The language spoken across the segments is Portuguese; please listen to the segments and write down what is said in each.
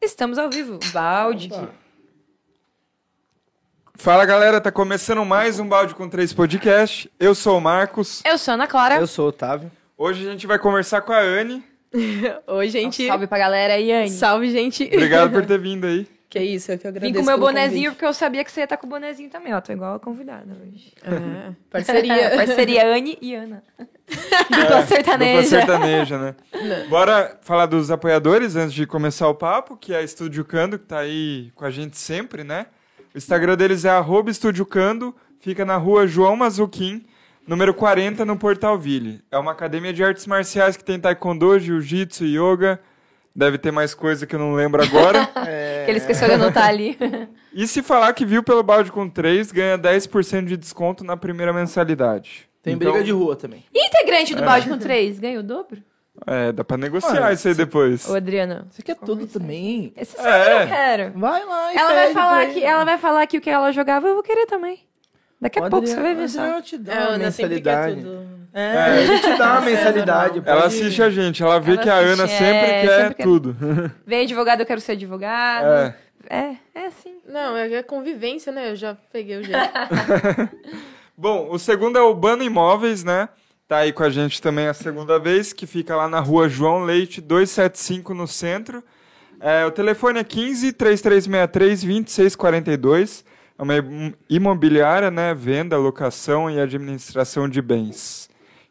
Estamos ao vivo. Balde. Opa. Fala galera, tá começando mais um Balde com Três Podcast. Eu sou o Marcos. Eu sou a Ana Clara. Eu sou o Otávio. Hoje a gente vai conversar com a Anne. Oi, gente. Salve pra galera, Iane. Salve, gente. Obrigado por ter vindo aí. Que é isso, eu que agradeço. Vim com o meu pelo bonezinho porque eu sabia que você ia estar com o bonezinho também, ó. Tô igual a convidada hoje. convite. É. Parceria. Parceria Anne e Ana. Dupla É, Dupla sertaneja. sertaneja, né? Bora falar dos apoiadores antes de começar o papo, que é a Estúdio Cando, que tá aí com a gente sempre, né? O Instagram deles é arroba Estúdio Cando, fica na rua João Mazuquim, número 40, no Portal Ville. É uma academia de artes marciais que tem taekwondo, jiu-jitsu, yoga... Deve ter mais coisa que eu não lembro agora. Que ele esqueceu de anotar ali. E se falar que viu pelo balde com 3, ganha 10% de desconto na primeira mensalidade. Tem Então, briga de rua também. E integrante do balde com três? Ganhou o dobro? É, dá pra negociar Ué, isso aí depois. Ô, Adriana. Você quer tudo também? Esse É. sabe que eu quero. Vai lá e é Ela pede vai, falar pra que, ele. ela vai falar que o que ela jogava, eu vou querer também. Daqui a Pode- pouco você vai ver mas só. Eu te dou É, uma Ana sempre quer mensalidade. tudo. É, a gente dá uma mensalidade. Ela pode- assiste a gente, ela vê Ela que a assiste, Ana é, sempre quer sempre quer- tudo. Vem advogado, eu quero ser advogado. É. É, é assim. Não, é convivência, né? Eu já peguei o jeito. Bom, o segundo é o Bano Imóveis, né? Tá aí com a gente também a segunda vez, que fica lá na rua João Leite, 275 no centro. É, o telefone é 15 3363 2642. É uma im- imobiliária, né? Venda, locação e administração de bens.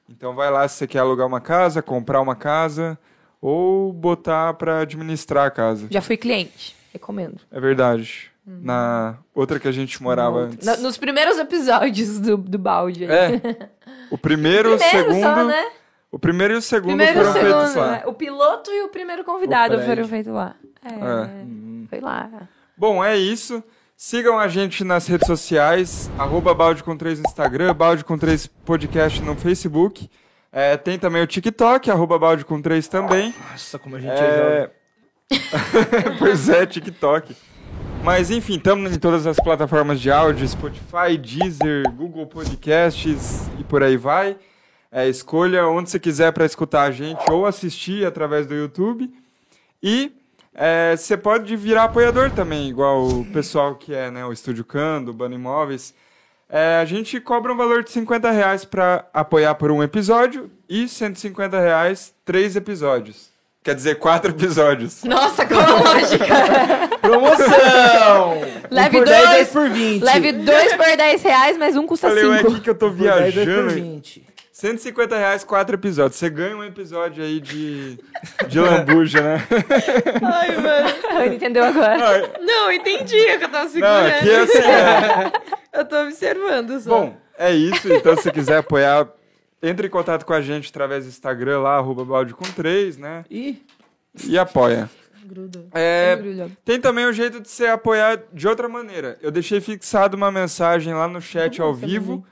Então vai lá se você quer alugar uma casa, comprar uma casa ou botar para administrar a casa. Já fui cliente. Recomendo. É verdade. Na outra que a gente morava antes. Uhum. Na- nos primeiros episódios do, do balde. aí. É. O primeiro, Primeiro o segundo. só, né? O primeiro e o segundo Primeiro e foram segundo. feitos lá. né? O piloto e o primeiro convidado O prédio. foram feitos lá. Ah. É, Foi lá. Bom, é isso. Sigam a gente nas redes sociais, arroba balde com 3 no Instagram, balde com 3 podcast no Facebook. É, tem também o TikTok, arroba balde com 3 também. Nossa, como a gente é jovem. É... pois é, TikTok. Mas enfim, estamos em todas as plataformas de áudio, Spotify, Deezer, Google Podcasts e por aí vai. É, escolha onde você quiser para escutar a gente ou assistir através do YouTube. E é, você pode virar apoiador também, igual o pessoal que é, né? O Estúdio Cando, o Bano Imóveis. É, a gente cobra um valor de 50 reais para apoiar por um episódio e 150 reais três episódios. Quer dizer, quatro episódios. Nossa, qual a lógica? Promoção! Leve um por 10, dois, 10 por 20. Leve dois por 10 reais, mas um custa Falei, ué, cinco. aqui que eu tô Um por 10, dois por viajando. 20. 150 reais, quatro episódios. Você ganha um episódio aí de, de lambuja, né? Ai, mano. Ele entendeu agora. Ah, Não, entendi o que eu tava Não, segurando. aqui é assim, é. Eu tô observando só. Bom, é isso. Então, se você quiser apoiar, entre em contato com a gente através do Instagram lá, arroba balde com 3, né? Ih, E apoia. Gruda. É, Tem também o jeito de você apoiar de outra maneira. Eu deixei fixado uma mensagem lá no chat ao vivo.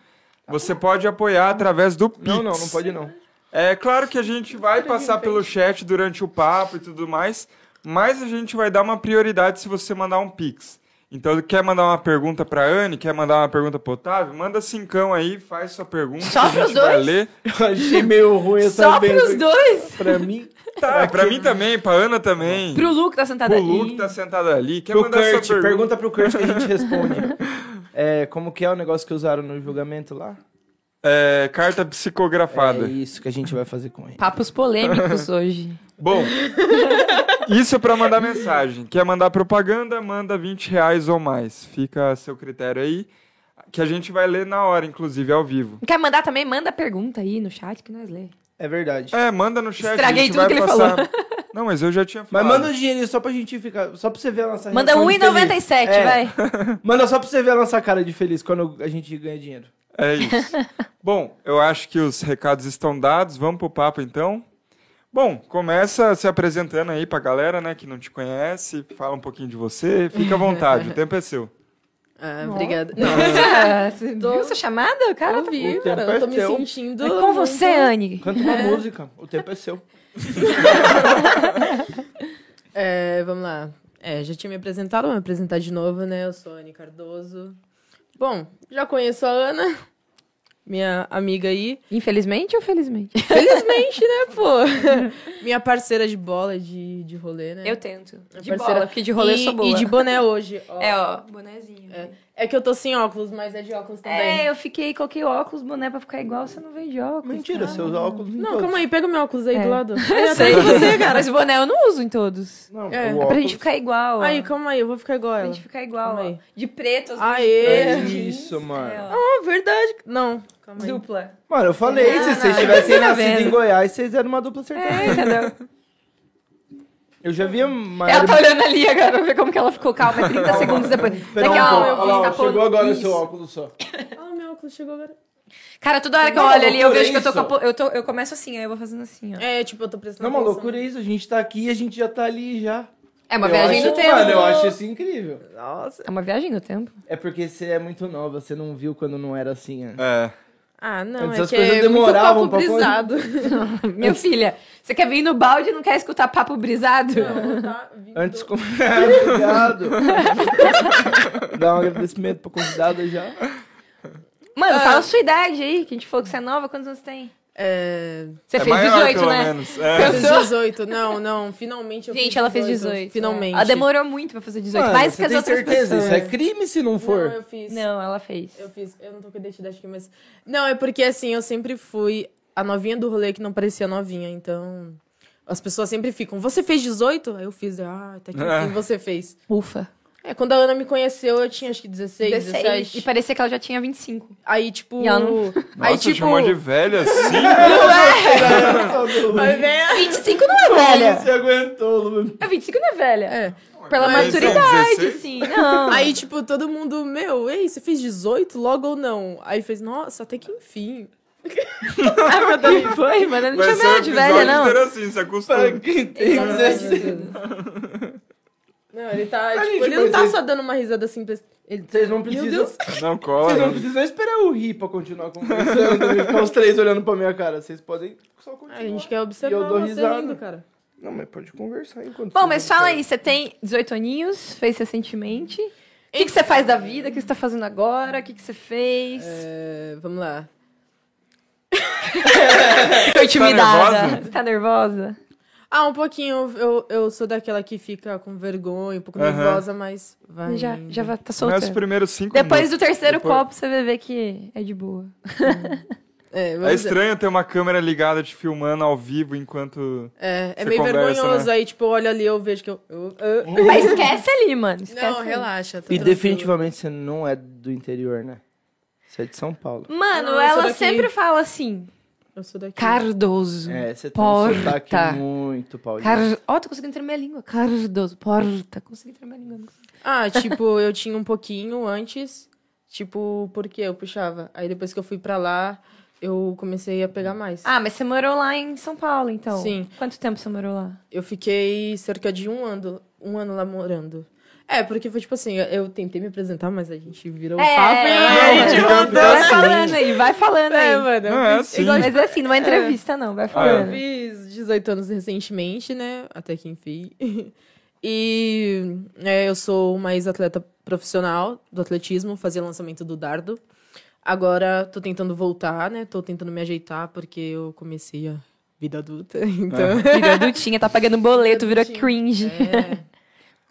Você pode apoiar através do Pix. não, não, não pode não. É claro que a gente vai passar pelo chat durante o papo e tudo mais, mas a gente vai dar uma prioridade se você mandar um Pix. Então, quer mandar uma pergunta pra Anne? Quer mandar uma pergunta pro Otávio? Manda cincão aí, faz sua pergunta. Só a gente pros vai dois? ler. Eu achei meio ruim essa Só vez. pros dois? Pra mim, Tá, pra mim também, pra Ana também. Pro Lu que tá sentado Pro ali. Lu que tá sentado ali. Quer pro mandar Kurt. sua pergunta? Pergunta pro Kurt que a gente responde. É, como que é o negócio que usaram no julgamento lá? É, carta É psicografada. isso que a gente vai fazer com ele. Papos polêmicos hoje. Bom, isso é pra mandar mensagem. Quer mandar propaganda, manda 20 reais ou mais. Fica a seu critério aí, que a gente vai ler na hora, inclusive, ao vivo. Quer mandar também? Manda pergunta aí no chat que nós lê. É verdade. É, manda no chat. Estraguei a gente tudo vai que ele passar... Não, mas eu já tinha Mas falado. manda um dinheirinho só pra gente ficar. Só pra você ver a É, nossa Manda reação de feliz. 1,97, É, vai. Manda só pra você ver a nossa cara de feliz quando a gente ganha dinheiro. É isso. Bom, eu acho que os recados estão dados. Vamos pro papo, então. Bom, começa se apresentando aí pra galera, né, que não te conhece. Fala um pouquinho de você. Fica à vontade, o tempo é seu. Ah, obrigada. Nossa, você Tô- viu essa chamada? Cara, Eu tá vi, O tempo cara. Eu tô é me seu. sentindo. É com você, muito- Anne. Canta uma música, o tempo é seu. É, vamos lá. É, já tinha me apresentado, vou me apresentar de novo, né? Eu sou a Anne Cardoso. Bom, já conheço a Ana. minha amiga aí. Infelizmente ou felizmente? Felizmente, né, pô? minha parceira de bola, de, de rolê, né? Eu tento. É. De parceira. bola, porque de rolê eu e, sou boa. E de boné hoje. Ó. É, ó, bonezinho. É. É que eu tô sem óculos, mas é de óculos também. É, eu fiquei, coloquei óculos, boné pra ficar igual, você não vem de óculos. tá? Mentira, você usa óculos em Não, todos. calma aí, pega o meu óculos aí É. do lado. Eu Aí, sei atrás de de você, cara. cara. Mas boné eu não uso em todos. Não, É, É o pra óculos- gente ficar igual, ó. Aí, calma aí, eu vou ficar igual pra ela. gente ficar igual, Calma ó. aí. De preto, as Aê! duas jeans. Isso, mano. É, ó. Ah, verdade. Não, calma aí. Dupla. Mano, eu falei, Não, se não, vocês eu tivessem tô nascido vendo. em Goiás, vocês eram uma dupla É, sertaneja. entendeu? Eu já vi a Mayara Ela tá olhando ali agora pra ver como que ela ficou calma. É 30 segundos depois. Pera um Daqui a pouco. hora eu Olha lá, vou estar Chegou pondo agora o isso. seu óculos só. Ah, meu óculos chegou agora. Cara, toda hora que eu Não, olho ali, eu loucura vejo que eu tô isso. com a po- eu, tô, eu começo assim, aí eu vou fazendo assim, ó. É, tipo, eu tô prestando Não, uma atenção. loucura é isso. A gente tá aqui e a gente já tá ali já. É uma Eu viagem acho- no tempo. Mano, eu acho isso incrível. Nossa. É uma viagem no tempo. É porque você é muito nova, você não viu quando não era assim. né? É. Ah, não, Antes é as que coisas é muito demoravam papo pra pôr. brisado. Meu filha, você quer vir no balde e não quer escutar papo brisado? Antes como. Obrigado. Dá um agradecimento pra convidada já. Mano, Ah. fala a sua idade aí, que a gente falou que você é nova, quantos anos você tem? É... Você é fez maior, 18, pelo né? menos. É. Fiz 18, não, não, finalmente eu fiz Gente, ela fez 18. Finalmente. é. Ela demorou muito pra fazer 18, Mano, mais você que as tem outras certeza? pessoas. Isso é crime se não for. Não, eu fiz. Não, ela fez. Eu fiz, eu não tô com identidade aqui, mas. Não, é porque assim, eu sempre fui a novinha do rolê que não parecia novinha, então. As pessoas sempre ficam, você fez 18? Aí eu fiz, ah, até que Ah. É. enfim você fez. Ufa. É, quando a Ana me conheceu, eu tinha acho que 16, 16. 17. E parecia que ela já tinha 25. Aí, tipo. E ela não- Nossa, aí, tipo. chamou de velha assim. Aí é- vem a- 25 é? não é velha. Você aguentou, Lu. A 25 não é velha. É. Pela Mas são maturidade, 16? assim. Não. Aí, tipo, todo mundo, meu, ei, você fez 18 logo ou não? Aí fez, nossa, até que enfim. Ai, foi, ah, mas eu não Vai chama ser um ela de velha, episódio não. inteiro assim, se acostuma. Pra quem tem assim. Ai, meu 16. Deus. Não, ele tá, Mas, tipo, gente, ele não mas tá ele- só dando uma risada assim pra... Ele... Vocês não Meu precisam. Deus. Vocês Não cola. não né? precisam esperar eu rir pra continuar conversando e ficar os três olhando pra minha cara. Vocês podem só continuar. A gente quer observar E eu dou você risada. rindo, cara. Não, mas pode conversar enquanto. Bom, vocês mas não fala querem. aí, você tem 18 aninhos, fez recentemente. O que, que você faz da vida? O que você tá fazendo agora? O que, que você fez? É, vamos lá. tá Ficou nervosa? Você tá nervosa? Ah, um pouquinho, eu, eu sou daquela que fica com vergonha, um pouco Aham. nervosa, mas vai. Já, indo. já vai- tá Mas os soltando. primeiros cinco Depois do terceiro Depois- copo, você vai ver que é de boa. É, minutos. É vamos ver. estranho ter uma câmera ligada te filmando ao vivo enquanto. é, é Você meio conversa, vergonhoso, né? aí tipo, eu olho ali, eu vejo que eu... eu- eu- Mas esquece ali, mano. Esquece Não, ali. relaxa, tá tô E tranquila. definitivamente você não é do interior, né? Você é de São Paulo. Mano, Não, eu sou ela daqui. sempre fala assim, Eu sou daqui. Cardoso. É, você tem Hum, Porta. um sotaque muito paulista. Car... Ó, tô conseguindo tremer a língua. Cardoso, porta. Consegui tremer a língua. não consegui. Ah, tipo, eu tinha um pouquinho antes, tipo, porque eu puxava. Aí depois que eu fui pra lá, eu comecei a pegar mais. Ah, mas você morou lá em São Paulo, então. Sim. Quanto tempo você morou lá? Eu fiquei cerca de um ano, um ano lá morando. É, porque foi tipo assim, eu tentei me apresentar, mas a gente virou É, papo e aí a gente não, voltou. não, Vai falando aí, vai falando É, aí. mano, eu Não, é fiz- assim. igual- Mas assim, não é entrevista, não, vai Eu falando. fiz 18 anos recentemente, né? Até que enfim. E é, eu sou uma ex-atleta profissional do atletismo, fazia lançamento do dardo. Agora tô tentando voltar, né? Tô tentando me ajeitar porque eu comecei a vida adulta. Então. Virou dutinha, tá pagando boleto, virou cringe. É.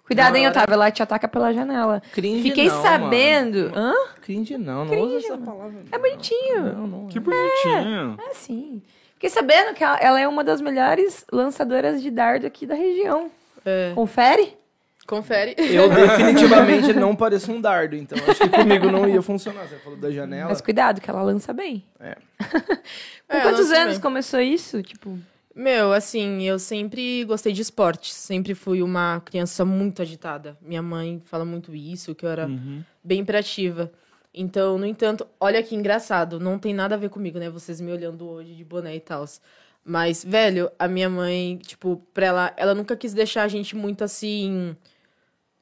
Cuidado, hein, Agora- Otávio, ela te ataca pela janela. Cringe Fiquei não, sabendo. Hã? Mano. Cringe não, não usa essa palavra. É bonitinho. Não, não. Que bonitinho. É sim. Fiquei sabendo que ela- ela é uma das melhores lançadoras de dardo aqui da região. É. Confere? Confere. Eu definitivamente não pareço um dardo, então acho que comigo não ia funcionar. Você falou da janela. Mas cuidado, que ela lança bem. É. Com É, quantos lança anos bem. começou isso? Tipo, Meu, assim, eu sempre gostei de esportes. Sempre fui uma criança muito agitada. Minha mãe fala muito isso, que eu era Uhum. bem hiperativa. Então, no entanto, olha que engraçado, não tem nada a ver comigo, né? Vocês me olhando hoje de boné e tal. Mas, velho, a minha mãe, tipo, pra ela, ela nunca quis deixar a gente muito assim.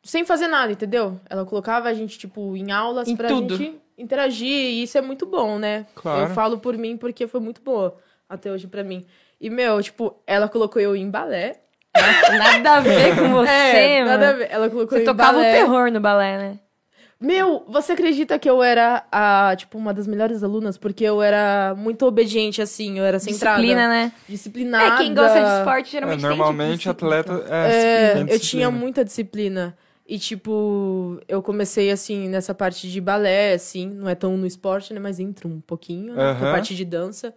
Sem fazer nada, entendeu? Ela colocava a gente, tipo, em aulas Em pra tudo. gente interagir. E isso é muito bom, né? Claro. Eu falo por mim porque foi muito boa até hoje pra mim. E, meu, tipo, ela colocou eu em balé. nada a ver com você, é, mano. nada a ver. Ela colocou Você eu em tocava balé. o terror no balé, né? Meu, você acredita que eu era a, tipo, uma das melhores alunas? Porque eu era muito obediente, assim, eu era centrada. Disciplina, né? Disciplinada. É, quem gosta de esporte geralmente É, normalmente tem, tipo, atleta É, é, tem eu tinha disciplina. muita disciplina. E, tipo, eu comecei, assim, nessa parte de balé, assim, não é tão no esporte, né? Mas entro um pouquinho, né? Aham. Na parte de dança.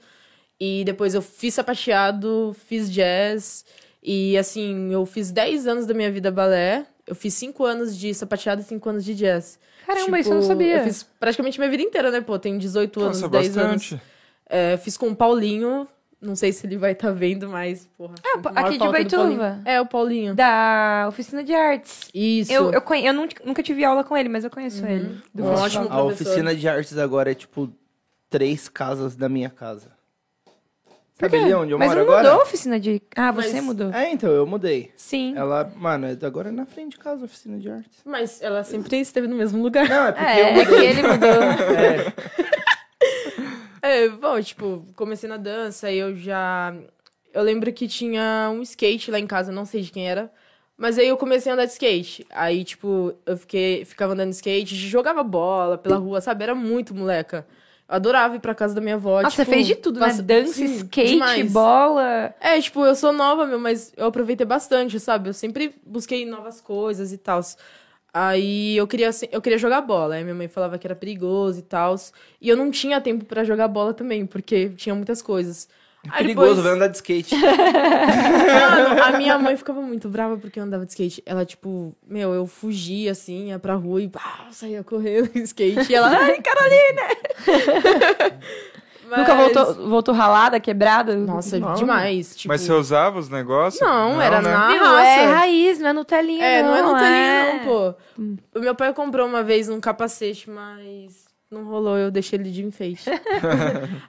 E depois eu fiz sapateado, fiz jazz. E, assim, eu fiz 10 anos da minha vida balé. Eu fiz 5 anos de sapateado e 5 anos de jazz. Caramba, isso Tipo, eu não sabia. Eu fiz praticamente minha vida inteira, né? Pô, tenho 18 anos, Nossa, 10 bastante. anos. É, fiz com o Paulinho. Não sei se ele vai estar vendo, mas, porra. Ah, sinto a pa- maior aqui de falta do Boituva. Paulinho. É, o Paulinho. Da oficina de artes. Isso. Eu, eu, conhe- eu nunca, nunca tive aula com ele, mas eu conheço ele. Do Um festival. ótimo A professor. oficina de artes agora é tipo três casas da minha casa. Por Sabe quê? ali onde eu mas moro não agora? mudou a oficina de... Ah, você Mas- mudou. É, então, eu mudei. Sim. Ela, mano, é- agora é na frente de casa a oficina de artes. Mas ela sempre esteve no mesmo lugar. Não, é porque eu É, é que mudei. ele mudou. É, É, bom, tipo, comecei na dança e eu já. Eu lembro que tinha um skate lá em casa, não sei de quem era. Mas aí eu comecei a andar de skate. Aí, tipo, eu fiquei, ficava andando de skate, jogava bola pela rua, sabe? Era muito moleca. Eu adorava ir pra casa da minha avó. Nossa, tipo, você fez de tudo, passa- né? Dança, Sim, skate, demais. bola. É, tipo, eu sou nova, meu, mas eu aproveitei bastante, sabe? Eu sempre busquei novas coisas e tal. Aí eu queria, se- eu queria jogar bola. Aí minha mãe falava que era perigoso e tal. E eu não tinha tempo pra jogar bola também, porque tinha muitas coisas. Ah, Aí perigoso, né? vai depois, andar de skate. Mano, a minha mãe ficava muito brava porque eu andava de skate. Ela, tipo, meu, eu fugia assim, ia pra rua e pá, saía correndo de skate. E ela, ai, Carolina! Mas- Nunca voltou, voltou ralada, quebrada? Nossa, Não. demais. Tipo... Mas você usava os negócios? Não, era né? na Viu? raça. É raiz, não é Nutelinha, É, não, é não Hum. Nutelinha, não, pô. O meu pai comprou uma vez um capacete, mas não rolou, eu deixei ele de enfeite.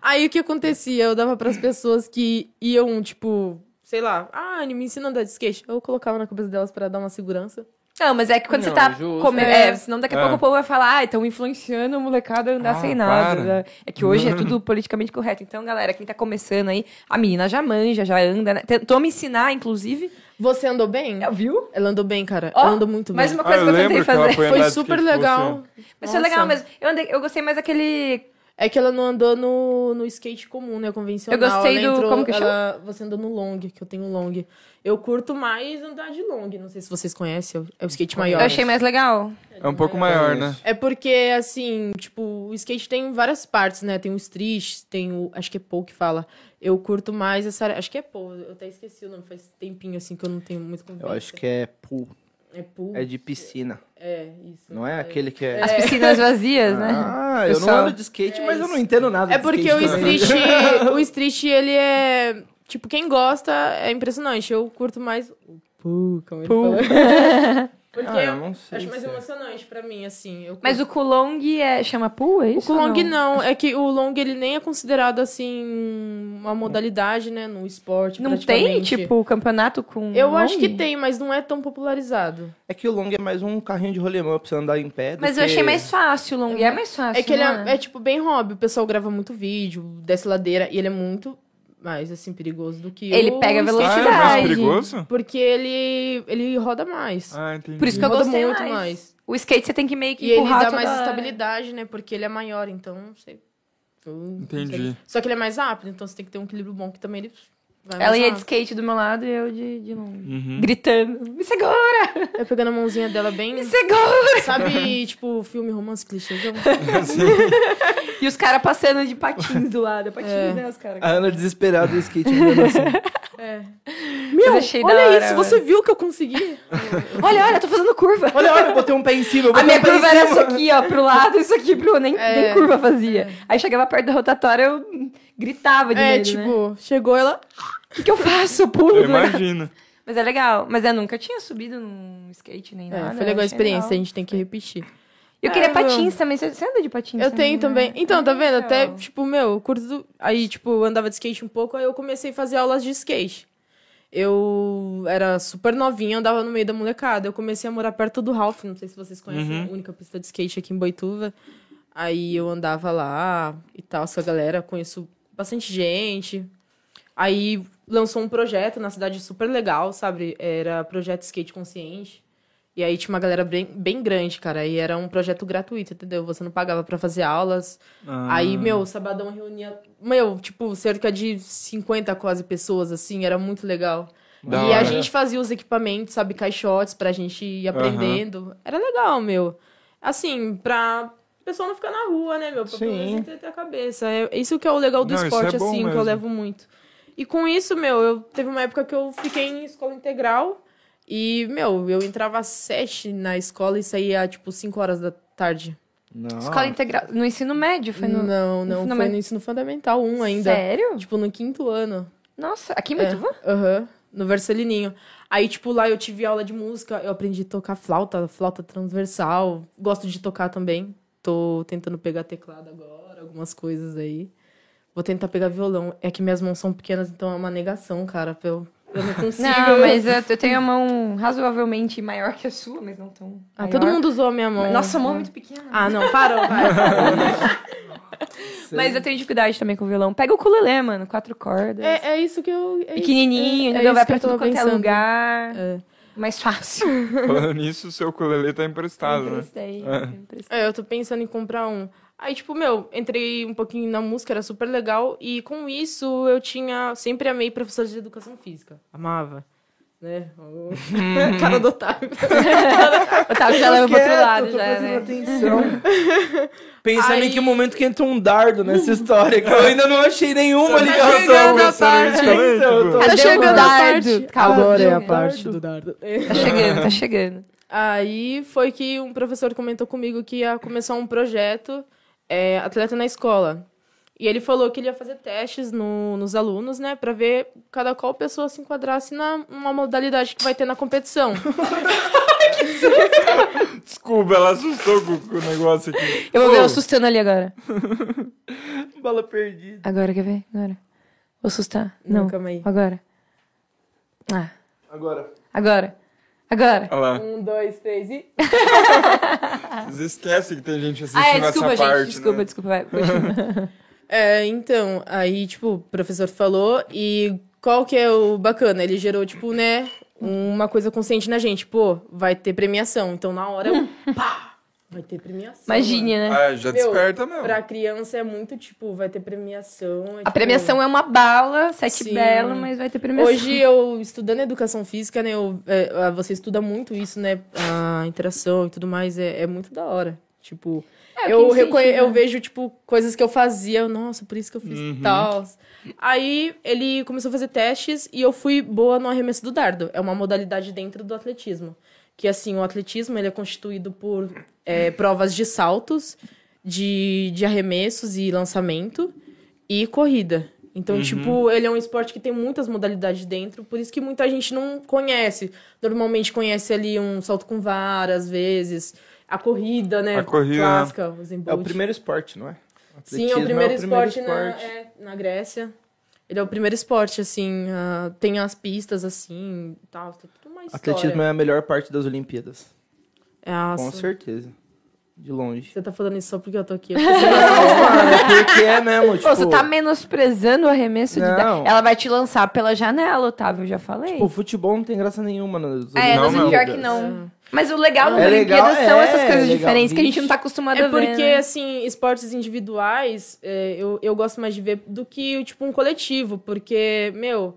Aí o que acontecia? Eu dava pras pessoas que iam, tipo, sei lá, ah, Anne, me ensina a andar de skate. Eu colocava na cabeça delas pra dar uma segurança. Não, mas é que quando Não, você tá justo. comendo. É. É, senão daqui a É. pouco o povo vai falar, ah, estão influenciando a molecada a andar Ah, sem nada. para. né? É que hoje é tudo politicamente correto. Então, galera, quem tá começando aí, a menina já manja, já anda, né? Tentou me ensinar, inclusive. Você andou bem? É, viu? Ela andou bem, cara. Ó, Ela andou muito bem. Mais uma Ah, coisa eu que eu tentei lembro que ela fazer. foi andar Foi de super skate com legal. você. Mas foi Nossa. legal mesmo. Eu, andei- eu gostei mais daquele. É que ela não andou no, no skate comum, né? Convencional. Eu gostei Ela do- entrou- como que ela- Você andou no long, que eu tenho long. Eu curto mais andar de long. Não sei se vocês conhecem. É o skate maior. Eu achei mais legal. É um pouco maior, né? É porque, assim, tipo, o skate tem várias partes, né? Tem o street, tem o. Acho que é Paul que fala. Eu curto mais essa área. Acho que é Paul. Eu até esqueci o nome, faz tempinho, assim, que eu não tenho muito Eu convivência. acho que é pool, é. É Paul? é de piscina. É, isso. Não é aquele que é... As piscinas vazias, né? Ah, eu não Pessoal. ando de skate, É mas eu isso. não entendo nada É de porque o skate também. street. o street, ele é. Tipo, quem gosta é impressionante. Eu curto mais. O Paul, como ele Paul. fala. Porque Ah, eu eu não sei. acho mais se é. emocionante pra mim, assim. Eu Mas o Kulong é, chama pool, é O isso? ou long não, é que o long ele nem é considerado assim uma modalidade, né, no esporte Não tem, praticamente. tipo, campeonato com. Eu acho long? que tem, mas não é tão popularizado. É que o long é mais um carrinho de rolemã pra você andar em pé. do Mas eu que- achei mais fácil, o long é mais fácil. é que ele não é, é, tipo bem hobby, o pessoal grava muito vídeo, desce ladeira e ele é muito mais assim perigoso do que Ele o pega Ah, skate. é Velocidade. mais perigoso? porque ele ele roda mais. Ah, entendi. Por isso que eu Roda gostei muito mais. mais. O skate você tem que meio que E ele empurrar dá toda mais hora. estabilidade, né? Porque ele é maior, então não sei. Eu não sei. Entendi. Só que ele é mais rápido, então você tem que ter um equilíbrio bom que também ele vai Ela mais ia de rápido. skate do meu lado e eu de, de longe. Uhum. Gritando, me segura, Eu pegando a mãozinha dela bem. me segura. Sabe, tipo, filme romance clichêzão? E os caras passando de patins do lado. Patins, É. né, os caras. A Ah, Ana desesperada do skate andando assim. É. Meu, achei da hora, mano. viu que eu consegui? Olha, olha, eu tô fazendo curva. Olha, olha, eu botei um pé em cima. Eu A botei minha é um pé curva em era isso cima. aqui, ó, pro lado, isso aqui pro... Nem, É. nem curva fazia. Aí chegava perto da rotatória, eu hum, gritava de É, medo, né? tipo, chegou ela. O que, que eu faço? Eu Pulo. Eu do negócio. imagino. Mas é legal. Mas eu nunca tinha subido num skate nem nada. É, foi legal a Ah, achei experiência, a legal. gente tem que repetir. Eu queria É, patins também. Você você anda de patins Eu tenho também. né? Então, tá Ah, vendo? Até, legal. tipo, meu, eu curto. Aí, tipo, eu andava de skate um pouco, aí eu comecei a fazer aulas de skate. Eu era super novinha, andava no meio da molecada. Eu comecei a morar perto do Ralph, não sei se vocês conhecem, Uhum. a única pista de skate aqui em Boituva. Aí eu andava lá e tal, com a galera, conheço bastante gente. Aí lançou um projeto na cidade super legal, sabe? Era Projeto Skate Consciente. E aí tinha uma galera bem, bem grande, cara. E era um projeto gratuito, entendeu? Você não pagava pra fazer aulas. Ah, Aí, meu, sabadão reunia, meu, tipo, cerca de 50 quase pessoas, assim. Era muito legal. da e a hora. gente fazia os equipamentos, sabe, caixotes pra gente ir aprendendo. Era legal, meu. Assim, pra o pessoal não ficar na rua, né, meu? Pra pelo menos Sim. entreter a cabeça. É, isso que é o legal do Não, isso esporte, é bom assim, que mesmo. eu levo muito. E com isso, meu, eu teve uma época que eu fiquei em escola integral. E, meu, eu entrava às sete na escola e saía, tipo, cinco horas da tarde. Ah. Não. Escola integral. No ensino médio foi no. não, não, foi fundamental. no ensino fundamental um ainda. Sério? Tipo, no quinto ano. Nossa, aqui em É. Boituva? Aham, no Vercelininho. Aí, tipo, lá eu tive aula de música, eu aprendi a tocar flauta, flauta transversal. Gosto de tocar também. Tô tentando pegar teclado agora, algumas coisas aí. Vou tentar pegar violão. É que minhas mãos são pequenas, então é uma negação, cara. pra Eu, eu não consigo. Não, mas eu, eu tenho a mão razoavelmente maior que a sua, mas não tão. Ah, maior. todo mundo usou a minha mão. Nossa, a mão é muito pequena. Ah, não, parou, vai. sei. Mas eu tenho dificuldade também com violão. Pega o ukulele, mano, quatro cordas. é, é isso que eu. É pequenininho, isso, é, entendeu? é isso vai que pra eu tô tudo quanto é pensando. lugar. É. Mais fácil. Falando nisso, o seu ukulele tá emprestado, né? Emprestei, emprestei. É, eu tô pensando em comprar um. Aí, tipo, meu, entrei um pouquinho na música, era super legal. E com isso, eu tinha... Sempre amei professores de educação física. Amava. Né? O- Cara do Otávio. Otávio já leva pro outro Quieto, lado, tô já, né? prestando atenção. Pensando Aí- em que momento que entrou um dardo nessa história, que eu ainda não achei nenhuma Tá ligação. chegando a Exatamente, parte. também, Então, eu tipo, tô- Tá chegando a parte. Calma, é calma. do dardo. Tá chegando, tá chegando. Aí foi que um professor comentou comigo que ia começar um projeto é, atleta na escola. E ele falou que ele ia fazer testes no- nos alunos, né? Pra ver cada qual pessoa se enquadrasse na uma modalidade que vai ter na competição. Desculpa, ela assustou com, com o negócio aqui. Eu vou ver Ô, o assustando ali agora. Bala perdida. Agora, quer ver? Agora. Vou assustar. Não, Não, calma aí. agora. Ah, Agora. agora. Agora. Olha lá, Um, dois, três e. vocês esquecem que tem gente assistindo Ah, é, desculpa, essa gente. parte, desculpa, né? desculpa. Vai, continua. É, então, aí, tipo, o professor falou e qual que é o bacana? Ele gerou, tipo, né, uma coisa consciente na gente. Pô, vai ter premiação. Então, na hora, eu, pá, vai ter premiação. Imagine, né? Ah, já Meu, desperta mesmo. mano. Pra criança é muito, tipo, vai ter premiação. é, A tipo, premiação é uma bala, sete Sim. belo, mas vai ter premiação. Hoje eu estudando educação física, né? eu- é, ah, você estuda muito isso, né? A interação e tudo mais é, é muito da hora. Tipo, É, eu, quem reconhe- incentiva? eu vejo, tipo, coisas que eu fazia. eu, Nossa, por isso que eu fiz Uhum. tal. Aí ele começou a fazer testes e eu fui boa no arremesso do dardo. É uma modalidade dentro do atletismo. Que assim, o atletismo ele é constituído por é, provas de saltos, de, de arremessos e lançamento e corrida. Então, Uhum. tipo, ele é um esporte que tem muitas modalidades dentro, por isso que muita gente não conhece. Normalmente conhece ali um salto com vara, às vezes, a corrida, né? A corrida, né? Clássica, os É o embotes. primeiro esporte, não é? Sim, é o Atletismo primeiro esporte, esporte. Na, é, na Grécia. Ele é o primeiro esporte, assim, ah, tem as pistas, assim, e tal, tem tudo mais Atletismo é a melhor parte das Olimpíadas. É, a- Com certeza. De longe. Você tá falando isso só porque eu tô aqui. Porque é mesmo, tipo... Pô, você tá menosprezando o arremesso de Não. dar. Ela vai te lançar pela janela, Otávio, eu já falei. Tipo, futebol não tem graça nenhuma nas é, Não, mas o não. pior que não. Mas o legal das É legal, Olimpíadas são é, essas coisas é legal. diferentes que a gente não tá acostumado É a ver. porque, né? assim, esportes individuais, é, eu, eu gosto mais de ver do que, tipo, um coletivo. Porque, meu,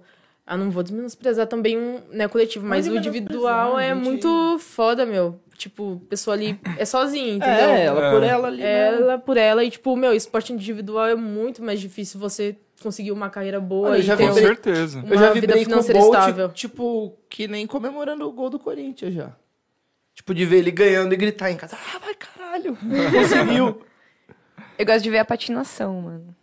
eu não vou desmenosprezar também um né, coletivo, Não mas o individual é gente. muito foda, meu. Tipo, pessoa ali é sozinha, entendeu? É, ela por É. ela ali mesmo. Ela por ela. E, tipo, meu, esporte individual é muito mais difícil você conseguir uma carreira boa Olha, e já ter um- Com vi- uma certeza. Eu já vida vibrei com o financeira Bolt, estável. tipo, que nem comemorando o gol do Corinthians já. Tipo, de ver ele ganhando e gritar em casa. Ah, vai caralho. Conseguiu. Eu gosto de ver a patinação, mano.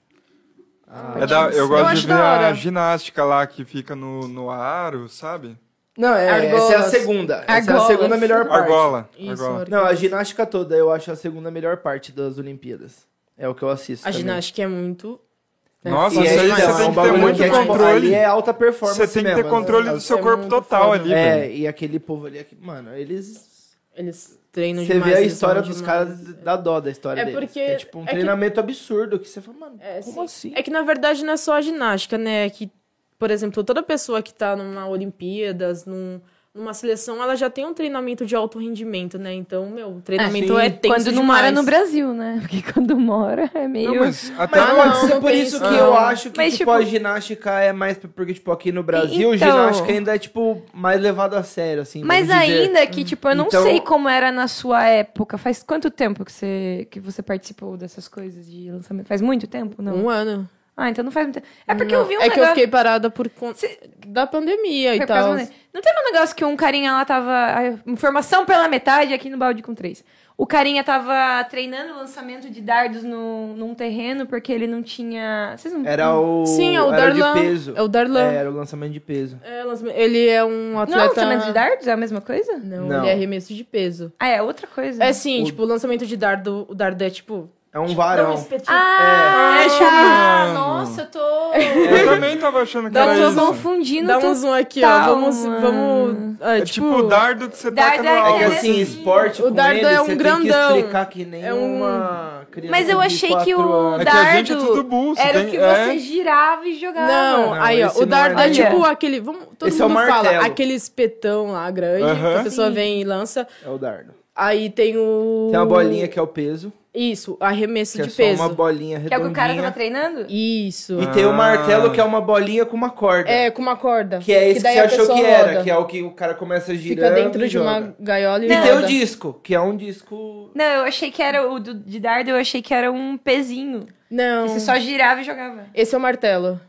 É da- eu gosto acho de ver da a hora. ginástica lá que fica no, no aro, sabe? Não, é, Argolas. essa é a segunda. Essa é a Argolas. segunda melhor parte. Argola. Isso, argola. argola. Não, a ginástica toda eu acho a segunda melhor parte das Olimpíadas. É o que eu assisto. A também. ginástica é muito. né, Nossa, E isso física aí é, demais. você então, é tem que um ter bagulho muito que é, tipo, controle. ali é alta performance Você tem que ter mesmo, né? controle do seu é corpo muito total foda. ali, velho. É, e aquele povo ali, aqui, mano, eles Eles treinam Você demais. vê a eles história treinam dos demais. caras, dá dó da história É deles. porque É tipo um é que- treinamento absurdo que você fala, mano, É, como sim. assim? É que na verdade não é só a ginástica, né? É que, por exemplo, toda pessoa que tá numa Olimpíadas, num numa seleção, ela já tem um treinamento de alto rendimento, né? Então, meu, o treinamento sim. é, tenso quando não demais. mora no Brasil, né? Porque quando mora é meio. Não, mas até Mas Ah, pode não, ser não por tem isso isso, que não. eu acho que Mas, tipo- tipo, a ginástica é mais porque, tipo, aqui no Brasil, Então. ginástica ainda é, tipo, mais levado a sério, assim. Mas vamos dizer. ainda que, tipo, eu não Então- sei como era na sua época. Faz quanto tempo que você, que você participou dessas coisas de lançamento? Faz muito tempo? Não. Um ano. Ah, então não faz muito tempo. É porque eu vi um É que eu negócio... é fiquei parada por conta Cê- da pandemia e Foi por causa tal. do Mané. Não teve um negócio que um carinha lá tava. ah, Informação pela metade aqui no balde com três. O carinha tava treinando o lançamento de dardos no, num terreno porque ele não tinha. Vocês não. Era o. Sim, é o era o Darlan. de peso. É o Darlan. É, era o lançamento de peso. É, lança- Ele é um Não é atleta. lançamento de dardos? É a mesma coisa? Não, Não. ele é arremesso de peso. Ah, é outra coisa. É sim, O- tipo, o lançamento de dardo, o dardo é tipo. É um Dá um varão. espetinho. Ah, É. é, É, tipo, tá. mano. Nossa, eu tô. É, Eu assim, também tava achando que Dá era um eu isso. É tô confundindo Dá um tudo. zoom aqui, Tá, ó. Vamos. mano. vamos é, É tipo, tipo o dardo que você Dardo taca é no É que aquele- alvo. assim, esporte O com dardo ele, é um você grandão. tem que explicar que nem É um- uma criança Mas eu de achei que quatro o anos. É que a gente é assim, dardo tudo burro. você Era o tem- que é. você girava e jogava. Não, Não, aí ó, esse o não dardo é é não. tipo aquele, vamos, todo Esse é o mundo fala, martelo. aquele espetão lá grande, que a Aham. pessoa Sim. vem e lança. É o dardo. Aí tem o Tem uma bolinha que é o peso, Isso, arremesso que é de só peso. uma bolinha Que é o que o cara tava tá redondinha. treinando? Isso. E tem o Ah. martelo, que é uma bolinha com uma corda. É, com uma corda. Que é esse que, daí você a achou pessoa que era, roda. que é o que o cara começa girando Fica dentro e de uma joga. gaiola e, E tem roda. o disco, que é um disco... Não, eu achei que era o do, de dardo, eu achei que era um pezinho. Não. Que você só girava e jogava. Esse é o martelo.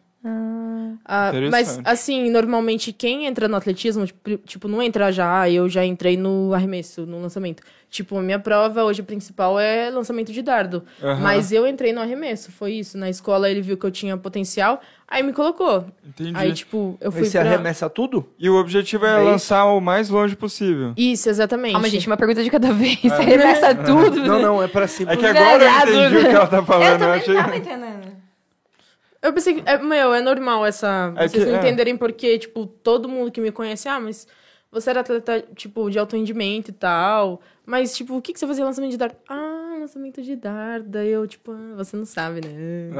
Ah, mas, Interessante. assim, normalmente quem entra no atletismo, tipo, tipo, não entra já, ah, eu já entrei no arremesso, no lançamento. Tipo, a minha prova hoje principal é lançamento de dardo. Aham. Mas eu entrei no arremesso, foi isso. Na escola ele viu que eu tinha potencial, aí me colocou. Entendi. Aí, tipo, eu Aí fui você pra... arremessa tudo? E o objetivo é, É isso? lançar o mais longe possível. Isso, exatamente. Calma, Ah, gente, uma pergunta de cada vez. Você arremessa tudo. né? Não, não, é pra cima. É que agora eu Velhado, entendi o que ela tá falando. Eu também achei... não tava entendendo. Eu pensei que, é, meu, é normal essa. É vocês que- não é. entenderem porque, tipo, todo mundo que me conhece, ah, mas você era atleta, tipo, de alto rendimento e tal. Mas, tipo, o que, que você fazia lançamento de dardo? Ah, lançamento de dardo. Daí eu, tipo, ah, você não sabe, né?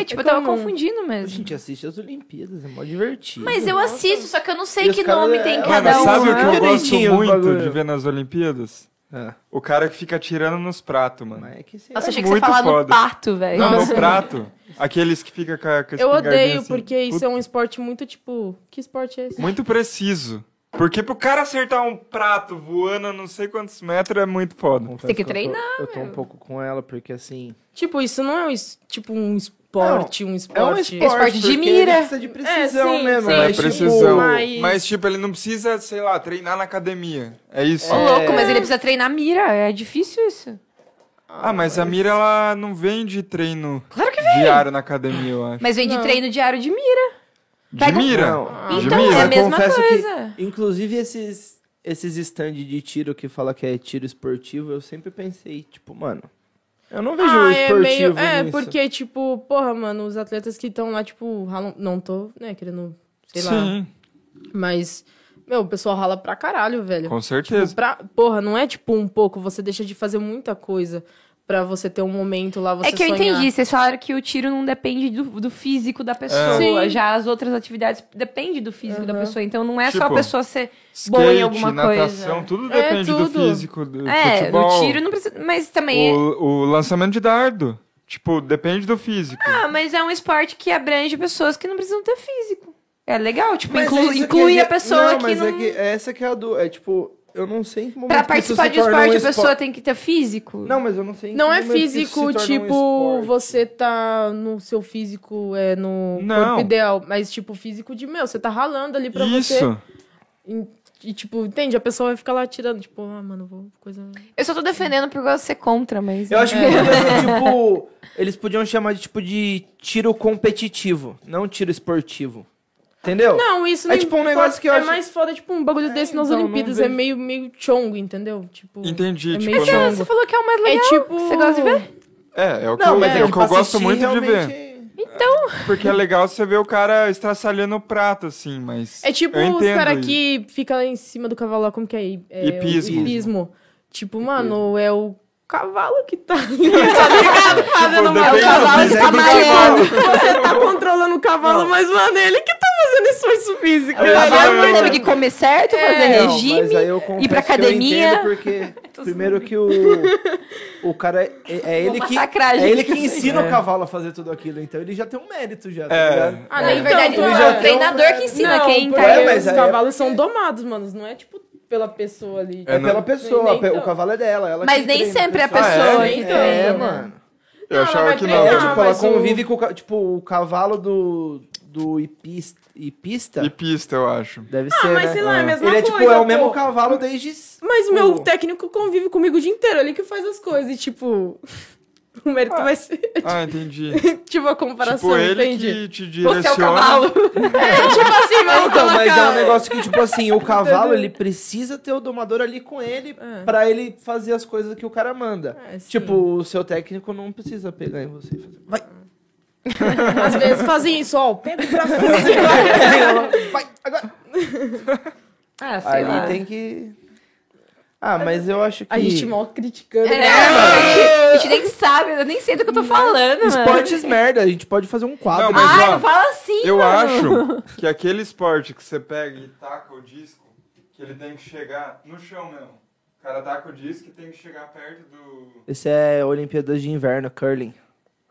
É, tipo, É eu tava comum. confundindo A mesmo. gente assiste as Olimpíadas, é mó divertido. Mas eu assisto, só que eu não sei E os que caras- nome tem é, cada Mano, um. sabe o né? que eu Direitinho o gosto muito bagulho. de ver nas Olimpíadas? Ah, O cara que fica atirando nos pratos, mano. mas é que você... Nossa, É achei que você muito falava no foda. pato, velho. Não, Nossa. no prato. Aqueles que fica com a, com a eu espingardinha odeio, assim. porque isso Puta, é um esporte muito, tipo. Que esporte é esse? Muito preciso. Porque pro cara acertar um prato voando a não sei quantos metros é muito foda. Confesso tem que eu tô- treinar, Eu tô, um pouco com ela, porque assim... Tipo, isso não é um, es- tipo, um esporte, um esporte. É um esporte, Esporte de porque mira. ele precisa de precisão né, É, sim, mesmo. Não sim. é mas, tipo, precisão. mas- Mas, tipo, ele não precisa, sei lá, treinar na academia. É isso. Ô, louco, mas ele precisa treinar mira. É difícil isso. Ah, mas a mira, ela não vem de treino diário na academia, eu acho. Mas vem de treino diário de mira. De Pega- mira? Não. De Então, é mira? a Mas mesma confesso que- coisa. Inclusive, esses, esses stand de tiro que fala que é tiro esportivo, eu sempre pensei, tipo, mano, eu não vejo Ah, é esportivo meio. É, nisso. porque, tipo, porra, mano, os atletas que estão lá, tipo, ralam. Não tô, né, querendo. Sei lá. Sim, Mas, meu, o pessoal rala pra caralho, velho. Tipo, com certeza. Pra, porra, não é tipo um pouco, você deixa de fazer muita coisa pra você ter um momento lá, você É que eu sonhar. entendi. Vocês falaram que o tiro não depende do, do físico da pessoa. É. Sim. Já as outras atividades dependem do físico da Uhum. pessoa. Então não é só a Tipo, pessoa ser Bom em Skate, alguma natação, coisa. tudo É, depende tudo. do físico, do É, futebol. no tiro não precisa. Mas também. é- O, o lançamento de dardo. Tipo, depende do físico. Ah, mas é um esporte que abrange pessoas que não precisam ter físico. É legal, tipo, Mas inclu- é isso que inclui a gente- pessoa não, que mas não. É que essa que é a do... É, tipo, eu não sei em que momento Pra que participar isso se de esporte, torna um a pessoa espor- tem que ter físico. Não, mas eu não sei em Não que é momento que isso se físico, torna um tipo, esporte. você tá no seu físico, é, no Não. corpo ideal, mas, tipo, físico de, meu, você tá ralando ali pra você. Isso. E, e, tipo, entende? A pessoa vai ficar lá tirando, tipo, ah, mano, vou. Coisa. Eu só tô defendendo por gosto de ser contra, mas. é. Eu acho que podia ser, tipo... Eles podiam chamar de, tipo, de tiro competitivo, não tiro esportivo. Entendeu? Não, isso É tipo um negócio que eu é acho- mais foda, tipo, um bagulho desse nas então, não Olimpíadas. É vejo. meio, meio chongo, entendeu? Tipo. Entendi. É tipo, meio não- Você falou que é o mais É legal. tipo. Você gosta de ver? É, é o que Não, eu, mas é é, o que eu tipo, gosto assistir muito de realmente ver. é- Porque é legal você ver o cara estraçalhando o prato, assim, mas. É tipo eu os entendo caras isso. que ficam lá em cima do cavalo lá, como que é? é Hipismo. o hipismo. Tipo, mano, é o cavalo que tá. tá ligado? Tipo, é Fazendo uma... depende do é cavalo físico tá do malhando. cavalo. Você tá controlando o cavalo, mas, mano, ele que tá fazendo esforço físico. É, velho. mas- Ela não teve que comer certo, fazer É, Não, é mas regime. aí eu confesso ir pra que eu academia. entendo porque, primeiro que o, o cara, é, é ele Vou que... massacrar a É gente. ele que ensina o cavalo a fazer tudo aquilo, então ele já tem um mérito já, tá É. ligado? Ah, Na nem verdade, tanto, não, ele é Então, já o tem um treinador que ensina um- não, quem porque tá É, mas os aí- cavalos são domados, mano. Não é, tipo, pela pessoa ali. É, É, não- pela pessoa, Nem- nem o cavalo é dela. Ela Mas que nem treina sempre é a pessoa é, que é, treina. mano. Não, Eu ela achava vai que É, não. treinar, Ah, tipo, ela mas o- convive com o... ca- Tipo, o cavalo do... Do hipis- hipista? tipo, E pista, eu acho. Deve Ah, ser, mas né? sei lá, é a mesma Ele é coisa. tipo, é o pô. mesmo cavalo desde... Mas o meu o- técnico convive comigo o dia inteiro, ele que faz as coisas. E, tipo, o mérito vai ser, Ah, entendi. tipo, a comparação, tipo, ele entende? que te Você é o direciona. cavalo. É, tipo assim, É, vamos então, colocar. mas é um negócio que, tipo assim, o cavalo, ele precisa ter o domador ali com ele É. pra ele fazer as coisas que o cara manda. É, Ah, sim. tipo, o seu técnico não precisa pegar em você e fazer... Vai! Às vezes fazem isso, ó, pega o braço vai, agora! Ah, sei Aí lá. tem que... Ah, mas eu acho que... A gente mó criticando. É, né? mano, a gente nem sabe, eu nem sei do que eu tô falando, mano. Esportes né? merda, a gente pode fazer um Não, quadro. mas- Ai, ó, não fala assim, Eu mano. acho que aquele esporte que você pega e taca o disco, que ele tem que chegar no chão mesmo. O cara taca o disco e tem que chegar perto do. Esse é Olimpíadas de Inverno, curling.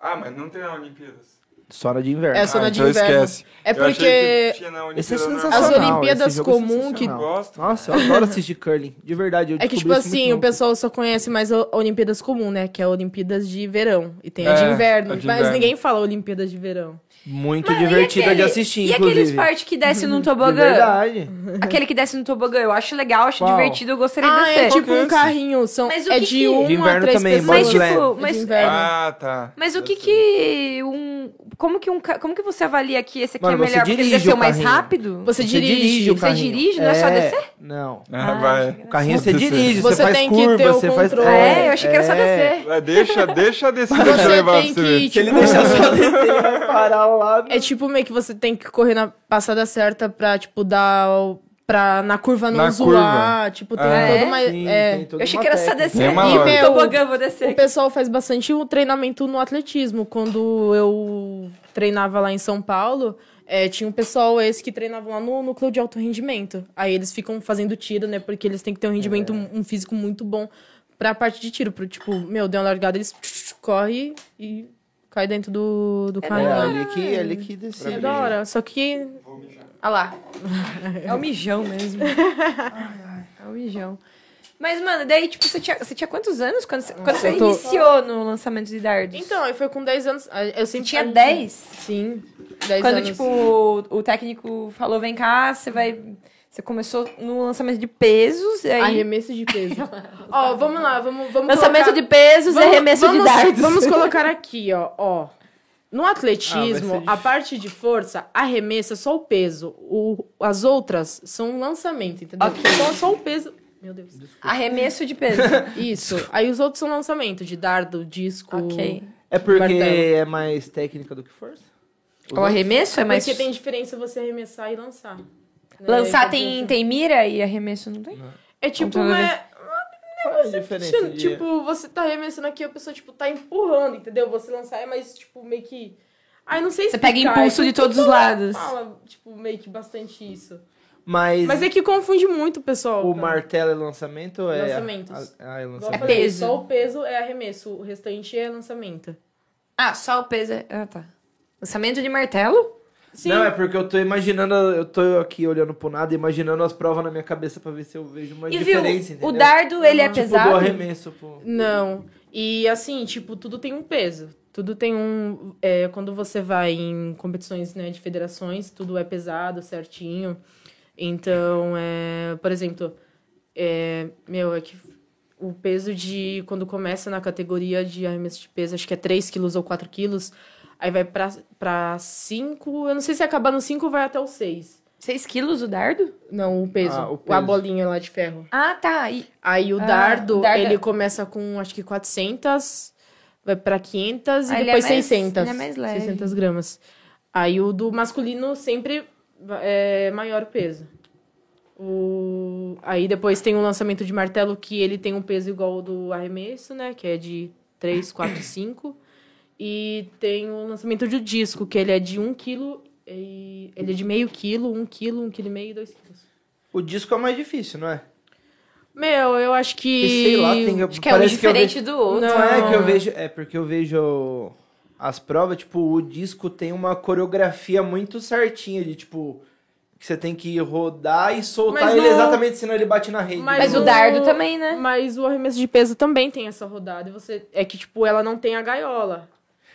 Ah, mas não tem na Olimpíadas. Só na de inverno. É só na ah, de então inverno. esquece. Eu É achei porque que tinha na Esse Olimpíada é normal. As sensacional. Olimpíadas esse jogo é comum sensacional. que- Eu gosto. Nossa, eu adoro assistir curling. De verdade, eu É que, tipo descobri isso assim, muito o pessoal só conhece mais a Olimpíadas comum, né? Que é a Olimpíadas de verão. E tem a É, de inverno. a de mas inverno. ninguém fala Olimpíadas de verão. Muito Mano, e divertida de aquele- assistir, E inclusive. aquele esporte que desce no De tobogã? verdade. Aquele que desce no tobogã, eu acho legal, acho Qual? divertido, eu gostaria Ah, de é descer. Qual tipo que é um esse? carrinho. São, Mas o é que de que- um De a inverno três também, pessoas. mas Bola tipo, leve. mas, inverno. Ah, tá. mas o Eu que sei. que um, como que um, ca- como que você avalia que esse aqui Mano, é você melhor porque ele dirige desceu o mais carrinho. rápido? Você dirige. dirige o Você carrinho. dirige, não é só descer? Não. Ah, Ah, vai. O carrinho você dirige, você, Você faz tem que curva, ter o você faz... controle. É, eu achei que era só é. descer. Vai, Deixa, deixa a descida te Você levar pra tem você. que. ver. Se ele tipo, deixar só descer, ele vai parar lá. no- É tipo meio que você tem que correr na passada certa pra, tipo, dar. o- Pra na curva não Na zoar. Tipo, tem Ah, toda é? uma. Sim, é. tem toda Eu achei uma que era só técnica. descer. Tem uma Ih, hora. meu, tobogã, vou O descer. pessoal faz bastante o treinamento no atletismo. Quando eu treinava lá em São Paulo, eh, tinha um pessoal esse que treinava lá no núcleo de alto rendimento. Aí eles ficam fazendo tiro, né? Porque eles têm que ter um rendimento, um físico muito bom pra parte de tiro. Pro, tipo, meu, deu uma largada, eles correm e cai dentro do, do É, carrinho. lá. ali que, ali que descia. É da hora. Só que. Vou mijar. Ah lá. É o mijão mesmo. É o mijão. Mas, mano, daí, tipo, você tinha, você tinha quantos anos quando você, quando você eu tô- iniciou no lançamento de dardos? Então, aí foi com 10 anos. ah, você Eu sempre tinha 10? Sim. 10 Quando, anos. tipo, o, o técnico falou, vem cá, você vai... Você começou no lançamento de pesos, e aí... Arremesso de peso. Ó, vamos lá, vamos, vamos lançamento colocar- de pesos e arremesso de vamos- dardos. Vamos colocar aqui, ó. ó. No Ah, vai ser atletismo, difícil. a parte de força, arremesso é só o peso. O, as outras são um lançamento, entendeu? Só, só o peso. Meu Deus. Arremesso de peso. Isso. Aí os outros são lançamento, de dardo, disco. ok. É porque Martelo. é mais técnica do que força? Os O arremesso é mais... Porque tem diferença você arremessar e lançar. né? Lançar Então, tem, tem mira e arremesso não tem? É tipo, Então, é- Qual é a diferença? de- Tipo, você tá arremessando aqui, a pessoa, tipo, tá empurrando, entendeu? Você lançar é mais, tipo, meio que... Ai, não sei Você pega explicar, impulso é que de todos os todo mundo lados. Fala, tipo, meio que bastante isso. Mas, Mas é que confunde muito, pessoal. o cara. martelo é lançamento? ou É... Lançamentos. Ah, é Igual lançamento. eu É falei, peso. Só o peso é arremesso, o restante é lançamento. Ah, só o peso é... Ah, tá. Lançamento de martelo? Sim, Não, é porque eu tô imaginando, eu tô aqui olhando pro nada, imaginando as provas na minha cabeça pra ver se eu vejo uma E viu, diferença, É entendeu? o dardo, ele é tipo, pesado? do arremesso, pô. Não. E assim, tipo, tudo tem um peso. Tudo tem um. é, quando você vai em competições né, de federações, tudo é pesado, certinho. Então, é, por exemplo, é, meu, é que o peso de. Quando começa na categoria de arremesso de peso, acho que é 3 quilos ou 4 quilos. Aí vai pra, pra 5. Eu não sei se acabar no 5 vai até o 6. 6 quilos o dardo? Não, o peso. Ah, o A peso. bolinha lá de ferro. Ah, tá. E... Aí o Ah, dardo, o dardo é- ele começa com acho que 400, vai pra 500 e Ah, ele depois é mais- 600. ele é mais leve. 600 gramas. Aí o do masculino sempre va- é maior o peso. O... Aí depois tem o lançamento de martelo, que ele tem um peso igual ao do arremesso, né? Que é de 3, 4, 5. um E tem o lançamento de disco, que ele é de 1 kg e de. Ele é de meio quilo, um quilo, um quilo e meio, dois quilos. O disco é mais difícil, não é? Meu, eu acho que. Porque, sei lá, tem... Acho que é um parece eu diferente vejo- do outro. Não, é que eu Não. vejo... É porque eu vejo as provas, tipo, o disco tem uma coreografia muito certinha de, tipo... Que você tem que rodar e soltar Mas ele no- exatamente, senão ele bate na rede. Mas né? o dardo também, né? Mas o arremesso de peso também tem essa rodada. E você... É que, tipo, ela não tem a gaiola.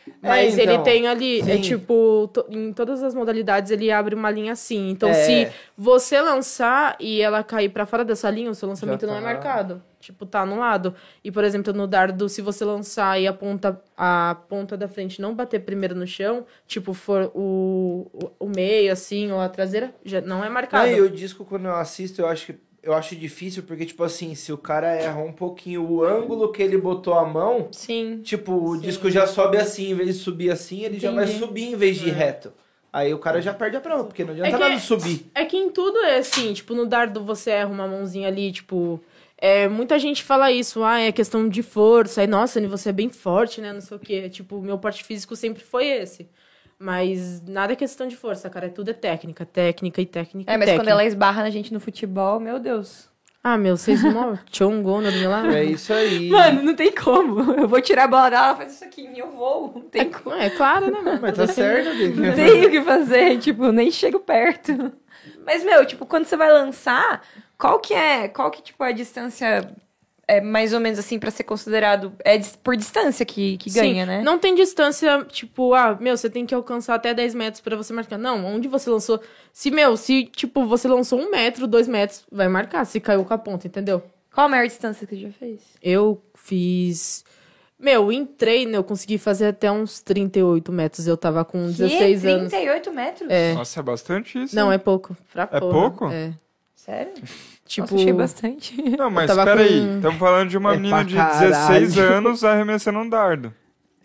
É, Mas ele então. tem ali, é Sim. tipo, to- em todas as modalidades ele abre uma linha assim. Então, É. se você lançar e ela cair pra fora dessa linha, o seu lançamento Já não é tá. marcado. Tipo, tá anulado. E, por exemplo, no dardo, se você lançar e a ponta, a ponta da frente não bater primeiro no chão, tipo, for o, o, o meio, assim, ou a traseira, já não é marcado. Não, e o disco, quando eu assisto, eu acho que eu acho difícil, porque, tipo assim, se o cara erra um pouquinho o ângulo que ele botou a mão, Sim. tipo, o Sim. disco já sobe assim, em vez de subir assim, ele já vai Entendi. É. subir em vez de ir reto. Aí o cara já perde a prova, porque não adianta que- nada subir. É que em tudo é assim, tipo, no dardo você erra uma mãozinha ali, tipo. É, muita gente fala isso, ah, é questão de força, aí, nossa, Anny, você é bem forte, né? Não sei o quê. Tipo, meu porte físico sempre foi esse. Mas nada é questão de força, cara. Tudo é técnica, técnica e técnica. É, e mas técnica. quando ela esbarra na gente no futebol, meu Deus. Ah, meu, vocês mó tchongona do meu lado. É isso aí. Mano, não tem como. Eu vou tirar a bola dela, ela faz isso aqui e eu vou. Não tem como. É claro, né, mano? Mas tá certo, Vivi. Não tem o que fazer, tipo, nem chego perto. Mas, meu, tipo, quando você vai lançar, qual que é, qual que, tipo, é a distância é mais ou menos assim pra ser considerado, é dis- por distância que, que Sim, ganha, né? Não tem distância, tipo, ah, meu, você tem que alcançar até 10 metros pra você marcar. Não, onde você lançou. Se, meu, se, tipo, você lançou um metro, dois metros, vai marcar, se caiu com a ponta, entendeu? Qual a maior distância que você já fez? Eu fiz. Meu, em treino eu consegui fazer até uns 38 metros. Eu tava com 16 que? anos. 38 metros? É. Nossa, é bastante isso. Não, hein? é pouco. Pra É porra. pouco? É. Sério? Tipo. Nossa, achei bastante. Não, mas tava peraí. com- Estamos falando de uma É menina pra de caralho. 16 anos arremessando um dardo.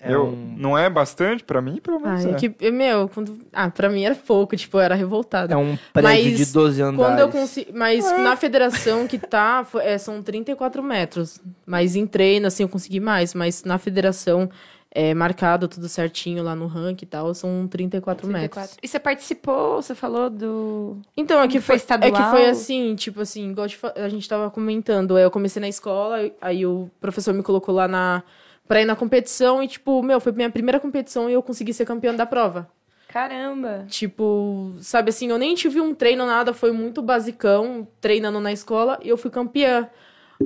É eu, um- Não é bastante pra mim, pelo menos. Ai, é. que, eu, meu, quando. Ah, pra mim era pouco, tipo, eu era revoltada. É um prédio Mas de 12 andares. Quando eu consigo. Mas na federação que tá, fo- é, são 34 metros. Mas em treino, assim, eu consegui mais. Mas na federação, é, marcado tudo certinho lá no ranking e tal, são 34, metros. 34. E você participou, você falou do... Então, é que Não foi foi, é que estadual? foi assim, tipo assim, igual eu te fa- a gente tava comentando, é, eu comecei na escola, aí o professor me colocou lá na pra ir na competição e tipo, meu, foi minha primeira competição e eu consegui ser campeão da prova. Caramba. Tipo, sabe assim, eu nem tive um treino nada, foi muito basicão, treinando na escola e eu fui campeã.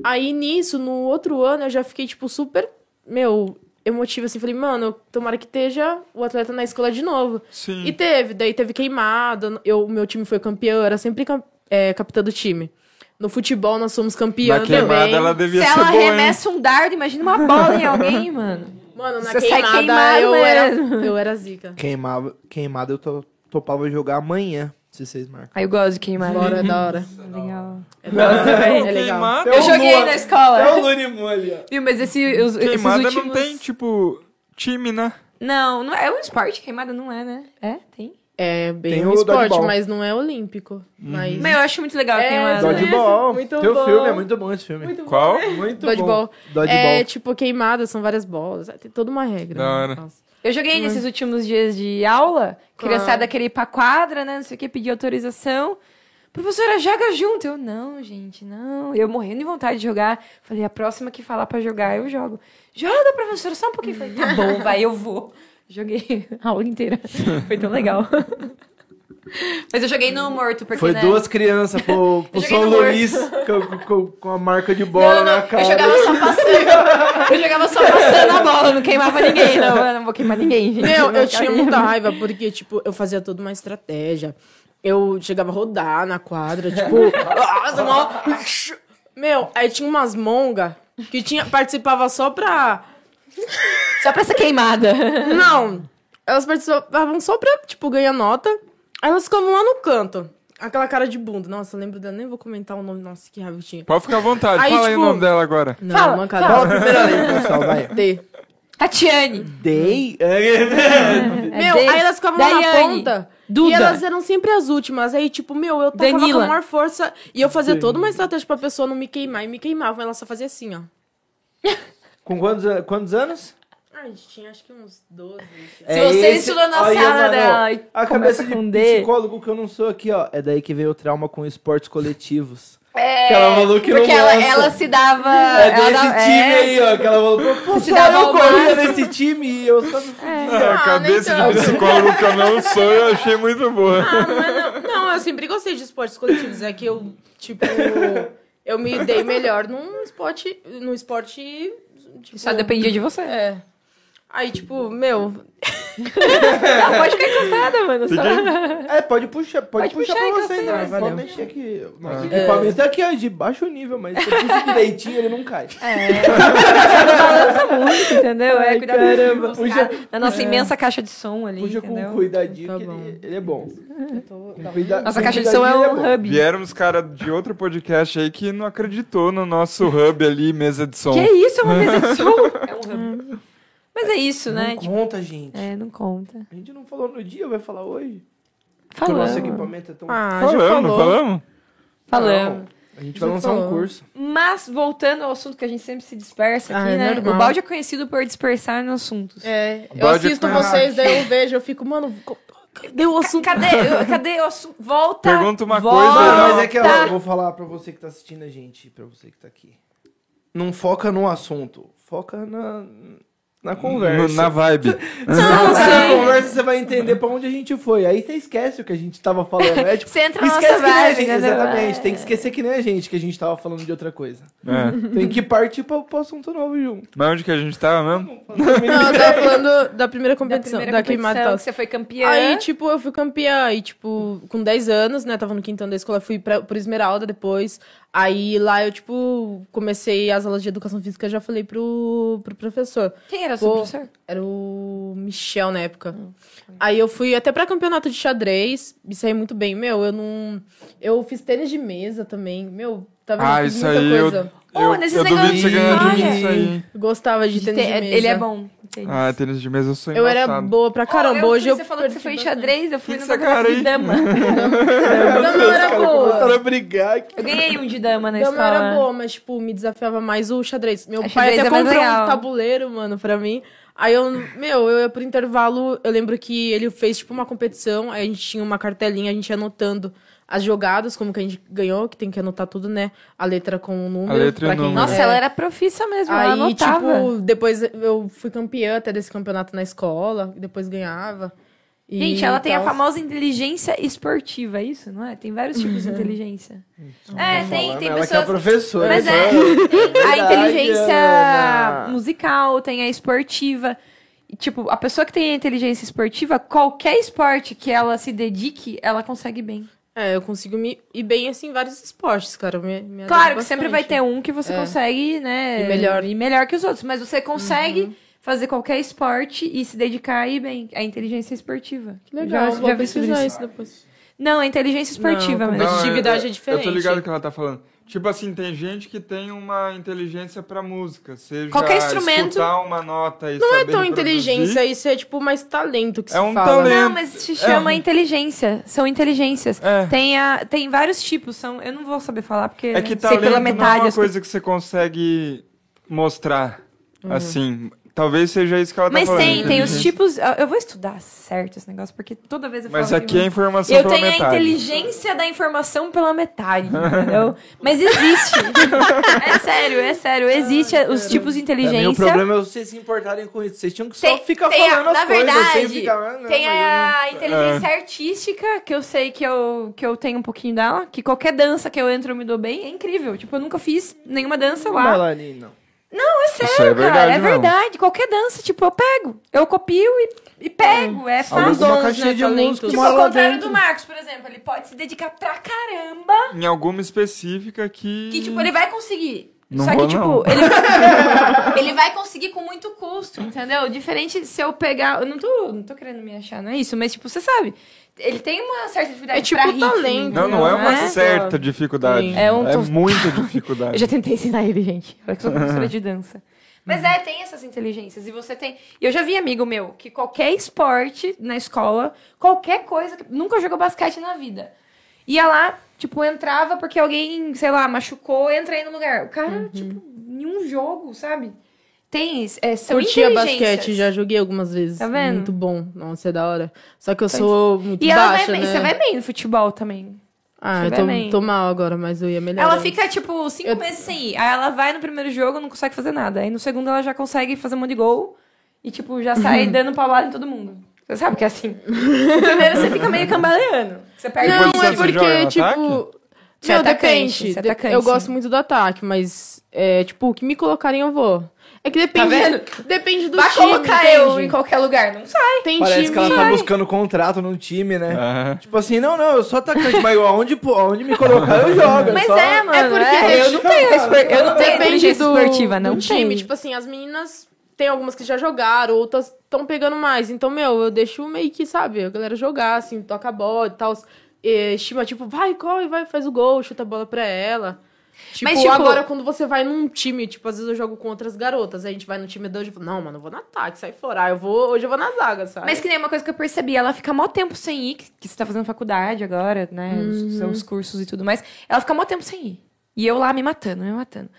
Aí nisso, no outro ano eu já fiquei tipo super, meu, emotiva assim, falei, mano, tomara que esteja o atleta na escola de novo. Sim. E teve, daí teve queimada. Eu, o meu time foi campeão, eu era sempre cam- é, capitã do time. No futebol nós somos campeão Na queimada também. ela devia Se ser ela boa, hein? arremessa um dardo, imagina uma bola em alguém, mano. Mano, na Você sai queimada queimado eu, era, mesmo. eu era zica. Queimava, queimado eu to- topava jogar amanhã, se vocês marcam. Aí eu gosto de queimar. Bora, é da hora. Legal. É da hora também, é legal. Queimada, Eu joguei na É um escola. o Lunimon ali, ó. Viu, mas esse, os, esses queimada últimos... não tem, tipo, time, né? Não, não é um esporte, queimada não é, né? É, tem. É bem Tem um o esporte, dodgeball. Uhum. mas não é olímpico. Mas... Mas eu acho muito legal É, queimada. né? Dodge- Dodgeball. Muito Teu bom. filme é muito bom esse filme. Muito bom. Qual? Muito Dodgeball. bom. Dodgeball. É tipo queimada, são várias bolas. é, Tem toda uma regra. Da né? hora. Nossa. Eu joguei nesses últimos dias de aula, Claro. criançada queria ir pra quadra, né? Não sei o que, pedir autorização. Professora, joga junto. Eu, não, gente, não. Eu morrendo de vontade de jogar. Falei, a próxima que falar pra jogar, eu jogo. Joga, professora, só um pouquinho. Falei, tá bom, vai, eu vou. Joguei a aula inteira. Foi tão legal. Mas eu joguei no morto, porque, Foi né? duas crianças pro, pro joguei São no morto. Luís com, com- com a marca de bola não, não, na cara. Eu jogava só passando. eu jogava só passando a bola, não queimava ninguém, não. Eu não vou queimar ninguém, gente. Meu, Não eu tinha quero- muita raiva, porque, tipo, eu fazia toda uma estratégia. Eu chegava a rodar na quadra, tipo. nossa, mó- Meu, aí tinha umas monga que tinha, participava só pra. Só pra essa queimada. Não! Elas participavam só pra, tipo, ganhar nota. Aí elas ficavam lá no canto. Aquela cara de bunda. Nossa, eu lembro dela, nem vou comentar o nome. Nossa, que raiva eu tinha. Pode ficar à vontade. Aí, Fala aí o tipo- nome dela agora. Não, Fala, mancada. Fala a primeira lei, pessoal, vai. É D. Tatiane. Dei? é. Meu, aí elas ficavam lá na Daiane, ponta. Duda. E elas eram sempre as últimas. Aí, tipo, meu, eu tava com Danila. a maior força. E eu fazia toda uma estratégia pra pessoa não me queimar. E me queimavam. Ela só fazia assim, ó. Com quantos, an- quantos anos? Ah, idade, tinha acho que uns 12. assim. Se você estudou na É Olha, sala mano, dela e A começa cabeça com de D. psicólogo que eu não sou aqui, ó. É daí que veio o trauma com esportes coletivos. É, Aquela maluca que não porque ela, gosta. ela se dava. É ela desse dava- time é, aí, ó. Que ela falou, pô, Se só dava eu ao corria máximo. nesse time e eu só... A Ah, cabeça nem de tanto. psicólogo que é eu não sou, eu achei muito boa. Ah, não é não. Não, eu sempre gostei de esportes coletivos. É que eu, tipo, eu me dei melhor num esporte. Num esporte. Tipo, Só dependia de você. É. Aí, tipo, meu, Não, pode ficar encantada, mano. só- É, pode puxar, pode, Pode puxar, puxar aí que pra eu você, sei, né? mas Pode valeu. mexer aqui. Nossa, Ah. o equipamento é aqui, ó, de baixo nível, mas se você puxa direitinho, ele não cai. É. Muito, entendeu? É, Ai, cuidado caramba, um com- puxa- na nossa imensa caixa de som ali, Puxa entendeu? Um com cuidadinho, Tá que bom. ele, ele é bom. eu tô. Com cuida- Nossa com caixa de som é cuidadinho, ele um hub. Vieram uns caras de outro podcast aí que não acreditou no nosso hub ali, mesa de som. Que isso? É uma mesa de som? É um hub. Mas é isso, né? Não Tipo, conta, gente. é, não conta. A gente não falou no dia, vai falar hoje. um o Falamos. Nosso equipamento é tão... Ah, já falamos, falou. Tá, falamos? Falamos. A gente vai Já lançar um falou. curso. Mas, voltando ao assunto que a gente sempre se dispersa aqui, Ah, é né? normal. O balde é conhecido por dispersar em assuntos. É, eu Balde assisto com vocês, daí eu vejo, eu fico, mano, co- cadê o assunto? Cadê, cadê o assunto? Volta! Pergunta uma volta. coisa, Mano, Não, mas é que ó, tá. eu vou falar pra você que tá assistindo a gente, pra você que tá aqui. Não foca no assunto, foca na, na conversa. Na vibe. Se você focar na Ah, sim. conversa, você vai entender pra onde a gente foi. Aí você esquece o que a gente tava falando. É tipo, Você entra na esquece nossa que nem a vibe, gente. né? Exatamente, tem que esquecer que nem a gente, que a gente tava falando de outra coisa. É. Tem que partir pra, pro assunto novo junto. Mas onde que a gente tava mesmo? Não, eu tava falando da primeira Da competição, tá. da, primeira queimada e competição tal. que é você foi campeã. Aí, tipo, eu fui campeã. E, tipo, com 10 anos, né? Tava no quinto ano da escola, fui pra, pro Esmeralda depois. Aí lá eu, tipo, comecei as aulas de educação física, já falei pro, pro professor. Quem era o seu Pô. professor? Era o Michel na época. Hum, Aí eu fui até pra campeonato de xadrez e saí muito bem. Meu, eu não. Eu fiz tênis de mesa também. Meu, tá vendo? Ah, Fiz isso muita aí. Eu, coisa. Ô, eu, nesses eu duvido negócios você de ganhar tudo praia. isso aí. Gostava de, tênis de Te- mesa. Ele é bom. entendi. Ah, tênis de mesa eu sou Eu era embaçado. boa pra caramba. Ô, eu Hoje fui- eu. Você falou que você foi em perdi bastante. xadrez, eu fui Que no essa campeonato cara de aí? dama. Não, não era boa. Para brigar aqui. Eu ganhei um de dama na Então eu escola. era boa, mas, tipo, me desafiava mais o xadrez. Meu A pai xadrez até é mais comprou legal. um tabuleiro, mano, pra mim. Aí eu, meu, eu ia pro intervalo, eu lembro que ele fez, tipo, uma competição, aí a gente tinha uma cartelinha, a gente ia anotando as jogadas, como que a gente ganhou, que tem que anotar tudo, né? A letra com o número. letra e pra o quem- número. Nossa, É. ela era profissa mesmo, ela Aí, anotava. tipo, depois eu fui campeã até desse campeonato na escola, e depois ganhava. E então- Gente, ela tem a tal. famosa inteligência esportiva, é isso, não é? Tem vários tipos de Uhum. inteligência. é, tem, tem Ela que é a pessoas. professora. Mas é, só- a inteligência Ana. musical, tem a esportiva. E, tipo, a pessoa que tem a inteligência esportiva, qualquer esporte que ela se dedique, ela consegue bem. É, eu consigo me ir bem, assim, em vários esportes, cara. eu Me, me Claro adapto que sempre vai bastante. ter um que você É. consegue, né? E melhor. Uhum. E melhor que os outros. Mas você consegue fazer qualquer esporte e se dedicar aí bem. É A inteligência esportiva. Que legal, já, vou já vi sobre pesquisar isso. isso depois. Não, é a inteligência esportiva Não, mesmo. competi- Competitividade eu- é diferente. Eu tô ligado que ela tá falando. Tipo assim, tem gente que tem uma inteligência pra música, seja Qualquer instrumento. escutar uma nota e Não É tão inteligência, isso é tipo mais talento que É se um fala. talento. Não, mas se chama inteligência. São inteligências. É. Tem, a, tem vários tipos. São, eu não vou saber falar, porque É que sei talento pela metade. não é uma as coisas. coisa que você consegue mostrar, assim. Talvez seja isso que ela Uhum. Mas tá falando. tem, tem os inteligência. tipos. eu- Eu vou estudar certo esse negócio, porque toda vez eu falo. Mas que aqui é informação Eu pela tenho a metade. inteligência da informação pela metade, entendeu? Mas existe. é sério, é sério. Existe os tipos de Pra mim, o inteligência. problema é vocês se importarem com isso. Vocês tinham que só Tem- ficar tem a- falando as na coisas. verdade, sem ficar, "Ah, não, Tem mas eu não-" a inteligência artística, que eu sei que eu, que eu tenho um pouquinho dela, que qualquer dança que eu entro eu me dou bem, é incrível. Tipo, eu nunca fiz nenhuma dança lá. Bailarina, não. Não, é sério, Isso é cara, verdade é mesmo. verdade. Qualquer dança, tipo, eu pego, eu copio e, e pego. É Aluga fácil. dons, uma né, caixinha de talentos. música e Tipo, mora ao lá contrário dentro. do Marcos, por exemplo, ele pode se dedicar pra caramba, Em alguma específica que... que, tipo, ele vai conseguir. Não Só vou, que, tipo, não. ele- ele vai conseguir com muito custo, entendeu? Diferente se eu pegar. Eu não tô, não tô querendo me achar, não é isso, mas, tipo, você sabe. Ele tem uma certa dificuldade É tipo pra ritmo, talento, Não, não entendeu? Né? é uma é? certa dificuldade. Sim. É, É um to- muita Eu dificuldade. já tentei ensinar ele, gente. Olha que eu sou professora de dança. Mas é, tem essas inteligências. E você tem. e Eu já vi amigo meu que qualquer esporte na escola, qualquer coisa, que- nunca jogou basquete na vida. Ia lá, tipo, entrava porque Uhum. alguém, sei lá, machucou, entra aí no lugar. O cara, tipo, nenhum um jogo, sabe? Tem isso. É, são Curtia inteligências. basquete, já joguei algumas vezes. Tá vendo? Tá Muito bom. Nossa, é da hora. Só que eu sou muito E ela baixa, vai bem. né? Você vai bem no futebol também. Ah, Você eu vai bem. tô, tô mal agora, mas eu ia melhorar. Ela fica, tipo, cinco Eu- meses sem ir. Aí ela vai no primeiro jogo não consegue fazer nada. Aí no segundo ela já consegue fazer um monte de gol. E, tipo, já Uhum. sai dando paulada em todo mundo. Você sabe que é assim. No primeiro você fica meio cambaleando. Você perde Depois o Não, você é ritmo. joga porque, no tipo. ataque? Você é Não, atacante, depende. você é De- atacante, eu sim. gosto muito do ataque, mas, é, tipo, o que me colocarem eu vou. É que depende. Tá vendo? Depende do Vai time. colocar entende? eu em qualquer lugar. Não sai. Tem Parece time. que ela tá buscando contrato num time, né? Aham. Tipo assim, não, não, eu sou atacante, mas aonde, pô, aonde me colocar eu jogo. Mas só- é, mano. É porque- é eu não tenho, esper... eu não tenho Depende inteligência do, esportiva, não do time. tenho. Tipo assim, as meninas tem algumas que já jogaram, outras estão pegando mais. Então, meu, eu deixo meio que, sabe, a galera jogar, assim, toca a bola e tal. Eh, Estima, tipo, vai, corre, vai, faz o gol, chuta a bola pra ela. Tipo, Mas, tipo- agora quando você vai num time, tipo, às vezes eu jogo com outras garotas, aí a gente vai no time de hoje e fala, não, mano, eu vou no ataque, sai fora, Ah, eu vou, hoje eu vou na zaga, sabe? Mas que nem uma coisa que eu percebi, ela fica mó tempo sem ir, que que você tá fazendo faculdade agora, né? Uhum. Os, são os cursos e tudo mais. Ela fica mó tempo sem ir. E eu lá me matando, me matando.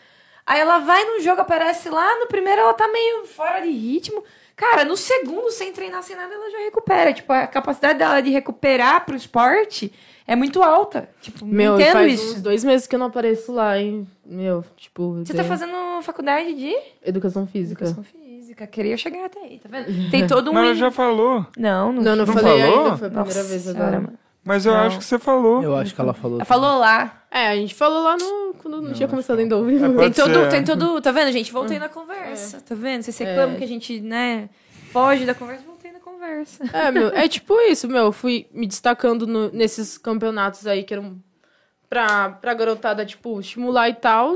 Aí ela vai num jogo, aparece lá, no primeiro ela tá meio fora de ritmo. Cara, no segundo, sem treinar, sem nada, ela já recupera. Tipo, a capacidade dela de recuperar pro esporte é muito alta. Tipo, meu, não entendo faz isso. uns dois meses que eu não apareço lá, hein? Meu, tipo, Você de- tá fazendo faculdade de educação física. educação física. Queria chegar até aí, tá vendo? Tem todo um. Mas ela já falou. Não, não. Não, não, Não falei falou? ainda, foi a primeira Nossa vez senhora, agora. mano. Mas eu Não. acho que você falou. Eu acho que ela falou. Ela falou lá. É, a gente falou lá no. Quando não, tinha começado ainda ao vivo. Tem Pode todo, ser. tem todo. Tá vendo, gente? Voltei na conversa. Tá vendo? Vocês reclamam que a gente, né, foge da conversa, voltei na conversa. É, meu, é tipo isso, meu. Eu fui me destacando no- nesses campeonatos aí que eram pra, pra garotada, tipo, estimular e tal.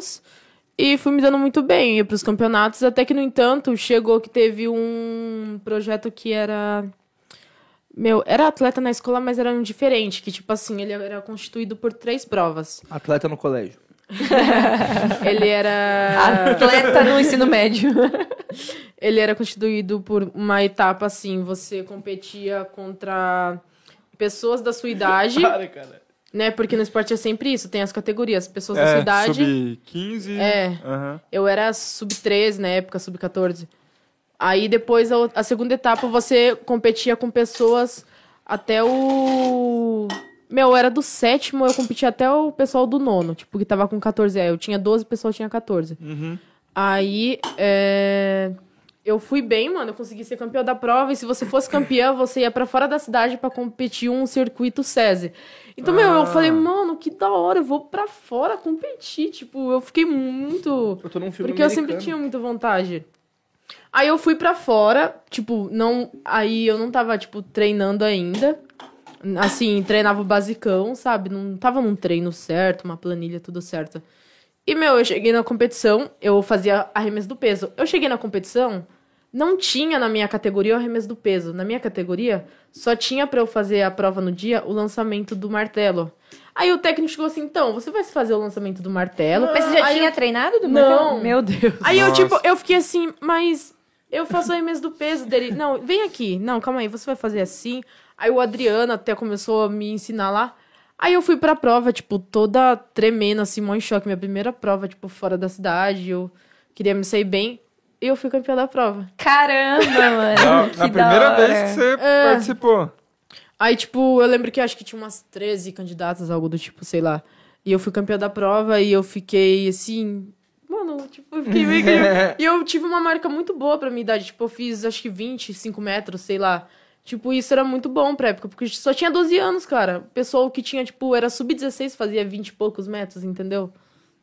E fui me dando muito bem ia pros campeonatos. Até que, no entanto, chegou que teve um projeto que era. Meu, era atleta na escola, mas era um diferente. Que, tipo assim, ele era constituído por três provas. Atleta no colégio. Ele Ah, era. Atleta no ensino médio. ele era constituído por uma etapa assim, você competia contra pessoas da sua idade, cara. né? Porque no esporte é sempre isso, tem as categorias, pessoas da sua É, idade. sub-15. É. Aham. Eu era sub-13 na época, sub-14. Aí depois, a, o- a segunda etapa, você competia com pessoas até o. Meu, era do sétimo, eu competia até o pessoal do nono, tipo, que tava com 14. É, eu tinha 12, o pessoal tinha 14. Uhum. Aí, é, eu fui bem, mano. Eu consegui ser campeã da prova. E se você fosse campeã, você ia pra fora da cidade pra competir um circuito SESI. Então, meu, Ah. eu falei, mano, que da hora. Eu vou pra fora competir. Tipo, eu fiquei muito... Eu tô num um filme Porque eu sempre americano. tinha muita vontade. Aí eu fui pra fora, tipo, não... Aí eu não tava, tipo, treinando ainda. Assim, treinava o basicão, sabe? Não tava num treino certo, uma planilha, tudo certo. E, meu, eu cheguei na competição, eu fazia arremesso do peso. Eu cheguei na competição, não tinha na minha categoria o arremesso do peso. Na minha categoria, só tinha pra eu fazer a prova no dia o lançamento do martelo. Aí o técnico chegou assim, então, você vai fazer o lançamento do martelo? Ah, Mas você já Aí eu- tinha treinado do Não. martelo? Meu Deus. Aí eu, Nossa. tipo, eu fiquei assim, mas eu faço aí mesmo do peso dele. Não, vem aqui. Não, calma aí, você vai fazer assim. Aí o Adriano até começou a me ensinar lá. Aí eu fui pra prova, tipo, toda tremendo, assim, mó em choque. Minha primeira prova, tipo, fora da cidade. Eu queria me sair bem. E eu fui campeã da prova. Caramba, mano. Na, que na da primeira hora. É. vez que você participou. Aí, tipo, eu lembro que acho que tinha umas 13 candidatas, algo do tipo, sei lá. E eu fui campeã da prova e eu fiquei assim. Mano, tipo, um eu fiquei meio que. E eu tive uma marca muito boa pra minha idade. Tipo, eu fiz acho que 25 metros, sei lá. Tipo, isso era muito bom pra época, porque só tinha 12 anos, cara. O pessoal que tinha, tipo, era sub-16, fazia 20 e poucos metros, entendeu?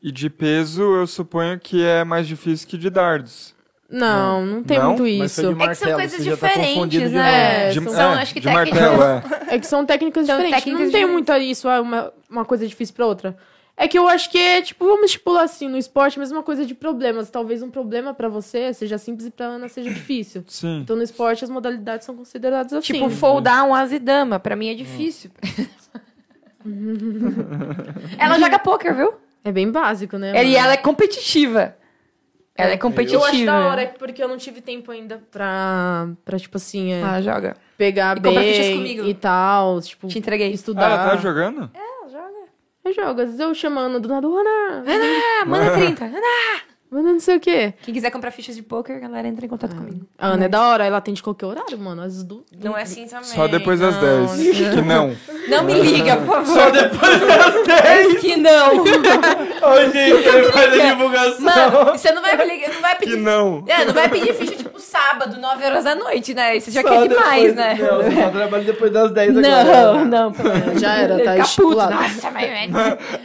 E de peso, eu suponho que é mais difícil que de dardos. Não, não, tem Não? muito Mas foi de isso. É que são martelo, coisas você já tá confundido diferentes, de novo. né? É, de, são- são, acho que de técnicas- martelo, é. É que são técnicas São diferentes. técnicas não tem muito isso, ah, uma, uma coisa difícil pra outra. É que eu acho que é, tipo, vamos estipular assim, no esporte, a mesma coisa de problemas. Talvez um problema pra você seja simples e pra Ana seja difícil. Sim. Então, no esporte, as modalidades são consideradas assim. Tipo, foldar um asa e dama. Pra mim é difícil. ela joga poker, viu? é bem básico, né? E mano? ela é competitiva. Ela é competitiva. Eu acho da hora, é porque eu não tive tempo ainda pra, pra tipo assim, é, Ela joga. pegar E comprar fichas bem comigo. e tal, tipo, Te entreguei. Ah, ela estudar. tá jogando? Ela joga. Eu jogo, às vezes eu chamando do nada, Ana, Ah, manda 30. Mano, não sei o quê. Quem quiser comprar fichas de poker, galera, entra em contato comigo. A Ana é da hora, ela atende qualquer horário, mano. Às du... Ah. Não é assim também. Só depois das não. 10. Que não. Não me liga, por favor. Só depois das 10. Diz que não. Ô, gente, ele faz a divulgação. Mano, você não vai me ligar, não vai Que pedir. não. É, não vai pedir ficha tipo sábado, 9 horas da noite, né? Você já Só quer depois- demais, né? Não, você só trabalha depois das 10 agora. Não, não, pelo menos. Já era, tá Fica puto. estipulado. Nossa, mas...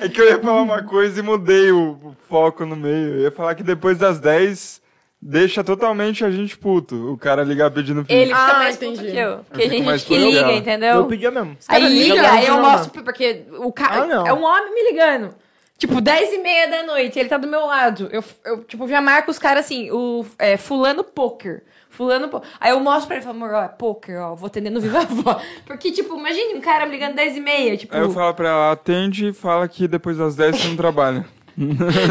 É que eu ia falar uma coisa e mudei o o foco no meio. Eu ia falar que depois das 10 deixa totalmente a gente puto. O cara ligar pedindo ficha. Ele fica Ah, mais puto entendi. que eu. Porque fico a gente mais que puto que liga, ela. Eu entendeu? pedia mesmo. Aí liga, ligam, aí eu não. mostro, porque o cara Ah, não. é um homem me ligando. Tipo, 10 e meia da noite, ele tá do meu lado. Eu, eu tipo, já marco os caras assim, o é, fulano poker. Fulano po Aí eu mostro pra ele e falo, amor, ó, é poker, ó, vou atender no Viva Voz. Porque, tipo, imagine um cara me ligando 10 e meia, tipo, Aí eu falo pra ela, atende e fala que depois das 10 você não trabalha.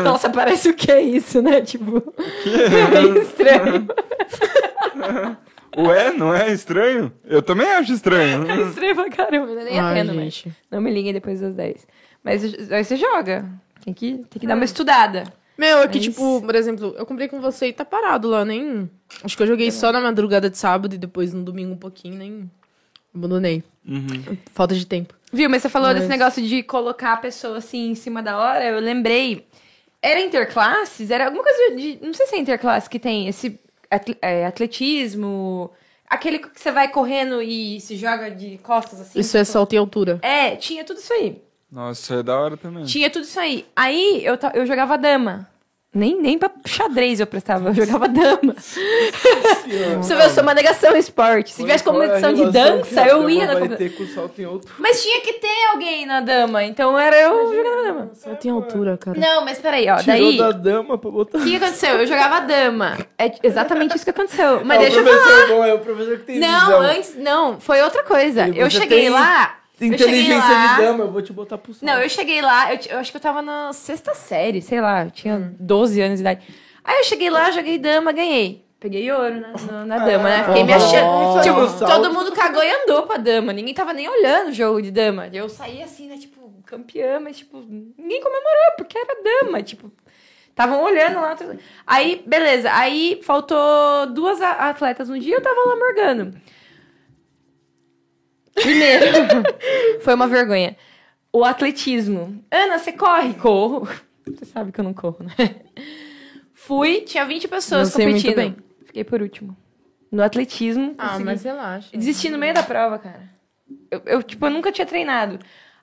nossa, parece o que é isso, né? Tipo, é meio estranho. Ué, não é estranho? Eu também acho estranho. É estranho pra caramba, eu nem Ai, atendo, mas gente. não me liguem depois das 10. Mas aí você joga. Tem que, tem que Hum. dar uma estudada. Meu, é que, Mas- tipo, por exemplo, eu comprei com você e tá parado lá, nem. Acho que eu É. joguei só na madrugada de sábado e depois no domingo um pouquinho, nem. Abandonei. Uhum. Falta de tempo. Viu, mas você falou Mas- desse negócio de colocar a pessoa assim em cima da hora, eu lembrei. Era interclasses? Era alguma coisa de. Não sei se é interclasse que tem esse atl- é, atletismo. Aquele que você vai correndo e se joga de costas assim. Isso é salto em altura. É, tinha tudo isso aí. Nossa, é da hora também. Tinha tudo isso aí. Aí eu, ta- eu jogava dama. Nem, nem pra xadrez eu prestava, eu jogava dama. Você vê, eu sou uma negação em esporte. Se tivesse competição de dança, eu ia na vai competição. ter com o salto em outro. Mas tinha que ter alguém na dama, então era eu jogando na dama. Salto em altura, cara. Não, mas peraí, ó. Tirou daí. da dama pra botar... O que, que aconteceu? Eu jogava dama. É exatamente isso que aconteceu. Mas Ah, deixa eu o falar. professor bom é o professor que tem Não, visão. antes. Não, foi outra coisa. E Eu então. você cheguei tem lá. eu cheguei Inteligência lá. de dama, eu vou te botar pro salto. Não, eu cheguei lá, eu, ti- eu acho que eu tava na sexta série, sei lá, eu tinha 12 anos de idade. Aí eu cheguei lá, joguei dama, ganhei. Peguei ouro na, na- na dama, né? Fiquei me Ah, achando. Tipo, nossa. todo mundo cagou e andou pra dama. Ninguém tava nem olhando o jogo de dama. Eu saí assim, né? Tipo, campeã, mas, tipo, ninguém comemorou, porque era dama. Tipo, estavam olhando lá. tudo. Aí, beleza. Aí faltou duas a- atletas no dia eu tava lá morgando. Primeiro, foi uma vergonha. O atletismo. Ana, você corre? Corro. Você sabe que eu não corro, né? Fui, tinha 20 pessoas Não sei muito competindo. bem. Fiquei por último. No atletismo. Ah, consegui. mas relaxa. Desisti no meio da prova, cara. Eu, eu, tipo, eu nunca tinha treinado.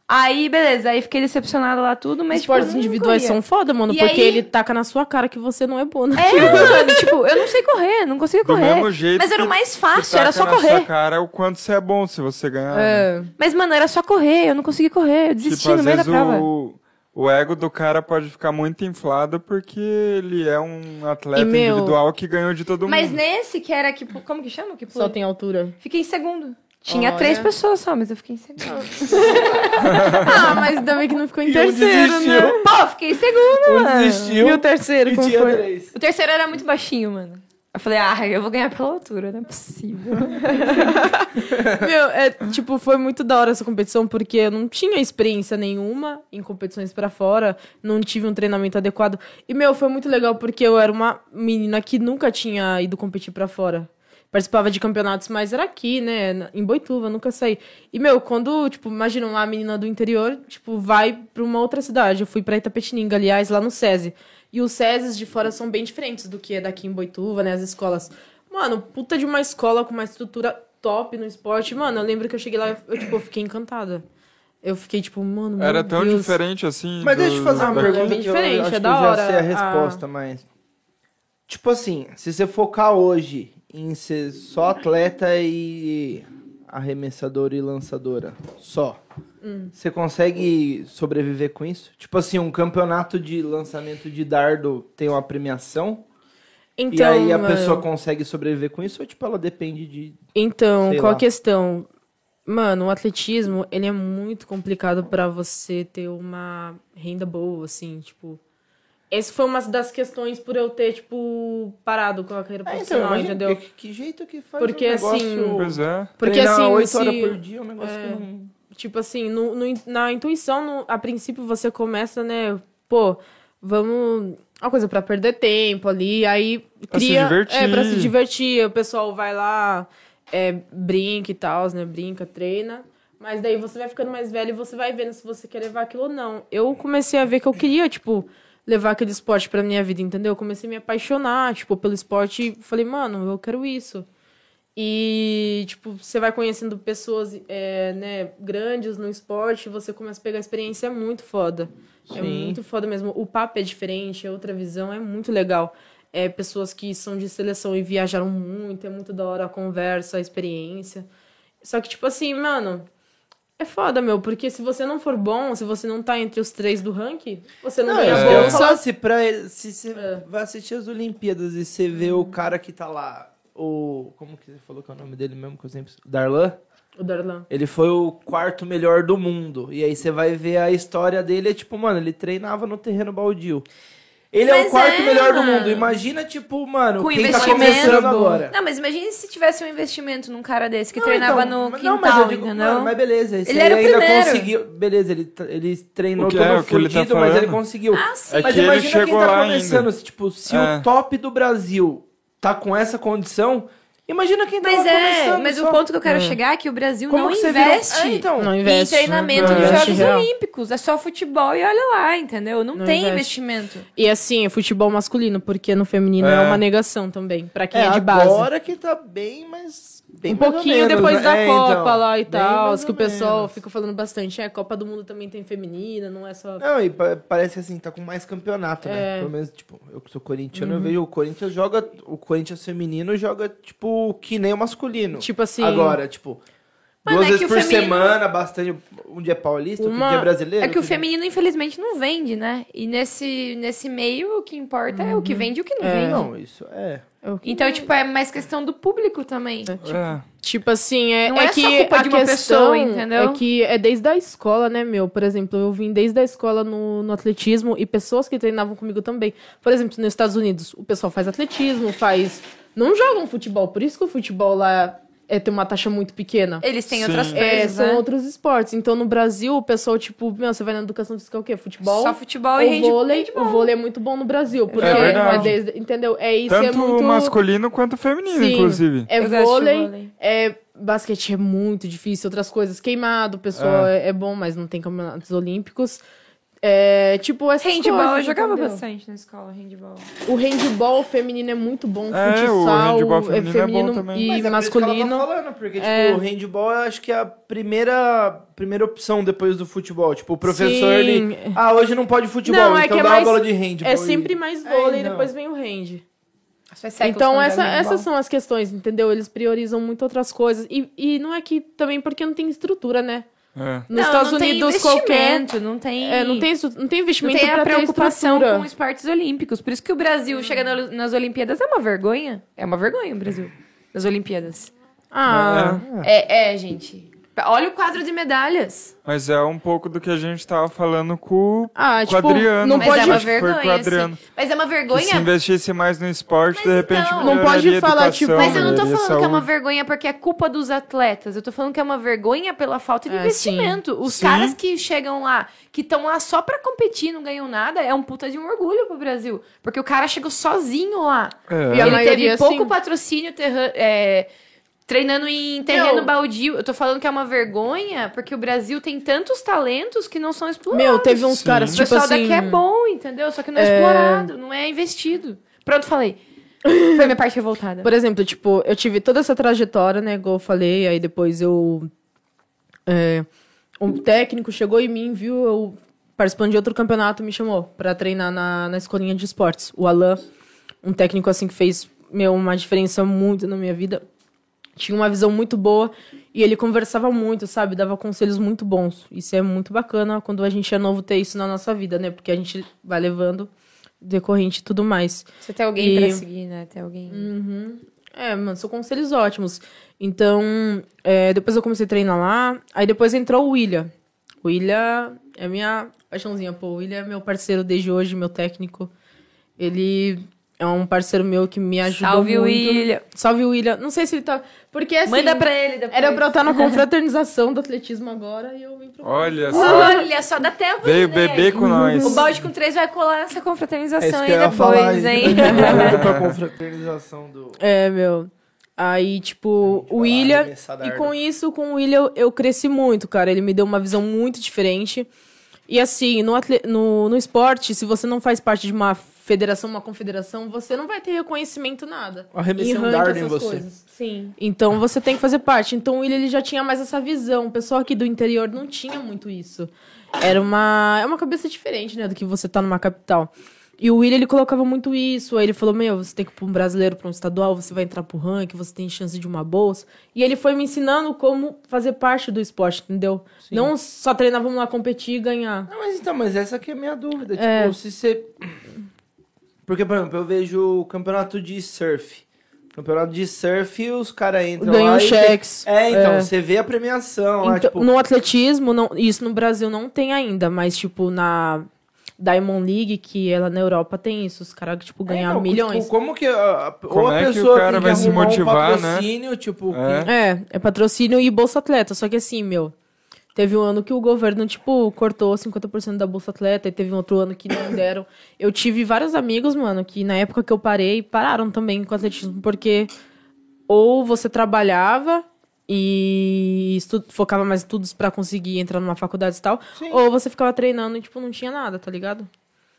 Aí, beleza, aí fiquei decepcionada lá tudo, mas. tipo, Esportes eu não individuais corria. são um foda, mano, E porque aí- ele taca na sua cara que você não é boa, né? É, mano, tipo, eu não sei correr, não conseguia Do correr. mesmo jeito Mas era o que- mais que fácil, era taca só na sua correr. cara o quanto você é bom se você ganhar. né? É. Mas, mano, era só correr, eu não conseguia correr, eu desisti Tipo, no às meio da vezes prova. o, o ego do cara pode ficar muito inflado porque ele é um atleta E, meu, individual que ganhou de todo Mas mundo. nesse que era que. pu- Como que chama? Que pula? Salto em altura. Fiquei em segundo. Tinha Olha. três pessoas só, mas eu fiquei em segundo. Ah, mas ainda bem que não ficou em E um terceiro, né? desistiu, Pô, eu fiquei em segundo, um mano. desistiu E o terceiro, e como tinha foi? três. O terceiro era muito baixinho, mano. Eu falei, ah, eu vou ganhar pela altura, não é possível. Meu, é, tipo, foi muito da hora essa competição, porque eu não tinha experiência nenhuma em competições pra fora, não tive um treinamento adequado. E, meu, foi muito legal porque eu era uma menina que nunca tinha ido competir pra fora. Participava de campeonatos, mas era aqui, né? na- Em Boituva, nunca saí. E, meu, quando, tipo, imagina uma menina do interior, tipo, vai pra uma outra cidade. Eu fui pra Itapetininga, aliás, lá no SESI. E os SESIs de fora são bem diferentes do que é daqui em Boituva, né? As escolas. Mano, puta de uma escola com uma estrutura top no esporte. Mano, eu lembro que eu cheguei lá e eu, tipo, eu fiquei encantada. Eu fiquei, tipo, mano, meu Era tão Deus. diferente assim. Mas do- deixa eu te fazer da- uma mas é pergunta bem que eu diferente, acho é que da eu já sei hora, a resposta, mas... Tipo assim, se você focar hoje em ser só atleta e arremessadora e lançadora, só, Hum. você consegue sobreviver com isso? Tipo assim, um campeonato de lançamento de dardo tem uma premiação Então, e aí a mano, pessoa consegue sobreviver com isso ou tipo ela depende de... Então, Sei qual lá. a questão? Mano, o atletismo, ele é muito complicado pra você ter uma renda boa, assim, tipo... Essa foi uma das questões por eu ter, tipo, parado com a carreira Ah, profissional, imagina, então, entendeu? Que, que jeito que faz Porque, um negócio... assim, Pois é. Porque, treinar assim, oito se- horas por dia é um negócio que não... Tipo assim, no, no- na intuição, no- a princípio você começa, né? Pô, vamos uma coisa pra perder tempo ali, aí Pra se cria... divertir. É, pra se divertir. O pessoal vai lá, é, brinca e tal, né? Brinca, treina. Mas daí você vai ficando mais velho e você vai vendo se você quer levar aquilo ou não. Eu comecei a ver que eu queria, tipo, levar aquele esporte pra minha vida, entendeu? Eu comecei a me apaixonar, tipo, pelo esporte. e Falei, mano, eu quero isso. E, tipo, você vai conhecendo pessoas é, né, grandes no esporte, você começa a pegar experiência é muito foda. É Sim. muito foda mesmo. O papo é diferente, é outra visão, é muito legal. É pessoas que são de seleção e viajaram muito, é muito da hora a conversa, a experiência. Só que, tipo assim, mano, é foda, meu, porque se você não for bom, se você não tá entre os três do ranking, você não, Não, ganha eu é. bolsa. eu assim, só se pra ele- se você É. vai assistir as Olimpíadas e você vê Uhum. o cara que tá lá, o como que você falou que é o nome dele mesmo que eu sempre, Darlan, O Darlan. ele foi o quarto melhor do mundo. E aí você vai ver a história dele, é tipo, mano, ele treinava no terreno baldio. Ele é Mas o quarto é, melhor do mano. mundo. Imagina, tipo, mano, Com quem tá investimento. começando agora. então, Não, mas imagina se tivesse um investimento num cara desse que Não, treinava então, no mas- quintal, não, mas eu digo, entendeu? mano, mas beleza, esse Ele aí era o ainda primeiro. conseguiu. Beleza, ele, tra- ele treinou O que todo é, o que ele tá fudido, mas ele falando. conseguiu. Ah, sim. É mas que ele imagina quem chegou tá lá começando, se, tipo, se É. o top do Brasil tá com essa condição, imagina quem tá Mas lá é, começando. mas só. o ponto que eu quero É. chegar é que o Brasil Como não que você virou- investe. É, então. Não em investe. treinamento né? de Investe Jogos real. Olímpicos. É só futebol e olha lá, entendeu? Não, Não tem investe. investimento. E assim, futebol masculino, porque no feminino é, É. uma negação também, pra quem É, é, de base. agora que tá bem, mas... bem um mais ou pouquinho menos, depois né? da É, Copa então, lá e bem tal, mais que o ou pessoal menos. fica falando bastante. É, Copa do Mundo também tem feminina, não é só. Não, e pa- parece assim, tá com mais campeonato, né? É. Uhum. Pelo menos, tipo, eu que sou corintiano, eu vejo o Corinthians joga... O Corinthians feminino joga, tipo, que nem o masculino. Tipo assim. Agora, tipo, Mano, duas é que vezes o por feminino- semana, bastante. Um dia é paulista, outro Uma- dia é brasileiro. É que o outro dia- feminino, infelizmente, não vende, né? E nesse, nesse meio, o que importa é o que vende e o que não vende. Uhum. Não, isso é. Uhum. Então, tipo, é mais questão do público também. É. Tipo assim, é, Não é só que culpa a de uma questão pessoa, entendeu? É que é desde a escola, né, meu? Por exemplo, eu vim desde a escola no, no atletismo e pessoas que treinavam comigo também. Por exemplo, nos Estados Unidos, o pessoal faz atletismo, faz. Não jogam futebol, por isso que o futebol lá é, tem uma taxa muito pequena. Eles têm Sim. outras É, É, coisas, são né? outros esportes. Então, no Brasil, o pessoal, tipo, meu, você vai na educação física, é o quê? Futebol? Só futebol e o handball. vôlei, o vôlei é muito bom no Brasil, porque verdade. é desde- entendeu? É isso é Tanto muito masculino quanto feminino, Sim. inclusive. é Eu gosto de vôlei, vôlei. é basquete é muito difícil, outras coisas queimado, o pessoal é. é bom, mas não tem campeonatos olímpicos. É, tipo essas Handball, eu coisas, jogava entendeu? bastante na escola, handball. O handball feminino é muito É, bom, o futsal handball é feminino é bom feminino também. Mas é e por isso que masculino. ela tá falando, porque, tipo, É. o handball eu acho que é a primeira, primeira opção depois do futebol. Tipo, o professor, Sim. ele. Ah, hoje não pode futebol, Não, é então que é dá mais- uma bola de handball. É e- sempre mais É, vôlei e então. depois vem o hand. As faz séculos que eu Então, não essa, jogo handball. essas são as questões, entendeu? Eles priorizam muito outras coisas. E, e não é que também porque não tem estrutura, né? É. Nos Não, Estados não tem Unidos, qualquer. investimento, Não tem... É, não, tem, estru- não tem Não investimento tem a pra ter preocupação estrutura. Hum. com os esportes olímpicos. Por isso que o Brasil chega na- nas Olimpíadas é uma vergonha. É uma vergonha o Brasil nas Olimpíadas. Ah, É, é, gente. Olha o quadro de medalhas. Mas é um pouco do que a gente tava falando com o né? ah com o tipo, Adriano. não Mas é pode, uma Foi com o vergonha. assim. Adriano. Mas é uma Que se vergonha. investisse mais no esporte, Mas de repente então- Não pode melhoraria a falar, educação, tipo, Mas eu não tô melhoraria a falando que é uma saúde. vergonha porque é culpa dos atletas. Eu tô falando que é uma vergonha pela falta de É, investimento. Os Sim. caras que chegam lá, que estão lá só pra competir, não ganham nada, é um puta de um orgulho pro Brasil. Porque o cara chegou sozinho lá. É. E a ele maioria, teve pouco sim. patrocínio terra- é, treinando em terreno Meu. baldio. Eu tô falando que é uma vergonha, porque o Brasil tem tantos talentos que não são explorados. Meu, teve uns Sim. caras, o tipo pessoal assim... daqui é bom, entendeu? Só que não é, explorado, não é investido. Pronto, falei. Foi minha parte revoltada. Por exemplo, tipo, eu tive toda essa trajetória, né? Igual eu falei, aí depois eu. é, um técnico chegou em mim, viu? Eu participando de outro campeonato, me chamou pra treinar na, na escolinha de esportes. O Alain, um técnico assim que fez, meu, uma diferença muito na minha vida. Tinha uma visão muito boa e ele conversava muito, sabe? Dava conselhos muito bons. Isso é muito bacana quando a gente é novo ter isso na nossa vida, né? Porque a gente vai levando decorrente e tudo mais. Você tem alguém E- pra seguir, né? Tem alguém. É, mano, são conselhos ótimos. Então, é, depois eu comecei a treinar lá. Aí depois entrou o William. O William é minha paixãozinha, pô. O William é meu parceiro desde hoje, meu técnico. Ele É um parceiro meu que me ajudou Salve o muito. William. Salve o William. Não sei se ele tá... Porque, assim... Manda pra ele depois. Era pra eu estar na confraternização do atletismo agora e eu vim pro... Olha só. Olha, só dá tempo. Veio né? beber com nós. O balde com três vai colar nessa É isso confraternização que eu aí ia falar. depois, hein? Pergunta pra confraternização do... É, meu. Aí, tipo, o né? William... E com isso, com o William, eu- eu cresci muito, cara. Ele me deu uma visão muito diferente. E assim, no, atle- no, no esporte, se você não faz parte de uma federação, uma confederação, você não vai ter reconhecimento nada. Arremessei Em um ranking, dardo em essas você. Sim. Então você tem que fazer parte. Então o William ele já tinha mais essa visão. O pessoal aqui do interior não tinha muito isso. Era uma. É uma cabeça diferente, né? Do que você tá numa capital. E o William ele colocava muito isso. Aí ele falou: Meu, você tem que ir pra um brasileiro, pra um estadual, você vai entrar pro ranking, você tem chance de uma bolsa. E ele foi me ensinando como fazer parte do esporte, entendeu? Não só treinar, vamos lá competir e ganhar. Não, mas então, mas essa aqui é a minha dúvida. Tipo, se você. Porque, por exemplo, eu vejo o campeonato de surf. Campeonato de surf, os caras entram Ganham lá. e cheques. tem- É, então, É. você vê a premiação lá, Então, tipo. No atletismo, não- isso no Brasil não tem ainda, mas, tipo, na Diamond League, que ela na Europa tem isso, os caras, tipo, é, ganham então, milhões. Tipo, como que. A, a- ou Como a é que o pessoa cara tem vai que se arrumar motivar, um né? patrocínio, tipo. É. que- É, é patrocínio e Bolsa Atleta, só que assim, meu, teve um ano que o governo, tipo, cortou 50% da Bolsa Atleta, e teve um outro ano que não deram. Eu tive vários amigos, mano, que na época que eu parei, pararam também com o atletismo, porque ou você trabalhava e estu- focava mais em estudos pra conseguir entrar numa faculdade e tal, Sim. ou você ficava treinando e, tipo, não tinha nada, tá ligado?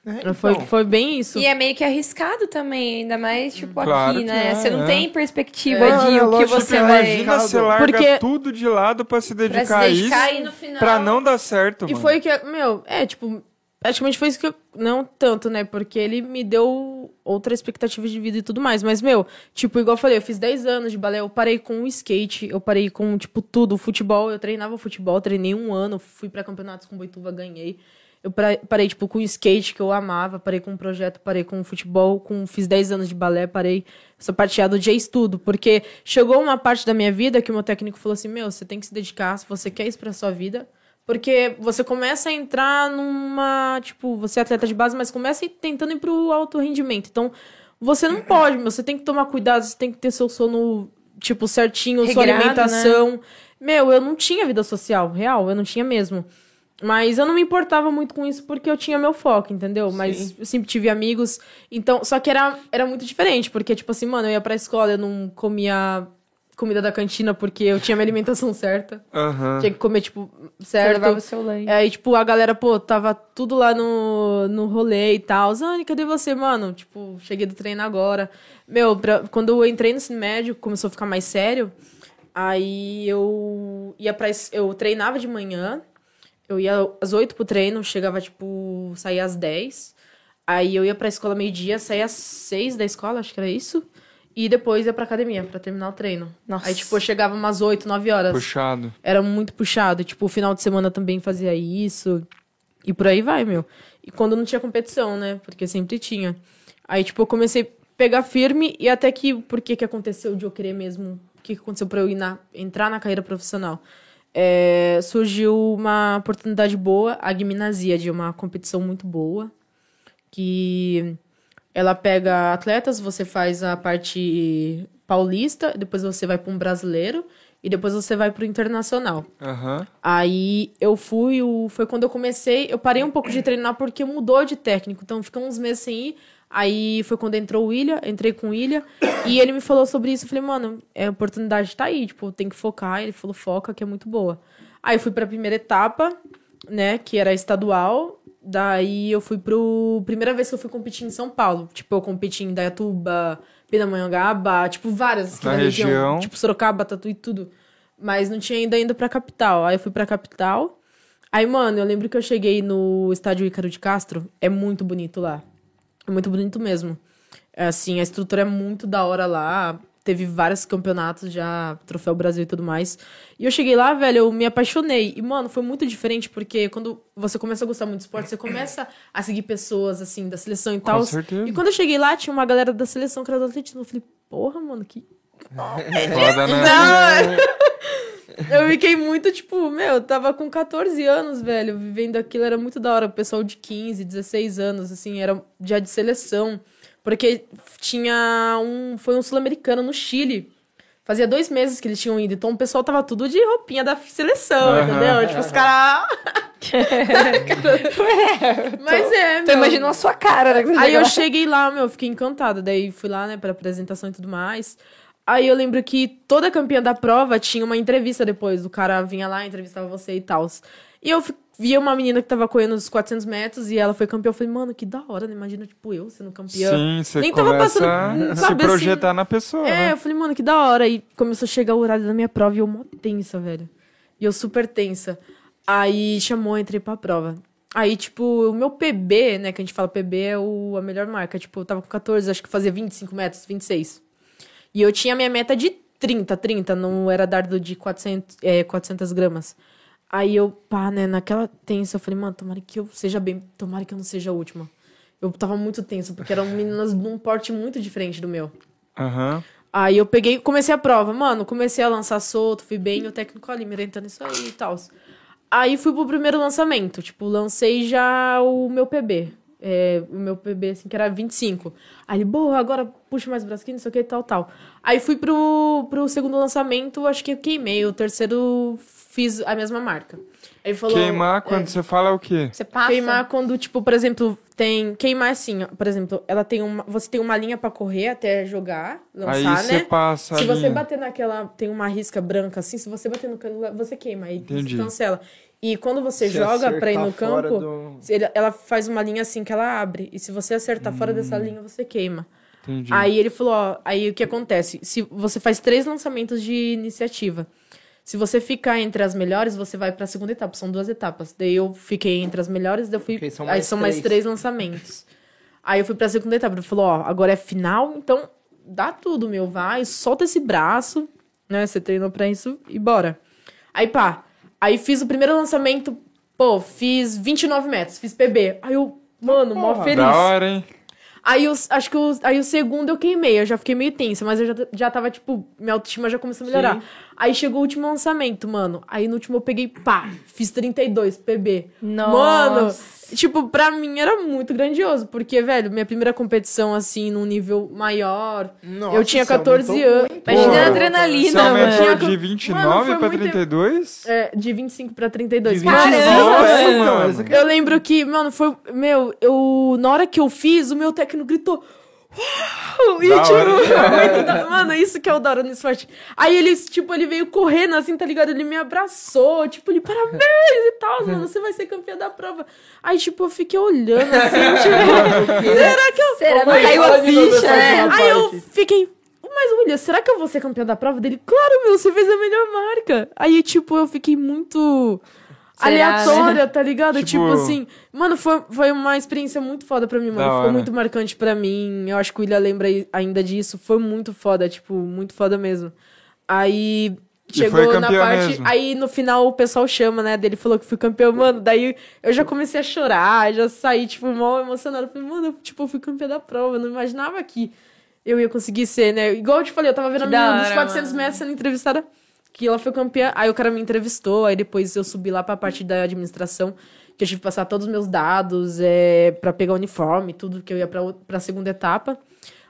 É, então. foi, foi bem isso. E é meio que arriscado também, ainda mais, tipo, Claro aqui, que né? é, Você não é. tem perspectiva É, de é o que lógico você que é vai... arriscado. Imagina, você larga Porque- tudo de lado pra se dedicar, Pra se dedicar a isso. e no final... Pra não dar certo, E mano. foi que, meu, é, tipo, praticamente foi isso que eu. Não tanto, né? Porque ele me deu outra expectativa de vida e tudo mais. Mas, meu, tipo, igual eu falei, eu fiz 10 anos de balé, eu parei com o skate, eu parei com, tipo, tudo. Futebol, eu treinava futebol, treinei um ano, fui pra campeonatos com Boituva, ganhei. Eu pra- parei, tipo, com skate, que eu amava, parei com um projeto, parei com futebol, com fiz 10 anos de balé, parei essa parteado de estudo, porque chegou uma parte da minha vida que o meu técnico falou assim, meu, você tem que se dedicar, se você quer isso pra sua vida, porque você começa a entrar numa, tipo, você é atleta de base, mas começa a ir- tentando ir pro alto rendimento, então você Uhum. não pode, meu, você tem que tomar cuidado, você tem que ter seu sono, tipo, certinho, sua Regrado, né? alimentação, meu, eu não tinha vida social, real, eu não tinha mesmo. Mas eu não me importava muito com isso porque eu tinha meu foco, entendeu? Mas eu sempre tive amigos. Então, só que era, era muito diferente, porque, tipo assim, mano, eu ia pra escola, eu não comia comida da cantina porque eu tinha minha alimentação certa. Aham. Tinha que comer, tipo, Você certo. levava o seu lanche. Aí, tipo, a galera, pô, tava tudo lá no, no rolê e tal. Zane, cadê você, mano? Tipo, cheguei do treino agora. Meu, pra- quando eu entrei no ensino médio, começou a ficar mais sério. Aí eu ia pra. es- Eu treinava de manhã. Eu ia às 8 pro treino, chegava, tipo, saía às 10. Aí eu ia pra escola meio-dia, saía às 6 da escola, acho que era isso. E depois ia pra academia pra terminar o treino. Nossa. Aí, tipo, eu chegava umas 8, 9 horas Puxado. era muito puxado. Tipo, o final de semana também fazia isso. E por aí vai, meu. E quando não tinha competição, né? Porque sempre tinha. Aí, tipo, eu comecei a pegar firme e até que. Por que que aconteceu de eu querer mesmo? O que que aconteceu pra eu ir na- entrar na carreira profissional? É, surgiu uma oportunidade boa, a gimnasia, de uma competição muito boa. Que ela pega atletas, você faz a parte paulista, depois você vai para um brasileiro e depois você vai para o internacional. Aham. Aí eu fui, o- foi quando eu comecei, eu parei um pouco de treinar porque mudou de técnico, então ficou uns meses sem ir. Aí foi quando entrou o Ilha, entrei com o Ilha, e ele me falou sobre isso, eu falei, mano, é, a oportunidade tá aí, tipo, tem que focar, ele falou, foca, que é muito boa. Aí fui pra primeira etapa, né, que era estadual, daí eu fui pro... primeira vez que eu fui competir em São Paulo, tipo, eu competi em Dayatuba, Pindamonhangaba, tipo, várias aqui Na na região, região. tipo, Sorocaba, Tatu e tudo. Mas não tinha ainda ido pra capital. Aí eu fui pra capital. Aí, mano, eu lembro que eu cheguei no estádio Ícaro de Castro. É muito bonito lá. É muito bonito mesmo. É, assim, a estrutura é muito da hora lá. Teve vários campeonatos já, Troféu Brasil e tudo mais. E eu cheguei lá, velho, eu me apaixonei. E, mano, foi muito diferente, porque quando você começa a gostar muito de esporte, você começa a seguir pessoas, assim, da seleção e tal. certeza. E quando eu cheguei lá, tinha uma galera da seleção que era do atletismo. Eu falei, porra, mano, que É, Foda, né? Eu fiquei muito, tipo, meu, eu tava com 14 anos, velho, vivendo aquilo, era muito da hora. O pessoal de 15, 16 anos, assim, era já de seleção. Porque tinha um. Foi um sul-americano no Chile. Fazia dois meses que eles tinham ido. Então o pessoal tava tudo de roupinha da seleção, Aham. entendeu? Tipo, os caras. É. Mas é, Tu meu. imaginou a sua cara, né? que você Aí chega eu lá. cheguei lá, meu, fiquei encantada. Daí fui lá, né, pra apresentação e tudo mais. Aí eu lembro que toda campeã da prova tinha uma entrevista depois. O cara vinha lá, entrevistava você e tal. E eu fi- via uma menina que tava correndo os 400 metros e ela foi campeã. Eu falei, mano, que da hora, né? Imagina, tipo, eu sendo campeã. Sim, você Nem tava começa passando, a se sabe, assim. projetar na pessoa, É, né? eu falei, mano, que da hora. E começou a chegar o horário da minha prova e eu mó tensa, velho. E eu super tensa. Aí chamou, eu entrei pra prova. Aí, tipo, o meu PB, né, que a gente fala PB é o, a melhor marca. Tipo, eu tava com 14, acho que fazia 25 metros, 26. E eu tinha a minha meta de 30, 30, não era dardo de 400, é, 400 gramas. Aí eu, pá, né, naquela tensa, eu falei, mano, tomara que eu seja bem, tomara que eu não seja a última. Eu tava muito tenso, porque eram meninas num porte muito diferente do meu. Aham. Aí eu peguei, comecei a prova. Mano, comecei a lançar solto, fui bem, e o técnico ali me orientando isso aí e tal. Aí fui pro primeiro lançamento, tipo, lancei já o meu PB. É, o meu PB, assim, que era 25. Aí ele, boa, agora puxa mais o braço aqui, não sei o que, tal, tal. Aí fui pro, pro segundo lançamento, acho que eu queimei. O terceiro fiz a mesma marca. Aí ele falou... Queimar, quando você fala, é o quê? Você passa. Queimar quando, tipo, por exemplo, tem. Queimar assim, ó, por exemplo, ela tem uma. Você tem uma linha pra correr até jogar, Aí lançar, você né? passa Se a você linha. bater naquela. Tem uma risca branca assim, se você bater no cano, você queima. Aí Entendi. você cancela. E quando você joga pra ir no campo, se ele- ela faz uma linha assim que ela abre. E se você acertar fora dessa linha, você queima. Entendi. Aí ele falou, ó, aí o que acontece? Se você faz três lançamentos de iniciativa. Se você ficar entre as melhores, você vai pra segunda etapa. São duas etapas. Daí eu fiquei entre as melhores, daí eu fui. Ok, são aí mais são mais três. três lançamentos. aí eu fui pra segunda etapa. Ele falou, ó, agora é final, então dá tudo, meu. Vai, solta esse braço, né? Você treinou pra isso e bora. Aí pá. Aí fiz o primeiro lançamento, pô, fiz 29 metros, fiz PB. Aí eu, mano, mó feliz. Da hora, hein? Aí os, acho que os, aí o segundo eu queimei, eu já fiquei meio tensa, mas eu já, já tava, tipo, minha autoestima já começou a melhorar. Aí chegou o último lançamento, mano. Aí no último eu peguei, pá, fiz 32 PB. Mano, tipo, pra mim era muito grandioso, porque, velho, minha primeira competição, assim, num nível maior. eu tinha 14 anos. Imagina Pô, a é Você adrenalina, mano. aumentou mano. de 29 Mano, foi pra muito- 32? É, de 25 pra 32. Caramba! mano. é Eu lembro que, mano, foi. Meu, eu. Na hora que eu fiz, o meu técnico gritou. Uau! E, Da tipo, hora. muito da- mano, isso que é o da hora no esporte. Aí ele, tipo, ele veio correndo assim, tá ligado? Ele me abraçou, tipo, ele, parabéns e tal, mano, você vai ser campeã da prova. Aí, tipo, eu fiquei olhando assim, tipo, será que eu. Será? Não caiu a ficha, né? É, Aí eu fiquei, mas William, será que eu vou ser campeã da prova dele? Claro, meu, você fez a melhor marca. Aí, tipo, eu fiquei muito Será, aleatória, tá ligado? Tipo- Tipo, assim, mano, foi, foi uma experiência muito foda pra mim, Da mano. Ficou hora. muito marcante pra mim. Eu acho que o William lembra aí- ainda disso. Foi muito foda, tipo, muito foda mesmo. Aí. E foi Chegou na campeã parte. mesmo. Aí no final o pessoal chama, né? Dele falou que fui campeão, mano. Daí eu já comecei a chorar, já saí, tipo, mal emocionada. Falei, mano, eu, tipo, eu fui campeã da prova. Eu não imaginava que eu ia conseguir ser, né? Igual eu te falei, eu tava vendo a Que da menina dos hora, 400 mano. metros sendo entrevistada, que ela foi campeã. Aí o cara me entrevistou, aí depois eu subi lá pra parte da administração, que eu tive que passar todos os meus dados é, pra pegar o uniforme, tudo, que eu ia pra, ou- pra segunda etapa.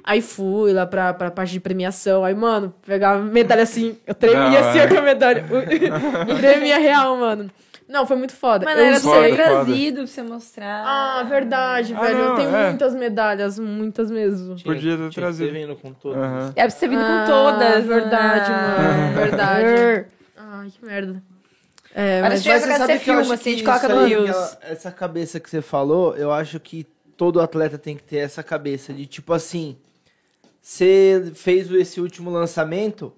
Aí fui lá pra, pra parte de premiação. Aí, mano, pegava medalha assim. Eu tremia Da assim hora. com a medalha. tremia real, mano. Não, foi muito foda. Mano, eu era Foda, ser sei. foda. trazido pra você mostrar. Ah, verdade, Ah, velho. não, eu tenho é. muitas medalhas, muitas mesmo. Podia ter trazido. tipo, vindo com todo. Aham. É pra você vir Ah, com todas. né? Verdade, mano. Verdade. Ai, que merda. É, Olha, mas chega pra ser que eu filme, acho assim, que a gente coloca isso no aí, Reels. aquela- Essa cabeça que você falou, eu acho que todo atleta tem que ter essa cabeça de tipo assim. Você fez o- esse último lançamento.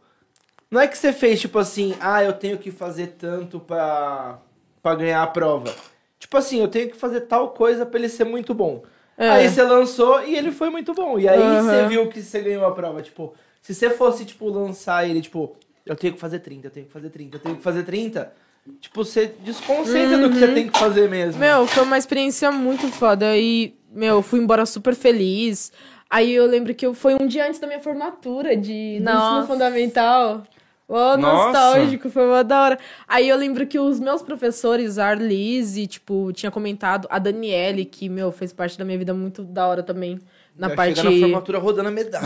Não é que você fez tipo assim, ah, eu tenho que fazer tanto pra, pra ganhar a prova. Tipo assim, eu tenho que fazer tal coisa pra ele ser muito bom. É. Aí você lançou e ele foi muito bom. E aí você Aham. viu que você ganhou a prova. Tipo, se você fosse, tipo, lançar ele, tipo, eu tenho que fazer 30, eu tenho que fazer 30, eu tenho que fazer 30. Tipo, você desconcentra do que você tem que fazer mesmo. Uhum. Meu, foi uma experiência muito foda. E, meu, eu fui embora super feliz. Aí eu lembro que eu, foi um dia antes da minha formatura de do ensino Nossa. fundamental. Ó, Nossa. nostálgico, foi uma da hora. Aí eu lembro que os meus professores, a Arlise, tipo, tinha comentado, a Daniele, que, meu, fez parte da minha vida muito da hora também. Na Já parte. Chega na formatura rodando a medalha.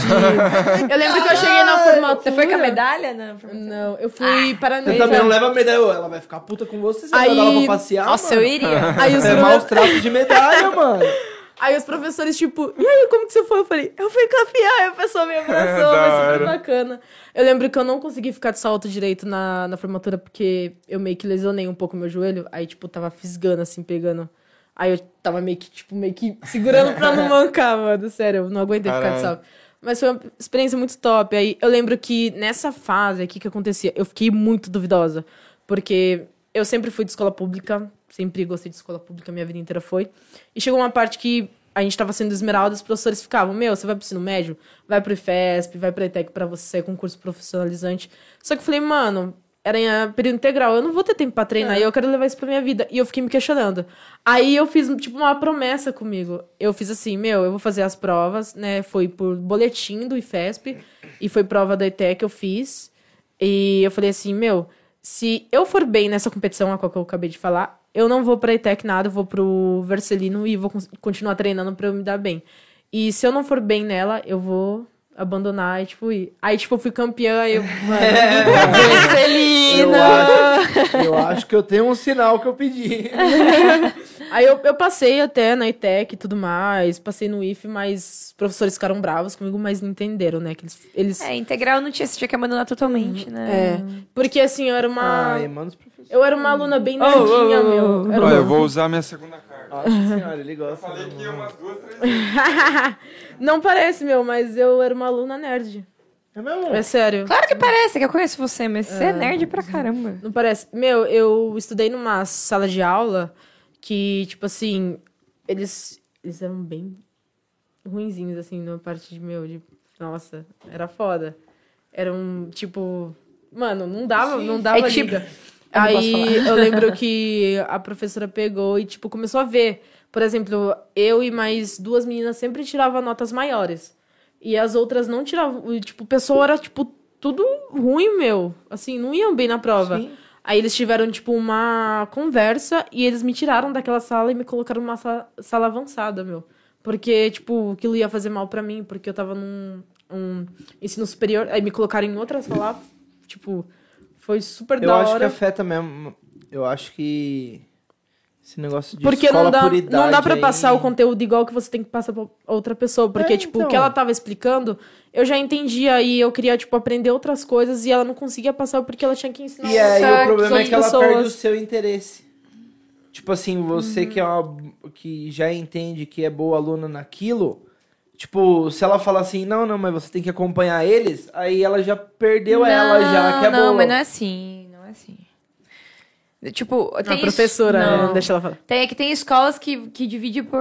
Eu lembro que eu cheguei na formatura. Você foi com a medalha? Não. Não, eu fui para Ah, Você também não leva a medalha. Ô, Ela vai ficar puta com você, você vai Aí- dar ela pra passear, Nossa, eu mano. iria. Aí os, É profe- maus tratos de medalha, mano. aí os professores, tipo, e aí, como que você foi? Eu falei, eu fui campeã, aí a pessoa me abraçou, É, Da foi hora. super bacana. Eu lembro que eu não consegui ficar de salto direito na, na formatura, porque eu meio que lesionei um pouco meu joelho, aí, tipo, tava fisgando, assim, pegando. Aí eu tava meio que, tipo, meio que segurando pra não mancar, mano, sério, eu não aguentei ficar Caralho. de salto. Mas foi uma experiência muito top. Aí eu lembro que nessa fase aqui que acontecia, eu fiquei muito duvidosa. Porque eu sempre fui de escola pública, sempre gostei de escola pública, minha vida inteira foi. E chegou uma parte que a gente tava sendo esmeralda, os professores ficavam, meu, você vai pro ensino médio? Vai pro IFESP, vai pra ETEC pra você sair com curso profissionalizante. Só que eu falei, mano, era em eh, período integral, eu não vou ter tempo pra treinar, e eu quero levar isso pra minha vida. E eu fiquei me questionando. Aí eu fiz, tipo, uma promessa comigo. Eu fiz assim, meu, eu vou fazer as provas, né? Foi por boletim do IFESP, e foi prova da ETEC que eu fiz. E eu falei assim, meu, se eu for bem nessa competição a qual que eu acabei de falar, eu não vou pra ETEC nada, eu vou pro Vercelino e vou cons- continuar treinando pra eu me dar bem. E se eu não for bem nela, eu vou abandonar e, tipo, ir. Aí, tipo, eu fui campeã, aí eu... Eu acho, eu acho que eu tenho um sinal que eu pedi. Aí eu, eu passei até na ITEC e tudo mais, passei no IF, mas os professores ficaram bravos comigo, mas não entenderam, né? Que eles. eles É, integral não tinha, você tinha que abandonar totalmente, né? é. Porque assim, eu era uma. Ai, mano, os professores. eu era uma aluna bem Oh, oh, nerdinha, oh, oh. meu. Era Olha, uma- eu vou usar minha segunda carta. Nossa senhora, ele Eu gosta. falei né, que mano? umas duas, três vezes. Não parece, meu, mas eu era uma aluna nerd. É mesmo? É sério. Claro que parece, que eu conheço você, mas você é, nerd pra caramba. Não parece. Meu, eu estudei numa sala de aula que, tipo assim, eles, eles eram bem ruinzinhos, assim, na parte de meu, de. Nossa, era foda. Era um, tipo. Mano, não dava, não dava É que, tipo, liga. eu não posso Aí eu lembro que a professora pegou e, tipo, começou a ver. Por exemplo, eu e mais duas meninas sempre tiravam notas maiores. E as outras não tiravam. e, Tipo, o pessoal era, tipo, tudo ruim, meu. Assim, não iam bem na prova. Sim. Aí eles tiveram, tipo, uma conversa e eles me tiraram daquela sala e me colocaram numa sa- sala avançada, meu. Porque, tipo, aquilo ia fazer mal pra mim, porque eu tava num um ensino superior. Aí me colocaram em outra sala, tipo, foi super Eu É da acho que hora. afeta mesmo. Eu acho que. Esse negócio de Porque escola não dá, por não dá idade pra aí- passar o conteúdo igual que você tem que passar pra outra pessoa. Porque, É, tipo, o então. que ela tava explicando, eu já entendia e eu queria, tipo, aprender outras coisas e ela não conseguia passar porque ela tinha que ensinar E aí outras o problema é que ela pessoas. perde o seu interesse. Tipo assim, você Uhum. que é uma, que já entende que é boa aluna naquilo, tipo, se ela fala assim, não, não, mas você tem que acompanhar eles, aí ela já perdeu ela já, que é não, boa. mas não é assim, não é assim. Tipo, tem A es- Ah, professora, não. né? deixa ela falar. Tem, é que tem escolas que, que divide por.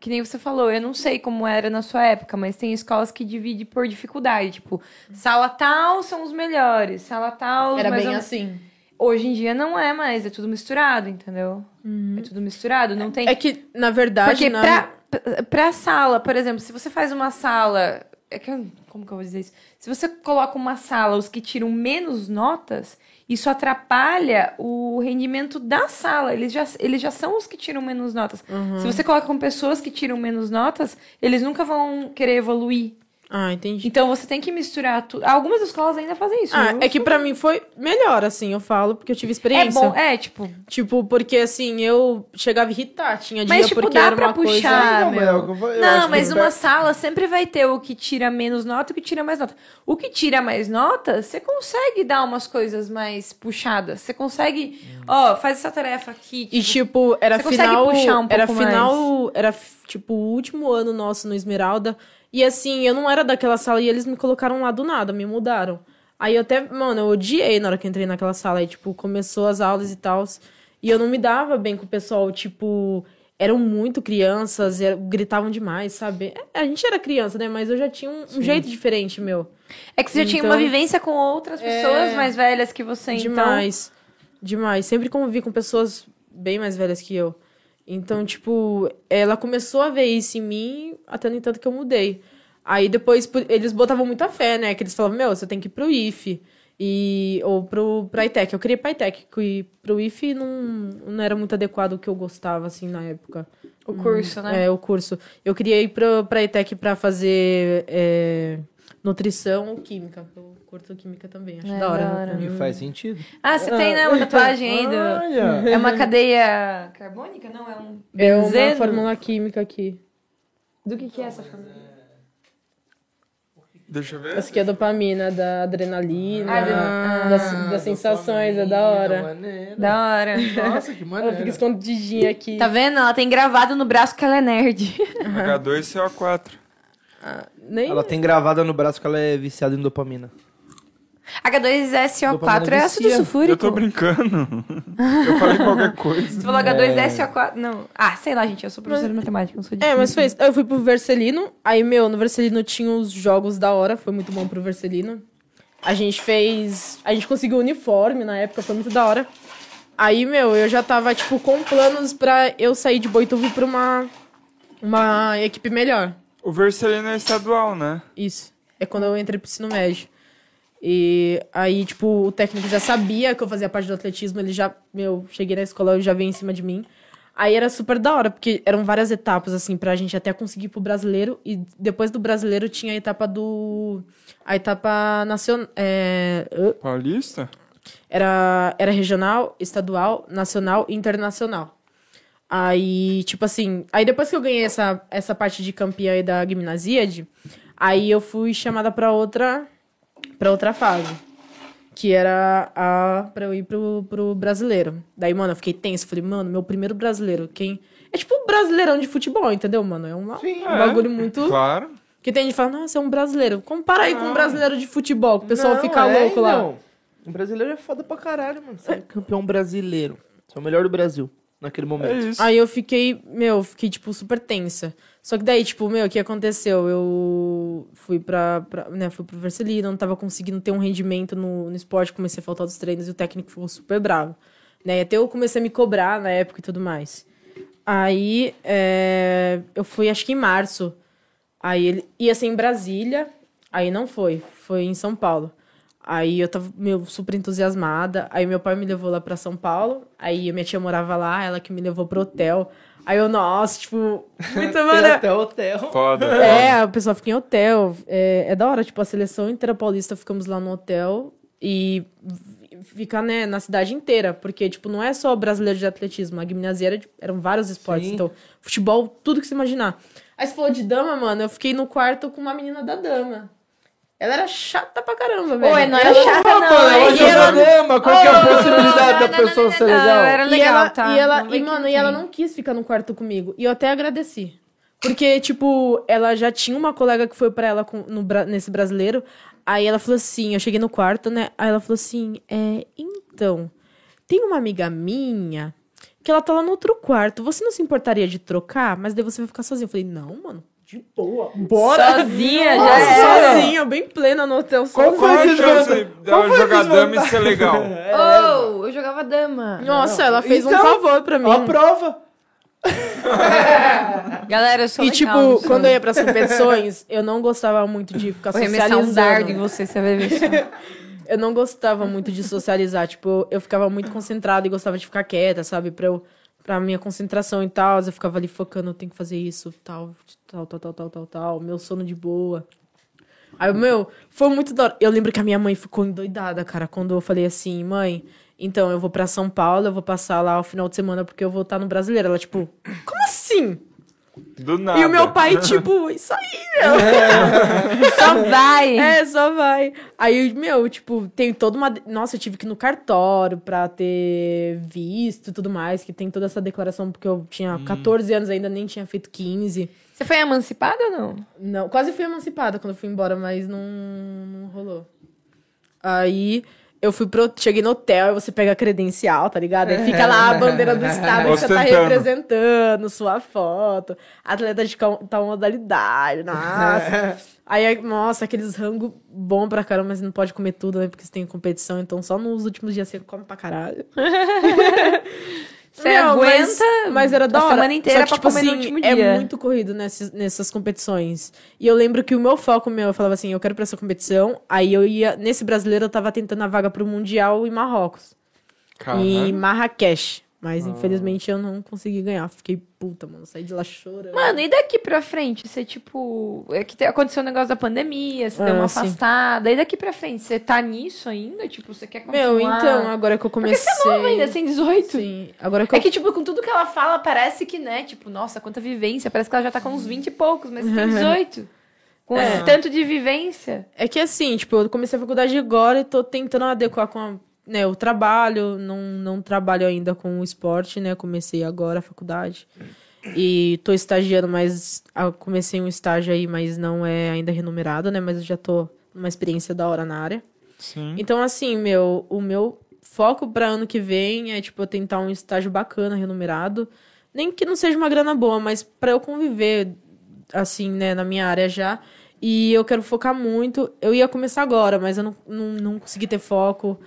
Que nem você falou, eu não sei como era na sua época, mas tem escolas que divide por dificuldade. Tipo, sala tal são os melhores, sala tal. os Era mais bem ou- assim. Hoje em dia não é mais, é tudo misturado, entendeu? Uhum. É tudo misturado, não tem. É que, na verdade, Porque né? na- pra, pra- pra sala, por exemplo, se você faz uma sala. É que, eu- como que eu vou dizer isso? Se você coloca uma sala, os que tiram menos notas, isso atrapalha o rendimento da sala. Eles já, eles já são os que tiram menos notas. Uhum. Se você coloca com pessoas que tiram menos notas, eles nunca vão querer evoluir. Ah, entendi. Então você tem que misturar tudo. Algumas escolas ainda fazem isso. Ah, viu? é que pra mim foi melhor, assim, eu falo, porque eu é tive experiência. bom, é tipo. Tipo, porque assim, eu chegava a irritar, tinha dia Mas, tipo, porque dá era pra uma coisa... puxar. Ah, Não, mas é meu. o que eu falei, eu acho Não, que mas per- uma sala sempre vai ter o que tira menos nota e o que tira mais nota. O que tira mais nota, você consegue dar umas coisas mais puxadas. Você consegue, ó, faz essa tarefa aqui. tipo, E tipo, era Você consegue final, puxar um era pouco mais? final, era f- tipo o último ano nosso no Esmeralda. E assim, eu não era daquela sala e eles me colocaram lá do nada, me mudaram. Aí eu até, mano, eu odiei na hora que eu entrei naquela sala e tipo, começou as aulas e tal. E eu não me dava bem com o pessoal, tipo, eram muito crianças, era- gritavam demais, sabe? É, A gente era criança, né, mas eu já tinha um, um jeito diferente meu. é que você já tinha uma então- vivência com outras pessoas É. mais velhas que você, então. Demais. Demais. Sempre convivi com pessoas bem mais velhas que eu. Então, tipo, ela começou a ver isso em mim, até no entanto que eu mudei. Aí depois, por- eles botavam muita fé, né? Que eles falavam, meu, você tem que ir pro IFE. E, ou pro, pra ITEC. Eu queria ir pra ITEC, que pro IF não, não era muito adequado o que eu gostava, assim, na época. O curso, né? É, o curso. Eu queria ir pra, pra ETEC pra fazer é, nutrição ou química. Eu curto química também, acho É, da hora. né? da hora. E faz sentido. Ah, você tem, né, uma tatuagem ainda. Olha. É uma cadeia carbônica? Não, é um É uma benzeno? fórmula química aqui. Do que que é essa fórmula? Deixa eu ver. Essa aqui é a dopamina, da adrenalina, Ah, adrenalina. das, das sensações, é da hora. Maneiro. Da hora. Nossa, que Ela maneiro. fica escondidinha aqui. Tá vendo? Ela tem gravado no braço que ela é nerd. H2CO4. Nem... Ela tem gravada no braço que ela é viciada em dopamina. H2SO4 é Dopamina ácido vicia. Eu sulfúrico. tô brincando. Eu falei qualquer coisa. Você falou H2SO4. Não. Ah, sei lá, gente. Eu sou professora de matemática, não sou de. É, mas foi isso. Eu fui pro Vercelino. Aí, meu, no Vercelino tinha os jogos da hora. Foi muito bom pro Vercelino. A gente fez... A gente conseguiu uniforme na época. Foi muito da hora. Aí, meu, eu já tava, tipo, com planos pra eu sair de Boituva pra uma... Uma equipe melhor. O Vercelino é estadual, né? Isso. É quando eu entrei pro ensino médio. E aí, tipo, o técnico já sabia que eu fazia parte do atletismo, ele já, meu, cheguei na escola e já veio em cima de mim. Aí era super da hora, porque eram várias etapas, assim, pra gente até conseguir pro brasileiro. E depois do brasileiro tinha a etapa do. A etapa é, nacional. Paulista? Era, era regional, estadual, nacional e internacional. Aí, tipo assim, aí depois que eu ganhei essa, essa parte de campeã aí da gimnasíade, aí eu fui chamada pra outra para outra fase, que era a para eu ir pro, pro brasileiro. Daí, mano, eu fiquei tenso, falei, mano, meu primeiro brasileiro, quem é tipo um brasileirão de futebol, entendeu, mano? É uma, Sim, um é. bagulho muito Claro. que tem gente que fala, nossa, é um brasileiro. Compara aí com um brasileiro de futebol, que o pessoal Não, fica é, louco lá. não. O brasileiro é foda pra caralho, mano. Você é campeão brasileiro. Você é o melhor do Brasil naquele É momento. isso. Aí eu fiquei, meu, fiquei, tipo, super tensa. Só que daí, tipo, meu, o que aconteceu? Eu fui pra, pra né, fui pro Vercelino, não tava conseguindo ter um rendimento no, no esporte, comecei a faltar dos treinos e o técnico ficou super bravo. Né? E Até eu comecei a me cobrar na época e tudo mais. Aí, é, eu fui, acho que em março. Aí ele ia ser em Brasília, aí não foi, foi em São Paulo. Aí eu tava, meu, super entusiasmada. Aí meu pai me levou lá pra São Paulo. Aí minha tia morava lá, ela que me levou pro hotel. Aí eu, nossa, tipo, muito Tem mara... até hotel. Foda. É, o pessoal fica em hotel. É, é da hora, tipo, a seleção inteira paulista ficamos lá no hotel e vi- fica, né, na cidade inteira. Porque, tipo, não é só brasileiro de atletismo. A gimnasia era de- eram vários esportes. Sim. Então, futebol, tudo que você imaginar. Aí você falou de dama, mano, eu fiquei no quarto com uma menina da dama. Ela era chata pra caramba, velho. Oi, é, não era chata, não. Mano, hein? ela e joga ela- dama. é Qual que é a Oh, possibilidade não, da não, não, pessoa não, ser não, legal? era E legal, ela- tá? E, ela, Não e vai que mano, não e ela tem. não quis ficar no quarto comigo. E eu até agradeci. Porque, tipo, ela já tinha uma colega que foi pra ela com- no, bra- nesse brasileiro. Aí ela falou assim: eu cheguei no quarto, né? Aí ela falou assim: é, então, tem uma amiga minha que ela tá lá no outro quarto. Você não se importaria de trocar? Mas daí você vai ficar sozinha. Eu falei: não, mano, de boa. Bora! Sozinha É, já Nossa, era. sozinha, bem plena no hotel. Qual sozinha. foi Qual a a chance desvantagem? Qual dela foi a jogar dama e desvantagem? ser legal? é. Oh, eu jogava dama. Nossa, ela fez um Então, favor pra mim. Ó a prova. Galera, eu sou E, legal, tipo, não sou. quando eu ia pras competições, eu não gostava muito de ficar Vou arremessar um dardo em socializando. você, você vai ver só. Eu não gostava muito de socializar. Tipo, eu, eu ficava muito concentrada e gostava de ficar quieta, sabe? Pra, eu, pra minha concentração e tal. Eu ficava ali focando, eu tenho que fazer isso, tal, tal, tal, tal, tal, tal, tal. Meu sono de boa. Aí, meu, foi muito da hora. Eu lembro que a minha mãe ficou endoidada, cara, quando eu falei assim, mãe, então eu vou pra São Paulo, eu vou passar lá o final de semana porque eu vou estar no brasileiro. Ela, tipo, como assim? Do nada. E o meu pai, tipo, isso aí, meu. Só vai. É, só vai. Aí, meu, tipo, tem toda uma. Nossa, eu tive que ir no cartório pra ter visto e tudo mais, que tem toda essa declaração, porque eu tinha 14 anos ainda, nem tinha feito 15. Você foi emancipada ou não? Não, quase fui emancipada quando eu fui embora, mas não, não rolou. Aí. Eu fui pro. Cheguei no hotel, aí você pega a credencial, tá ligado? Aí fica lá a bandeira do estado que você tá Ostentando. representando, sua foto, atleta de cal- tal modalidade, É. nossa. Aí, aí, nossa, aqueles rango bom pra caramba, mas não pode comer tudo, né? Porque você tem competição, então só nos últimos dias você come pra caralho. Você Não, aguenta mas, mas era da a hora. semana inteira Só que, pra tipo comer no assim, último dia. É muito corrido nessas, nessas competições. E eu lembro que o meu foco, meu, eu falava assim, eu quero ir pra essa competição. Aí eu ia, nesse brasileiro, eu tava tentando a vaga pro Mundial em Marrocos. Em Caralho. Marrakech. Mas, infelizmente, eu não consegui ganhar. Fiquei puta, mano. Saí de lá chorando. Mano, e daqui pra frente? Você, tipo. É que te- aconteceu o negócio da pandemia, você deu Ah, uma sim. afastada. E daqui pra frente? Você tá nisso ainda? Tipo, você quer continuar? Meu, então, agora que eu Porque comecei... você é nova ainda, sem 18. Sim, agora que eu É que, tipo, com tudo que ela fala, parece que, né? Tipo, nossa, quanta vivência. Parece que ela já tá com uns 20 e poucos, mas você tem 18. Com É. esse tanto de vivência. É que assim, tipo, eu comecei a faculdade agora e tô tentando adequar com a- né, o trabalho. Não, não trabalho ainda com o esporte, né? Comecei agora a faculdade. E tô estagiando, mas ah, comecei um estágio aí, mas não é ainda remunerado, né? Mas eu já tô numa experiência da hora na área. Sim. Então, assim, meu, o meu foco pra ano que vem é, tipo, eu tentar um estágio bacana, remunerado. Nem que não seja uma grana boa, mas pra eu conviver, assim, né, na minha área já. E eu quero focar muito. Eu ia começar agora, mas eu não, não, não consegui ter foco.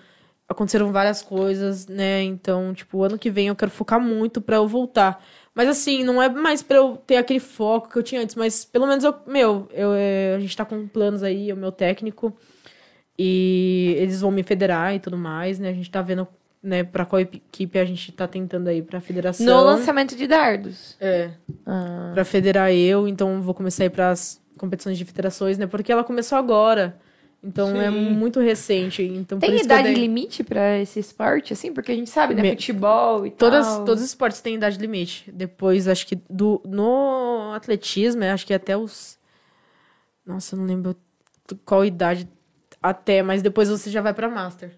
Aconteceram várias coisas, né? Então, tipo, ano que vem eu quero focar muito pra eu voltar. Mas assim, não é mais pra eu ter aquele foco que eu tinha antes, mas pelo menos eu, meu, eu, eh, a gente tá com planos aí, o meu técnico. E eles vão me federar e tudo mais, né? A gente tá vendo, né, pra qual equipe a gente tá tentando aí pra federação. No lançamento de dardos. É. Ah. Pra federar eu, então vou começar a ir pras competições de federações, né? Porque ela começou agora. Então é Sim. muito recente. Então, por Tem isso que eu idade dei- limite pra esse esporte, assim? Porque a gente sabe, né? Me- Futebol e Todas, tal. Todos os esportes têm idade limite. Depois, acho que do, no atletismo, eu acho que até os. Nossa, eu não lembro qual idade até, mas depois você já vai pra Master.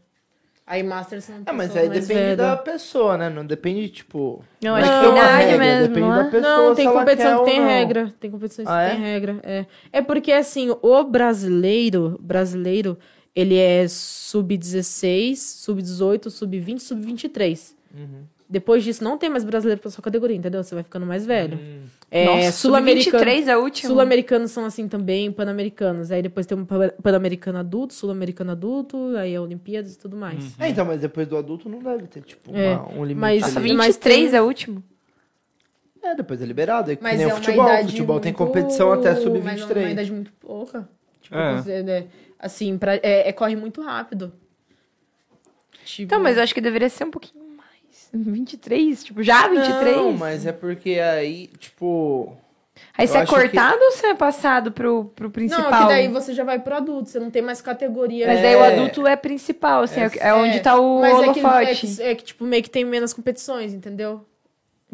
Aí Master você não É, mas pessoas aí mais depende velhas. da pessoa, né? Não depende, tipo. Não, é acho que que tem uma idade regra, mesmo, Depende não é? da pessoa. né? Não, se tem ela quer competição ou que tem não. regra. Tem competições Ah, que é? tem regra. É. é porque, assim, o brasileiro, brasileiro, ele é sub-16, sub-18, sub-20, sub-23. Uhum. Depois disso, não tem mais brasileiro pra sua categoria, entendeu? Você vai ficando mais velho. Hum. É, Nossa, sul-americano. sub-23 é a última. Sul-americanos são assim também, pan-americanos. Aí depois tem um pan- pan-americano adulto, sul-americano adulto, aí a Olimpíadas e tudo mais. É, então, mas depois do adulto não deve ter, tipo, É, uma- um limite. mas- ali. Nossa, Mas 23 tem- é o último? É, depois é liberado. É que Mas nem é o uma futebol. O idade futebol tem muito- competição até Mas é uma sub-23. idade muito pouca. Tipo, É. você, né, assim, pra, é, é- corre muito rápido. Tipo, Então, mas eu acho que deveria ser um pouquinho mais. 23? Tipo, já 23? Não, mas é porque aí, tipo. Aí você eu é acho que- cortado ou você é passado pro, pro Não, é principal? que daí você já vai pro adulto, você não tem mais categoria. Mas É. daí o adulto é principal, assim, é, é É, onde tá o mas é que, é, holofote. que, é que, tipo, meio que tem menos competições, entendeu?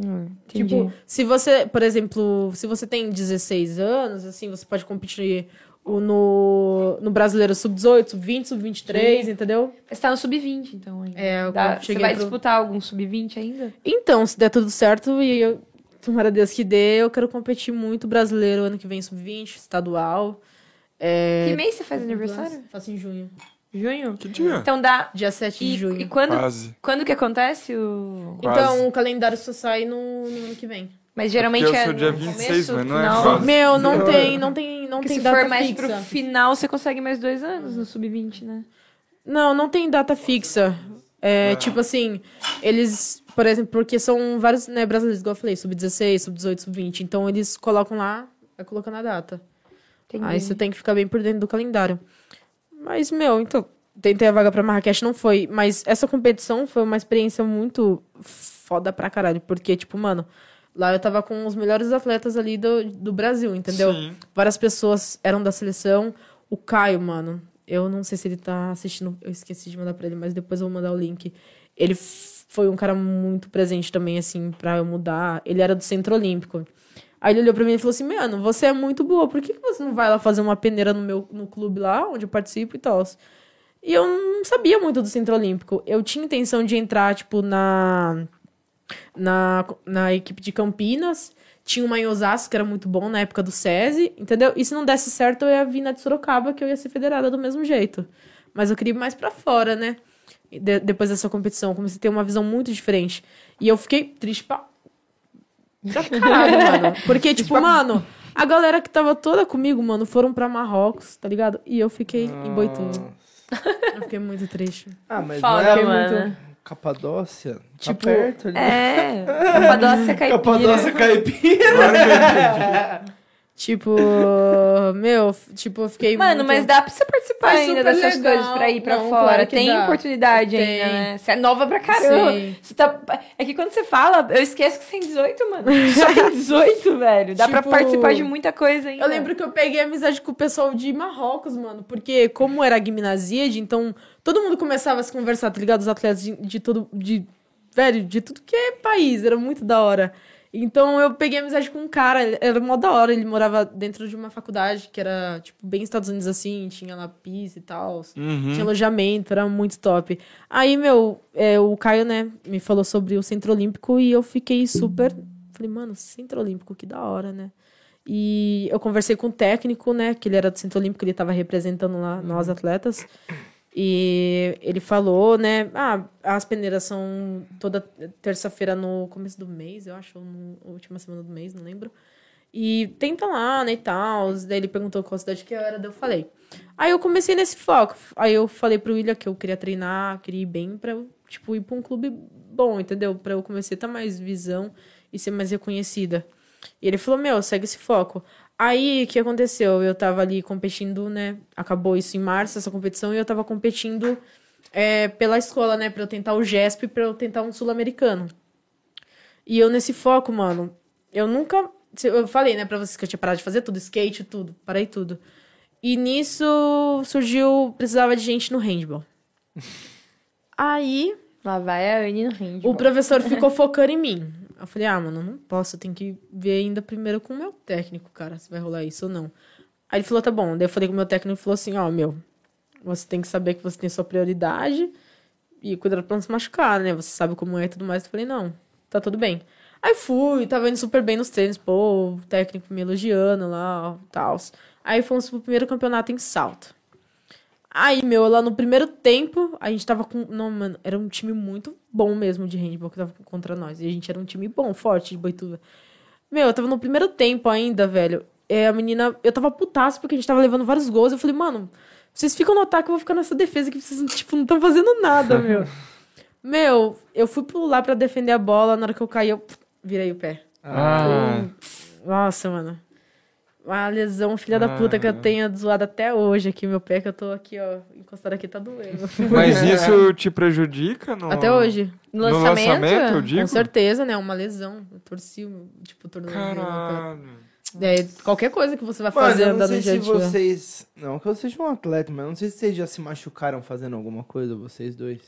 Hum, Tipo, se você, por exemplo, se você tem 16 anos, assim, você pode competir o- no, no brasileiro sub-18, sub-20, sub-23, entendeu? Você tá no sub-20, então, ainda. É, eu Dá- você cheguei vai pro- disputar algum sub-20 ainda? Então, se der tudo certo e eu, tomara Deus que dê, eu quero competir muito brasileiro ano que vem sub-20, estadual. É, Que mês você faz aniversário? Faço em junho. Junho? Que dia? Então dá. Dia 7 E, de junho. e quando, Quase. quando que acontece o. quase. Então, o calendário só sai no, no ano que vem. Mas geralmente eu é. sou no dia 26, começo, mas não é final. fácil. Meu, não Não. tem, não tem, não Porque tá tem se data for mais fixa. pro final, você consegue mais dois anos no sub-20, né? Não, não tem data fixa. É, Ah. tipo assim, eles, por exemplo, porque são vários, né, brasileiros, igual eu falei, sub-16, sub-18, sub-20. Então eles colocam lá, vai colocando a data. Entendi. Aí você tem que ficar bem por dentro do calendário. Mas, meu, então, tentei a vaga pra Marrakech, não foi. Mas essa competição foi uma experiência muito foda pra caralho. Porque, tipo, mano, lá eu tava com os melhores atletas ali do, do Brasil, entendeu? Sim. Várias pessoas eram da seleção. O Caio, mano, eu não sei se ele tá assistindo, eu esqueci de mandar pra ele, mas depois eu vou mandar o link. Ele f- foi um cara muito presente também, assim, pra eu mudar. Ele era do Centro Olímpico. Aí ele olhou pra mim e falou assim: Mano, você é muito boa, por que que você não vai lá fazer uma peneira no meu no clube lá, onde eu participo e tal? E eu não sabia muito do Centro Olímpico. Eu tinha intenção de entrar, tipo, na na, na equipe de Campinas. Tinha uma em Osasco, que era muito bom na época do SESI, entendeu? E se não desse certo, eu ia vir na de Sorocaba, que eu ia ser federada do mesmo jeito. Mas eu queria ir mais pra fora, né? E de- depois dessa competição, eu comecei a ter uma visão muito diferente. E eu fiquei triste pra... pra caralho, mano. Porque, tipo, mano, a galera que tava toda comigo, mano, foram pra Marrocos, tá ligado? E eu fiquei em Boituva. Nossa. Eu fiquei muito triste. Ah, mas Foda, não é mano. muito. Capadócia? Tipo, tá perto ali. É, Capadócia é caipira. é Capadócia caipira. Claro que eu entendi. Tipo, meu, f- tipo, eu fiquei Mano, muito- mas dá pra você participar Foi ainda super dessas legal. coisas pra ir pra Não, fora. claro que Tem dá. oportunidade Tem. ainda, né? Você é nova pra caramba. Sim. Você tá... É que quando você fala, eu esqueço que você tem 18, mano. Só tem 18, velho. Dá pra Tipo, participar de muita coisa ainda. Eu lembro que eu peguei amizade com o pessoal de Marrocos, mano. Porque como era a gimnasíade, então todo mundo começava a se conversar, tá ligado? Os atletas de, de todo... De, velho, de tudo que é país. Era muito da hora. Então eu peguei amizade com um cara, ele- era mó da hora. Ele morava dentro de uma faculdade que era, tipo, bem Estados Unidos assim. Tinha lá pista e tal. Uhum. Tinha alojamento, era muito top. Aí, meu, é, o Caio, né, me falou sobre o Centro Olímpico e eu fiquei super. Falei, mano, Centro Olímpico, que da hora, né? E eu conversei com o técnico, né, que ele era do Centro Olímpico, ele tava representando lá nós atletas. E ele falou, né, ah, as peneiras são toda terça-feira no começo do mês, eu acho, ou na última semana do mês, não lembro. E tenta lá, né, e tal. Daí ele perguntou qual cidade que eu era, daí eu falei. Aí eu comecei nesse foco. Aí eu falei pro William que eu queria treinar, queria ir bem pra, eu, tipo, ir pra um clube bom, entendeu? Pra eu começar a ter mais visão e ser mais reconhecida. E ele falou, meu, segue esse foco. Aí, o que aconteceu? Eu tava ali competindo, né? Acabou isso em março, essa competição, e eu tava competindo é, pela escola, né? Pra eu tentar o GESP, pra eu tentar um sul-americano. E eu nesse foco, mano, eu nunca... Eu falei, né, pra vocês que eu tinha parado de fazer tudo, skate, tudo, parei tudo. E nisso surgiu, precisava de gente no handball. Aí Lá vai a Anne no ringue. o professor ficou focando em mim. Eu falei, ah, mano, não posso, eu tenho que ver ainda primeiro com o meu técnico, cara, se vai rolar isso ou não. Aí ele falou, tá bom. Daí eu falei com o meu técnico e falou assim, ó, meu, você tem que saber que você tem sua prioridade e cuidado pra não se machucar, né? Você sabe como é e tudo mais. Eu falei, não, tá tudo bem. Aí fui, tava indo super bem nos treinos, pô, o técnico me elogiando lá, tal. Aí fomos pro primeiro campeonato em salto. Aí, meu, lá no primeiro tempo, a gente tava com. Não, mano, era um time muito bom mesmo de handball que tava contra nós. E a gente era um time bom, forte de Boituva. Meu, eu tava no primeiro tempo ainda, velho. É, a menina. Eu tava putaço porque a gente tava levando vários gols. Eu falei, mano, vocês ficam no ataque, eu vou ficar nessa defesa que vocês, tipo, não estão fazendo nada, meu. meu, eu fui pular pra defender a bola. Na hora que eu caí, eu pff, virei o pé. Ah, Nossa, mano. Uma lesão filha da Ah. puta que eu tenho zoado até hoje aqui, meu pé, que eu tô aqui, ó, encostado aqui, tá doendo. mas isso te prejudica? No... Até hoje. No lançamento? No lançamento, eu digo? Com certeza, né? Uma lesão. Eu torci, o- tipo, o tornozelo. cara. Caralho. É, qualquer coisa que você vai Mano, fazer eu não andando sei no dia a se dia. vocês... Não que eu seja um atleta, mas eu não sei se vocês já se machucaram fazendo alguma coisa, vocês dois.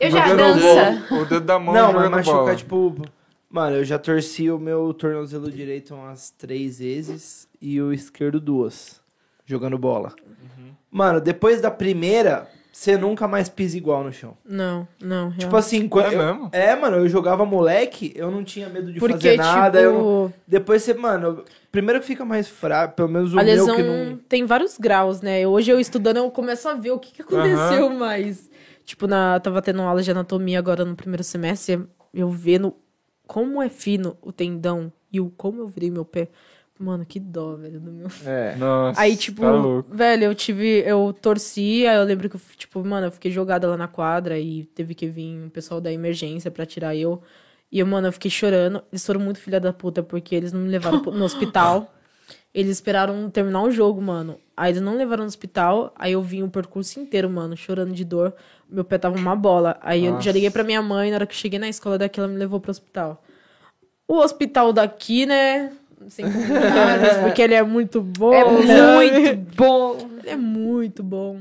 Eu já Jogando dança. bola, O dedo da mão não, mas jogando machucar, bola. tipo... Mano, eu já torci o meu tornozelo direito umas três vezes e o esquerdo duas, jogando bola. Uhum. Mano, depois da primeira, você nunca mais pisa igual no chão. Não, não. real. Tipo assim, quando. É eu- mesmo? é, mano, eu jogava moleque, eu não tinha medo de Porque, fazer nada. eu não- tipo, Depois você, mano, eu- primeiro que fica mais fraco, pelo menos o a meu lesão que não. tem vários graus, né? Hoje eu estudando, eu começo a ver o que, que aconteceu, mas... Tipo, na, tava tendo aula de anatomia agora no primeiro semestre, eu vendo como é fino o tendão e o como eu virei meu pé. Mano, que dó, velho, do meu É. Nossa, Aí, tipo, tá louco. velho, eu tive. Eu torci, aí eu lembro que, eu, fui, tipo, mano, eu fiquei jogada lá na quadra e teve que vir o pessoal da emergência pra tirar eu. E, eu, mano, eu fiquei chorando. Eles foram muito filha da puta porque eles não me levaram pro- no hospital. Eles esperaram terminar o jogo, mano. Aí eles não levaram no hospital. Aí eu vim o percurso inteiro, mano, chorando de dor. Meu pé tava uma bola. Aí eu Nossa. já liguei pra minha mãe. Na hora que cheguei na escola daqui, ela me levou pro hospital. O hospital daqui, né? Sem comentários, porque ele é muito bom. É sabe? muito bom. Ele é muito bom.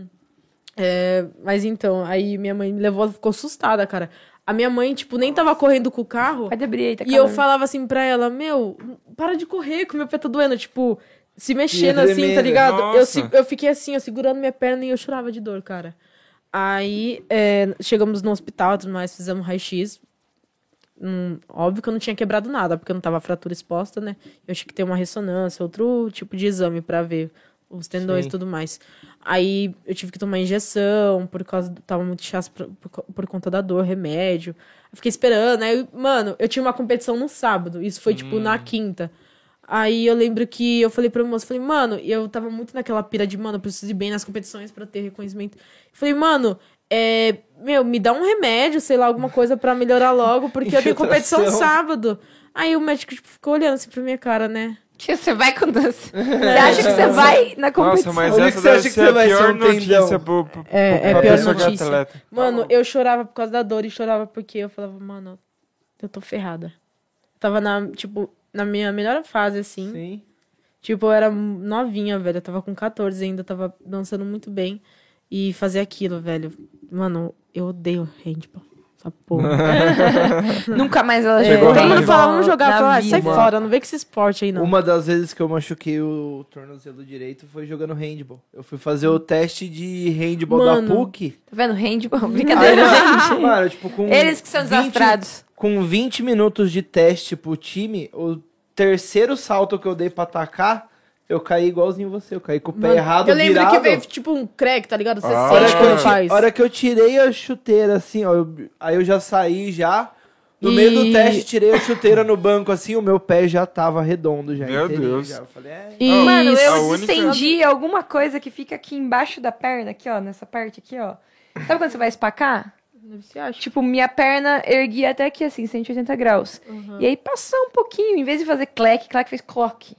É, mas então, aí minha mãe me levou, ela ficou assustada, cara. A minha mãe, tipo, nem tava correndo com o carro. Pode abrir aí, tá E eu calor. falava assim pra ela, meu, para de correr, que meu pé tá doendo. Tipo, se mexendo Ia assim, tá tremer. né? ligado? Eu, se- Nossa. eu fiquei assim, eu segurando minha perna e eu chorava de dor, cara. Aí é, chegamos no hospital, e tudo mais, fizemos raio-x. Hum, óbvio que eu não tinha quebrado nada, porque eu não tava fratura exposta, né? Eu tinha que ter uma ressonância, outro tipo de exame pra ver os tendões Sim. e tudo mais. Aí eu tive que tomar injeção, por causa. do- Tava muito chato por, por, co- por conta da dor, remédio. Eu fiquei esperando. Aí, mano, eu tinha uma competição no sábado. Isso foi, tipo, na quinta. Aí eu lembro que eu falei pro moço, falei, mano, e eu tava muito naquela pira de, mano, eu preciso ir bem nas competições pra ter reconhecimento. Eu falei, mano, é, meu, me dá um remédio, sei lá, alguma coisa pra melhorar logo, porque eu tenho competição Infiltração. sábado. Aí o médico, tipo, ficou olhando assim pra minha cara, né? É. Tia, você vai com dança. Você acha que você vai na Nossa, competição? mas Olha essa que você deve acha que ser você a vai ser pior um tendão. notícia pro, pro, É, pra é a pior pessoa que é notícia. atleta. Mano, eu chorava por causa da dor e chorava porque eu falava, mano, eu tô ferrada. Tava na, tipo, na minha melhor fase, assim. Sim. Tipo, eu era novinha, velho. Eu tava com 14 ainda, tava dançando muito bem. E fazer aquilo, velho. Mano, eu odeio handball. Essa porra. Nunca mais ela Chegou joga. Todo mundo handball falava, vamos jogar. na Eu falava, ah, sai vida. fora, não vem com esse esporte aí, não. Uma das vezes que eu machuquei o tornozelo direito foi jogando handball. Eu fui fazer o teste de handball da Mano. PUC. Tá vendo? Handball. Aí, Brincadeira, mano, gente. mano, tipo, com Eles que são 20 desastrados. Com 20 minutos de teste pro time, o terceiro salto que eu dei pra atacar, eu caí igualzinho você. Eu caí com o pé Mano, tá errado, Eu lembro virado. que veio, tipo, um crack, tá ligado? Você Ah. A hora, sente que eu, quando ti- faz. a hora que eu tirei a chuteira, assim, ó, eu- aí eu já saí já. No E- meio do teste, tirei a chuteira no banco, assim, o meu pé já tava redondo já. Meu inteirinho Deus. já. Eu falei, é, E... Mano, A eu única- estendi alguma coisa que fica aqui embaixo da perna, aqui, ó, nessa parte aqui, ó. Sabe quando você vai espacar? Tipo, minha perna erguia até aqui, assim, 180 graus. Uhum. E aí passou um pouquinho, em vez de fazer clack, clack fez clock.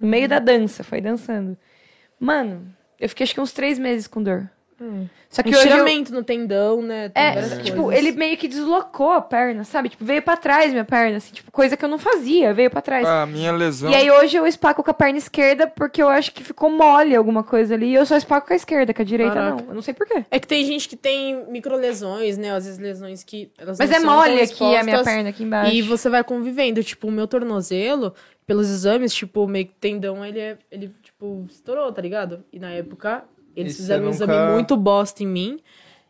No meio da dança, foi dançando. Mano, eu fiquei acho que uns três meses com dor. Hum. Só que hoje eu- Estiramento no tendão, né? Tem várias É, tipo, coisas. ele meio que deslocou a perna, sabe? Tipo, veio pra trás minha perna, assim, tipo, coisa que eu não fazia, veio pra trás. A minha lesão. E aí hoje eu espaco com a perna esquerda porque eu acho que ficou mole alguma coisa ali. E eu só espaco com a esquerda, com a direita Caraca. não. Eu não sei porquê. É que tem gente que tem microlesões, né? Às vezes lesões que. Elas Mas não é são mole tão aqui a minha expostas. perna aqui embaixo. E você vai convivendo, tipo, o meu tornozelo, pelos exames, tipo, meio que tendão, ele é, ele tipo estourou, tá ligado? E na época eles E você fizeram um nunca- exame muito bosta em mim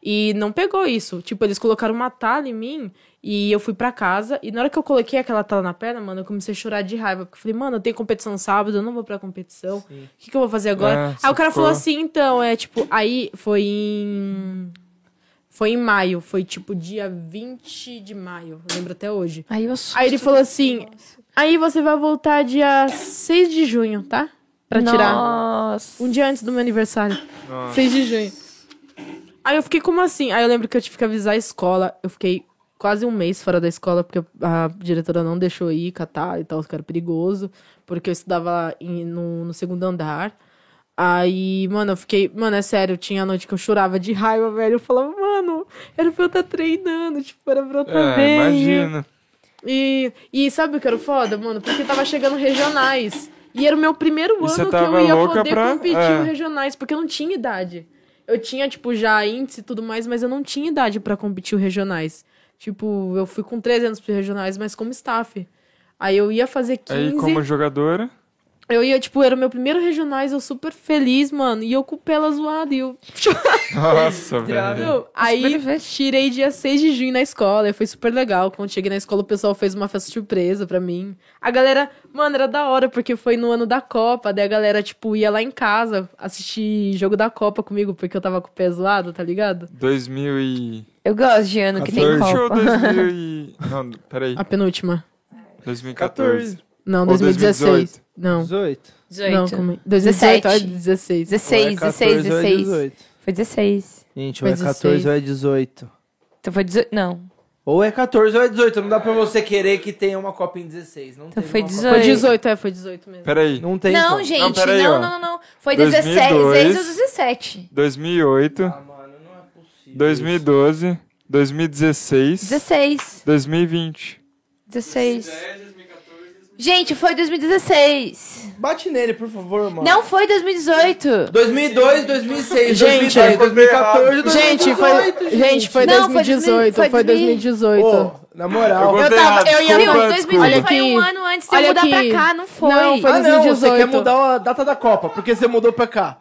e não pegou isso. Tipo, eles colocaram uma tala em mim e eu fui pra casa e na hora que eu coloquei aquela tala na perna, mano, eu comecei a chorar de raiva, porque eu falei: "Mano, eu tenho competição sábado, eu não vou pra competição. Sim. O que, que eu vou fazer agora? Ah, aí o cara sacou. falou assim, então, é tipo, aí foi em. Foi em maio, foi tipo dia 20 de maio, eu lembro até hoje. Aí eu assusto. Aí ele falou assim: aí você vai voltar dia 6 de junho, tá? Pra tirar. Nossa. Um dia antes do meu aniversário. Nossa. 6 de junho. Aí eu fiquei como assim? Aí eu lembro que eu tive que avisar a escola. Eu fiquei quase um mês fora da escola, porque a diretora não deixou eu ir catar e tal, que era perigoso. Porque eu estudava lá em- no, no segundo andar. Aí, mano, eu fiquei. Mano, é sério, tinha noite que eu chorava de raiva, velho. Eu falava, mano, era pra eu estar treinando, tipo, era pra eu estar É, bem. imagina. E, e sabe o que era o foda, mano? Porque tava chegando regionais. E era o meu primeiro E você ano que tava eu ia louca poder pra- competir é. em regionais, porque eu não tinha idade. Eu tinha, tipo, já índice e tudo mais, mas eu não tinha idade pra competir os regionais. Tipo, eu fui com 13 anos pros regionais, mas como staff. Aí eu ia fazer 15. Aí, como jogadora. Eu ia, tipo, era o meu primeiro regionais, eu super feliz, mano. E eu com o pela zoada. E eu. Nossa, velho. Meu, aí Super veste. tirei dia 6 de junho na escola, e foi super legal. Quando cheguei na escola, o pessoal fez uma festa surpresa pra mim. A galera, mano, era da hora, porque foi no ano da Copa, daí a galera, tipo, ia lá em casa assistir jogo da Copa comigo, porque eu tava com o pé zoado, tá ligado? 2000 e... Eu gosto de ano que tem 14 ou copa. 2000 e... Não, peraí. A penúltima. 2014. Não, Ou 2016. 2018. Não. 18. Não, 18. calma aí. 2018, olha, 17. 16. 16, é 16, 16. Foi 16. Gente, Foi ou é 14 ou é 18. Então foi 18. Não. Ou é 14 ou é 18. Não dá pra você querer que tenha uma Copa em 16. Não Então teve foi uma Copa- 18. Foi 18, é, foi 18 mesmo. Peraí. Não tem. não, como. gente. Não, Não, peraí, ó. não, não, não. Foi 2002. 16, 16 ou 17. 2008, Ah, mano, não é possível. 2012, 2016, 16. 2020. 16. Gente, foi 2016. Bate nele, por favor, mano. Não foi 2018. 2002, 2006, Gente, 2010, 2014, 2018. Gente, foi, gente, foi Não, foi 2018. Foi, 2000, foi 2018. Ô, na Eu moral. vou- Eu Botei tava. errado, Eu ia Não, desculpa, desculpa. 2018 foi Olha um aqui. ano antes de eu Olha mudar aqui. pra cá, não foi. Não, foi Ah, não, você 2018. quer mudar a data da Copa, porque você mudou pra cá.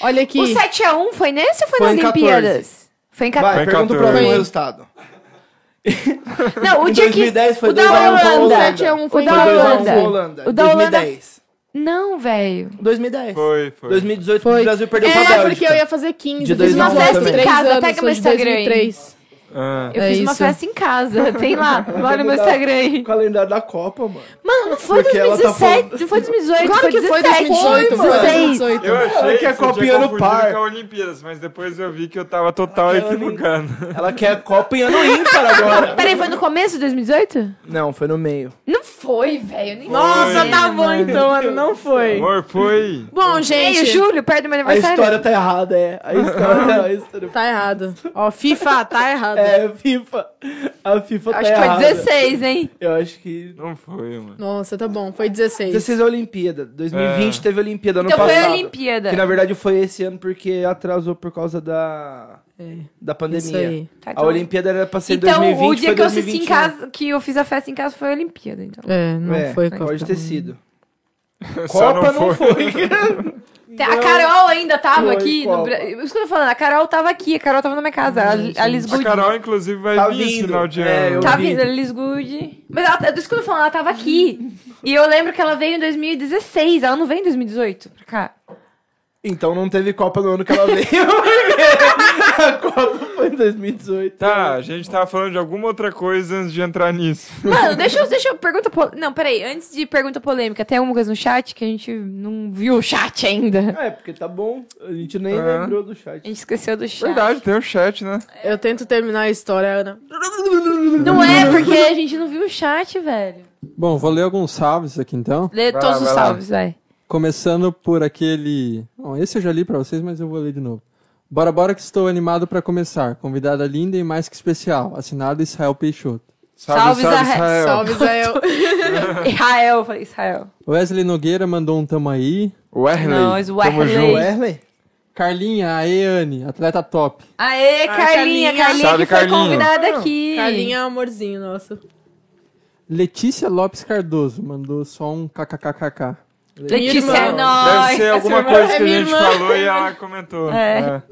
Olha aqui. O 7x1 foi nesse ou foi, Foi na em Olimpíadas? Foi em 14. Vai, Foi pergunta 14. pra mim o Foi. resultado. Não, o Em dia que. 2010 foi o da 2 a 1 pra Holanda. Holanda. 7x1 foi Foi da 2 a 1 Holanda. pra Holanda. O da Holanda- 2010. Não, velho. 2010. Foi, foi. 2018 o Foi. Brasil perdeu pra É, Bélgica. porque eu ia fazer 15. De fiz Fiz uma 2009 festa também. em Três casa, anos, pega sou meu de Instagram. aí. 2003. Ah, Eu É fiz uma isso. festa em casa. Tem lá. Lá no meu Não. Instagram aí. O calendário da Copa, mano. Mano, não foi Porque ela tá 2017. Não foi 2018. Claro foi que foi 17, 2018, foi 16. 2018. eu achei que a Copa ia no confundido par. com a Olimpíadas, mas depois eu vi que eu tava total Aquela equivocando. Ela quer a Copa em ano ímpar agora. Peraí, foi no começo de 2018? Não, foi no meio. Não foi, velho. nem Nossa, lembro, tá bom mano. então, mano, não foi. Amor, foi. Bom, Meio gente, julho, perto do meu A aniversário. história tá errada, é. A história, a história... tá errado. Ó, FIFA, tá errado. É, a FIFA. A FIFA tá Acho que foi errada. 16, hein? Eu acho que... Não foi, mano. Nossa, tá bom, foi 16. 16 é a Olimpíada. 2020 É. teve a Olimpíada ano Então foi passado. a Olimpíada. Que na verdade foi esse ano porque atrasou por causa da, É, da isso pandemia. aí. Tá, A Olimpíada era pra ser em Então, 2020, o dia foi que eu assisti em 2021. casa, que eu fiz a festa em casa foi a Olimpíada, então. É, não É, foi Pode Copa. ter sido. Só Copa não foi. a Carol ainda tava Foi, aqui. No... Copa. Bra- Isso que eu tô falando, a Carol tava aqui, a Carol tava na minha casa. a- a Liz A Good. Carol, inclusive, vai Tá vir esse vindo. final de É, ano. eu- Tá vi. vindo, a Liz Good. Mas ela, tá, isso que eu tô falando, ela tava aqui. e eu lembro que ela veio em 2016, ela não veio em 2018 pra cá. Então não teve Copa no ano que ela veio. porque a Copa foi em 2018. Tá, a gente tava falando de alguma outra coisa antes de entrar nisso. Mano, deixa eu. Deixa eu pergunta pol... Não, peraí. Antes de pergunta polêmica, tem alguma coisa no chat que a gente não viu o chat ainda? É, porque tá bom. A gente nem É. lembrou do A chat. gente esqueceu do chat. Verdade, tem o chat, né? Eu tento terminar a história, Ana. Não é porque a gente não viu o chat, velho. Bom, vou ler alguns salves aqui então. Lê Vai todos lá, os vai lá. salves, vai. Começando por aquele. Bom, esse eu já li pra vocês, mas eu vou ler de novo. Bora, bora que estou animado pra começar. Convidada linda e mais que especial. Assinado Israel Peixoto. Salve, Israel. Salve, Israel. Israel, eu falei Israel. Wesley Nogueira mandou um tamo aí. Werley. Nós, Tamo Werley. junto. Wesley? Carlinha, aê Anne, atleta top. Aê, Ah, Carlinha, Carlinha. Carlinha Salve, que foi Carlinha. convidada aqui. Carlinha é um amorzinho nosso. Letícia Lopes Cardoso mandou só um kkkk. Letícia Minha é irmã. nóis. Deve ser alguma irmã coisa é que a minha gente irmã. falou e ela comentou. É.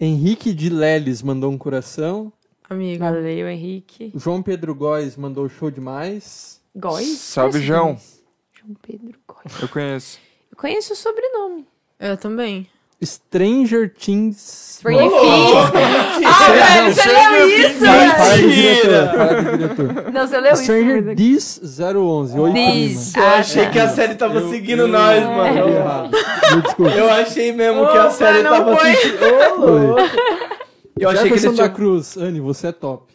Henrique de Leles mandou um coração. Amigo. Valeu, Henrique. João Pedro Góes mandou show demais. Góis? é Salve, Conheço João. Góis. João Pedro Góis. Eu conheço. Eu conheço o sobrenome. É, Eu também. Stranger Things. Stranger Things. Ah, velho, você leu isso, velho. Para de diretor, para de diretor. é. Não, você leu isso. Stranger mas- é This 011. Oi, Diz. prima. Eu Ah, achei tá. que a série tava Eu- seguindo eu- nós, eu- mano. eu- errado. Me É. desculpe. Eu achei mesmo que a série não tava foi. assistindo. Ô, louco. Eu achei que eles Jefferson é da tinham Cruz. Anne, você é top.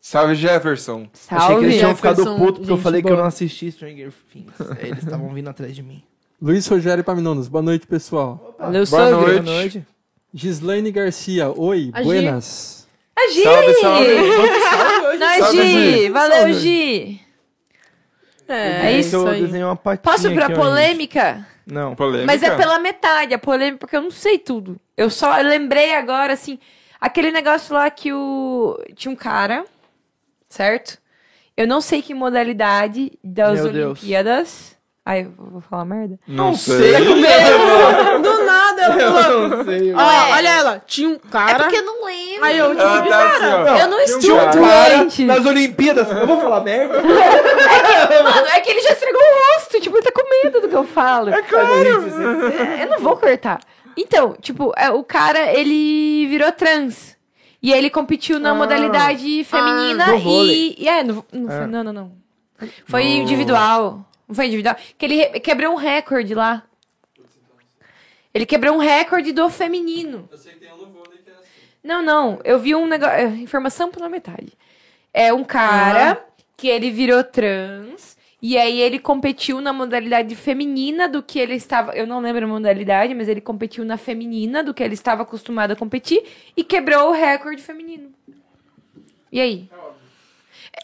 Salve, Jefferson. Achei que Salve. eles tinham Jefferson, ficado puto porque eu gente falei que boa. eu não assisti Stranger Things. Aí Eles estavam vindo atrás de mim. Luiz Rogério Paminonos. Boa noite, pessoal. Valeu, Boa sogro. noite. Gislaine Garcia. Oi, A Gi. buenas. A Gi! Salve, salve. Nós, Salve, é Gi! Gi. Valeu, Salve. Gi! É, É é isso isso eu aí. desenhei uma patinha Posso ir aqui, pra ó, gente. polêmica? Não. Polêmica. Mas é pela metade, a polêmica, porque eu não sei tudo. Eu só lembrei agora, assim, aquele negócio lá que o. Tinha um cara, certo? Eu não sei que modalidade das Meu Deus. Olimpíadas. Ai, eu vou falar merda. Não, sei. sei. Do nada, eu Eu não sei. Ó, olha ela. Tinha um É cara. porque eu não lembro. Aí eu, tipo, Ah, tá assim, ó. eu não Tinha estou um cara. cara doente. nas Olimpíadas. Eu vou falar merda. Mano, é que ele já estragou o rosto. Tipo, ele tá com medo do que eu falo. É Claro. Eu não vou cortar. Então, tipo, é, o cara, ele virou trans. E ele competiu na Ah. modalidade feminina Ah, no vôlei. e. e é, no- não, foi- não, não, não. Foi individual. Não foi individual. Que ele re- quebrou um recorde lá. Ele quebrou um recorde do feminino. Eu sei que tem um no vôlei que é assim. Não, não. Eu vi um negócio. Informação pela metade. É um cara que ele virou trans. E aí ele competiu na modalidade feminina do que ele estava. Eu não lembro a modalidade, mas ele competiu na feminina do que ele estava acostumado a competir e quebrou o recorde feminino. E aí?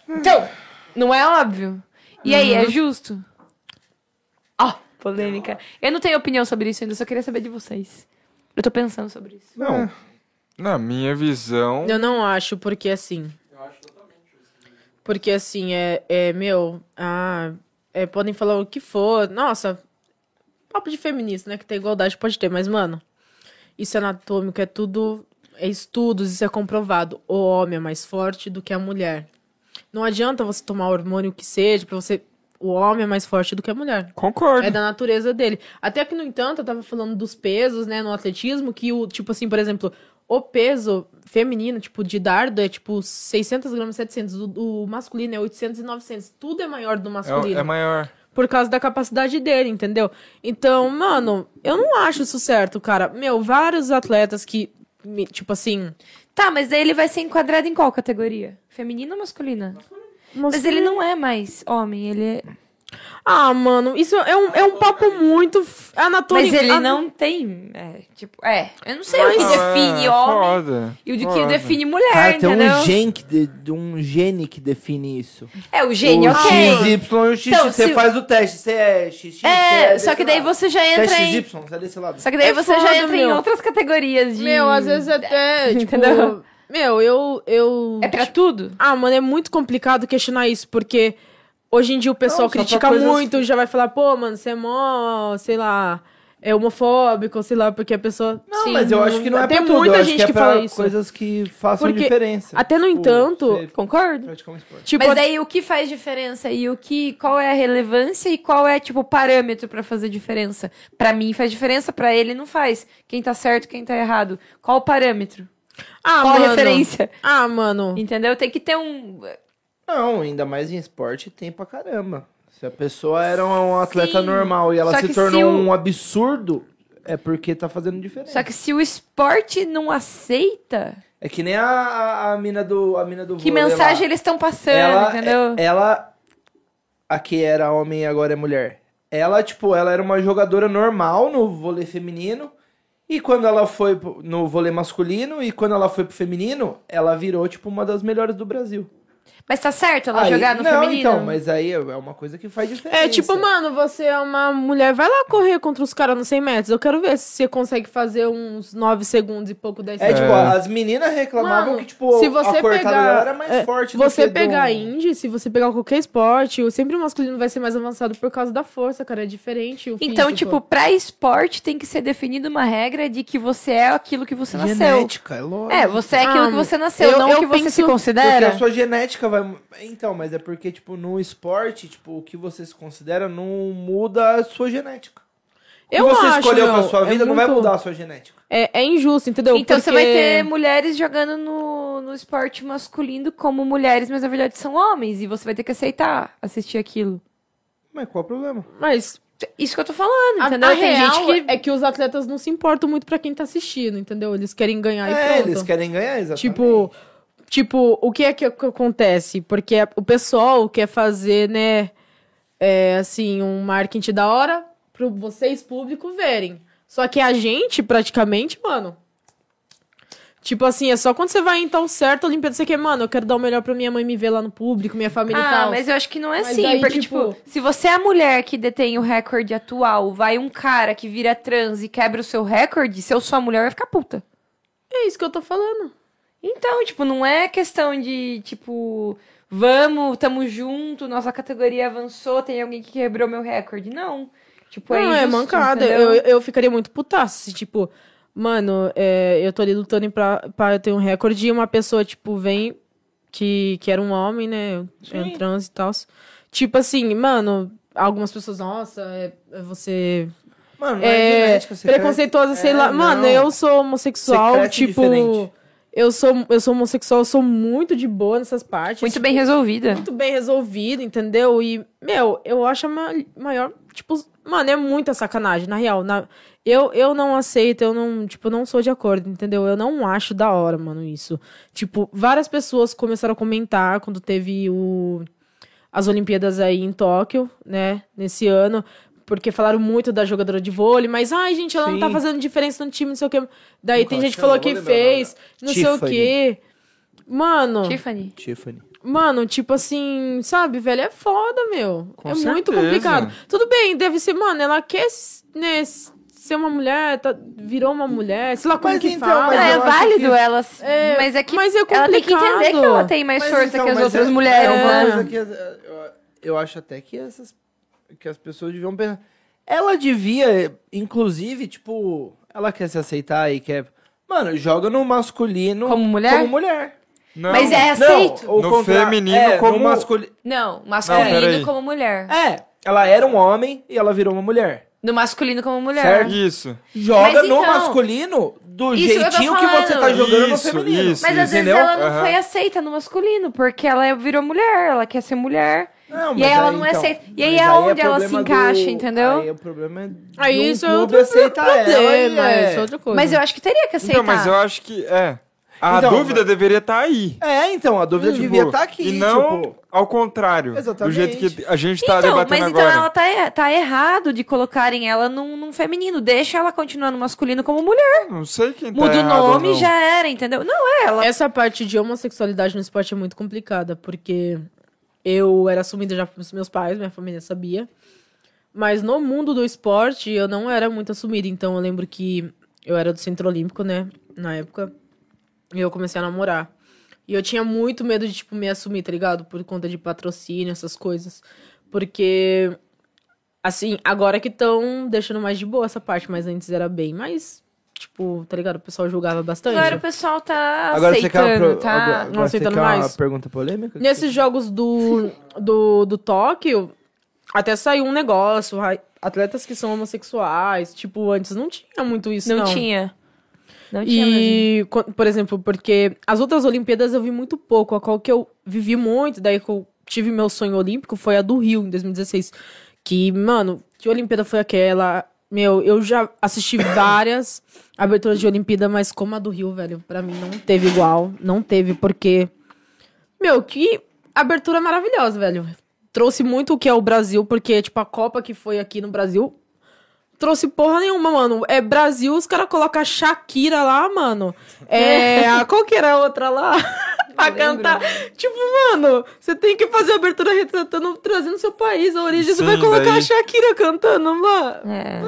Então, não é óbvio? E aí, é justo? Ó, polêmica. Eu não tenho opinião sobre isso ainda, eu só queria saber de vocês. Eu tô pensando sobre isso. Não. Na minha visão... Eu não acho, porque assim. Porque assim, é, é meu, ah, é, podem falar o que for. Nossa, papo de feminista, né? Que tem igualdade, pode ter, mas, mano, isso é anatômico, é tudo. É estudos, isso é comprovado. O homem é mais forte do que a mulher. Não adianta você tomar hormônio que seja, pra você. O homem é mais forte do que a mulher. Concordo. É da natureza dele. Até que, no entanto, eu tava falando dos pesos, né, no atletismo, que o, tipo assim, por exemplo, o peso feminino, tipo, de dardo é tipo 600 gramas, 700. O, o masculino é 800 e 900. Tudo é maior do masculino. É, é maior. Por causa da capacidade dele, entendeu? Então, mano, eu não acho isso certo, cara. Meu, vários atletas que, me- tipo assim. Tá, mas daí ele vai ser enquadrado em qual categoria? Feminina ou masculina? Mas ele não é mais homem, ele é... Ah, mano, isso é um, é um papo muito f- é Mas anatômico. Ah, ele an- ah, não tem. É, tipo, é. Eu não sei o que Não, é define Ah, homem Foda. e o de que foda. define mulher, Cara, tem É, entendeu? um gene, que de- de um gene que define isso. É, o um gênio, o ok. XY e o XX. Então, você se- faz o teste. Você é XX. É, você só que daí desse lado. você já Você entra é em. XY, você é desse lado. Só que daí É você já foda, entra em meu. outras categorias de. Meu, às vezes até, tipo... Entendeu? Meu, eu... eu É pra tudo? Ah, mano, é muito complicado questionar isso, porque... Hoje em dia o pessoal Não, só pra critica coisas- muito, já vai falar, pô, mano, você é mó, sei lá, é homofóbico, sei lá, porque a pessoa. Não, Sim, mas eu acho que não é Tem pra tudo. muita eu acho gente que, é que pra fala isso. coisas que façam Porque, diferença. Até no Tipo, entanto, você Concordo. praticar um esporte. tipo, Mas daí o que faz diferença e o que. Qual é a relevância e qual é, tipo, o parâmetro pra fazer diferença? Pra mim faz diferença, pra ele não faz. Quem tá certo, quem tá errado. Qual o parâmetro? ah, qual mano, a referência? Ah, mano. Entendeu? Tem que ter um. Não, ainda mais em esporte tem pra caramba. Se a pessoa era um atleta Sim. normal e ela Só se que tornou se o- um absurdo, é porque tá fazendo diferença. Só que se o esporte não aceita, É que nem a, a, a mina do a mina do que vôlei lá. mensagem eles estão passando, ela, entendeu? é- Ela a que era homem e agora é mulher. Ela, tipo, ela era uma jogadora normal no vôlei feminino. E quando ela foi pro- no vôlei masculino e quando ela foi pro feminino, ela virou, tipo, uma das melhores do Brasil. Mas tá certo ela Aí- jogar no não, feminino? então, mas aí é uma coisa que faz diferença. É tipo, mano, você é uma mulher, vai lá correr contra os caras nos 100 metros. Eu quero ver se você consegue fazer uns 9 segundos e pouco, 10 É, segundos. tipo, as meninas reclamavam Mano, que, tipo, se você a cortada pegar- dela era mais é, forte você do que pegar do... indie, se você pegar qualquer esporte, o- sempre o masculino vai ser mais avançado por causa da força, cara. É diferente. o Então, físico. tipo, pra esporte tem que ser definida uma regra de que você é aquilo que você nasceu. Genética, é lógico. É, você é aquilo Ah, que você nasceu, eu- não eu o que você se penso- Porque considera. a sua genética vai. Então, mas é porque, tipo, no esporte, tipo, o que você se considera não muda a sua genética. O que eu você acho, escolheu pra meu, sua é vida não vai muito- mudar a sua genética. É, é injusto, entendeu? Então você vai Porque- ter mulheres jogando no, no esporte masculino como mulheres, mas na verdade são homens, e você vai ter que aceitar assistir aquilo. Mas qual é o problema? Mas Isso que eu tô falando, a, entendeu? a tem real gente que. é que os atletas não se importam muito pra quem tá assistindo, entendeu? Eles querem ganhar e é, pronto. eles querem ganhar, exatamente. Tipo, tipo, o que é que ac- acontece? Porque a- o pessoal quer fazer, né, é, assim, um marketing da hora para vocês público verem. Só que a gente praticamente, mano, Tipo assim, é só quando você vai em tal certo Olimpíada, você quer, mano, eu quero dar o melhor pra minha mãe me ver lá no público, minha família e Ah, tal. mas eu acho que não é Mas assim, daí, porque, tipo- tipo, se você é a mulher que detém o recorde atual, vai um cara que vira trans e quebra o seu recorde, se eu sou a mulher, eu ia ficar puta. É isso que eu tô falando. Então, tipo, não é questão de, tipo, vamos, tamo junto, nossa categoria avançou, tem alguém que quebrou meu recorde. Não. Tipo, é não, é injusto, mancada. entendeu? Eu, eu ficaria muito putaço se, tipo, mano, é, eu tô ali lutando pra, pra eu ter um recorde e uma pessoa, tipo, vem que, que era um homem, né? Era um trans e tal. Tipo assim, mano, algumas pessoas, nossa, é, é você. Mano, não é, É, genética, você preconceituosa, cresce- sei lá. É, mano, não. eu sou Você homossexual, cresce tipo. diferente. Eu sou, eu sou homossexual, eu sou muito de boa nessas partes. tipo, Muito bem resolvida. muito bem resolvido, entendeu? E, meu, eu acho a ma- maior. Tipo, mano, é muita sacanagem, na real. Na, eu, eu não aceito, eu não, tipo, eu não sou de acordo, entendeu? Eu não acho da hora, mano, isso. Tipo, várias pessoas começaram a comentar quando teve o, as Olimpíadas aí em Tóquio, né? Nesse ano. Porque falaram muito da jogadora de vôlei, mas, ai, gente, ela não tá Sim. fazendo diferença no time, não sei o quê. Daí Nunca tem gente achei, que falou não vou que lembrar o nome fez, não sei o Tiffany. quê. Mano. Tiffany. Tiffany. Mano, tipo assim, sabe, velho, é foda, meu. Com é certeza. muito complicado. Tudo bem, deve ser, mano, ela quer né, ser uma mulher, tá- virou uma mulher, sei lá como Mas que então, fala. mas Não, eu é acho válido que- elas. É, mas é que mas é ela tem que entender que complicado. ela tem mais Mas força então, que as mas outras é- mulheres, é uma né? coisa que as- eu, eu acho até que essas que as pessoas deviam pensar. Ela devia, inclusive, tipo, ela quer se aceitar e quer, mano, joga no masculino Como mulher? como mulher. Não, Mas é Não, aceito? o No contra- feminino é, como- no masculino. Não, peraí. masculino como mulher. É, ela era um homem e ela virou uma mulher. No masculino como mulher. Certo. é Isso. Joga Mas no então- masculino do Isso que eu tô jeitinho que você tá falando. jogando Isso, no feminino. isso. Mas às Entendeu? vezes ela não Aham. foi aceita no masculino, porque ela virou mulher, ela quer ser mulher. Não, E aí mas ela aí, não é então, aceita. E aí mas é onde ela se problema encaixa, entendeu? Aí o problema é. Aí de um isso é clube outro aceitar ela. Poder, e mas é... é outra coisa. Mas eu acho que teria que aceitar. Então, mas eu acho que. É. A Então, dúvida deveria estar aí. É, então, a dúvida Tipo, devia estar aqui. E não tipo, ao contrário. Exatamente. Do jeito que a gente tá Então, debatendo mas então agora. ela tá, er- tá errado de colocarem ela num, num feminino. Deixa ela continuar no masculino como mulher. Não sei quem tá Muda o errado ou nome não. já era, entendeu? Não, é ela. Essa parte de homossexualidade no esporte é muito complicada, porque eu era assumida já pelos meus pais, minha família sabia. Mas no mundo do esporte, eu não era muito assumida. Então, eu lembro que eu era do Centro Olímpico, né? Na época. E eu comecei a namorar. E eu tinha muito medo de, tipo, me assumir, tá ligado? Por conta de patrocínio, essas coisas. Porque, assim, agora que estão deixando mais de boa essa parte. Mas antes era bem mais, tipo, tá ligado? O pessoal julgava bastante. Agora o pessoal tá Agora você quer uma, aceitando, pro- tá? agora- agora Não você aceitando quer uma mais. pergunta polêmica? Nesses jogos do, do, do Tóquio, até saiu um negócio. ai, Atletas que são homossexuais. Tipo, antes não tinha muito isso, Não, não. tinha. Não tinha mesmo. E, co- por exemplo, porque as outras Olimpíadas eu vi muito pouco. A qual que eu vivi muito, daí que eu tive meu sonho olímpico, foi a do Rio, em 2016. Que, mano, que Olimpíada foi aquela? Meu, eu já assisti várias aberturas de Olimpíada, mas como a do Rio, velho, pra mim não teve igual. Não teve, porque... Meu, que abertura maravilhosa, velho. Trouxe muito o que é o Brasil, porque, tipo, a Copa que foi aqui no Brasil trouxe porra nenhuma, mano. É Brasil, os caras colocam a Shakira lá, mano. É. a- Qual que era a outra lá? pra cantar. Tipo, mano, você tem que fazer a abertura retratando, trazendo seu país, a origem. você Sim, vai colocar daí- a Shakira cantando lá. Tá É.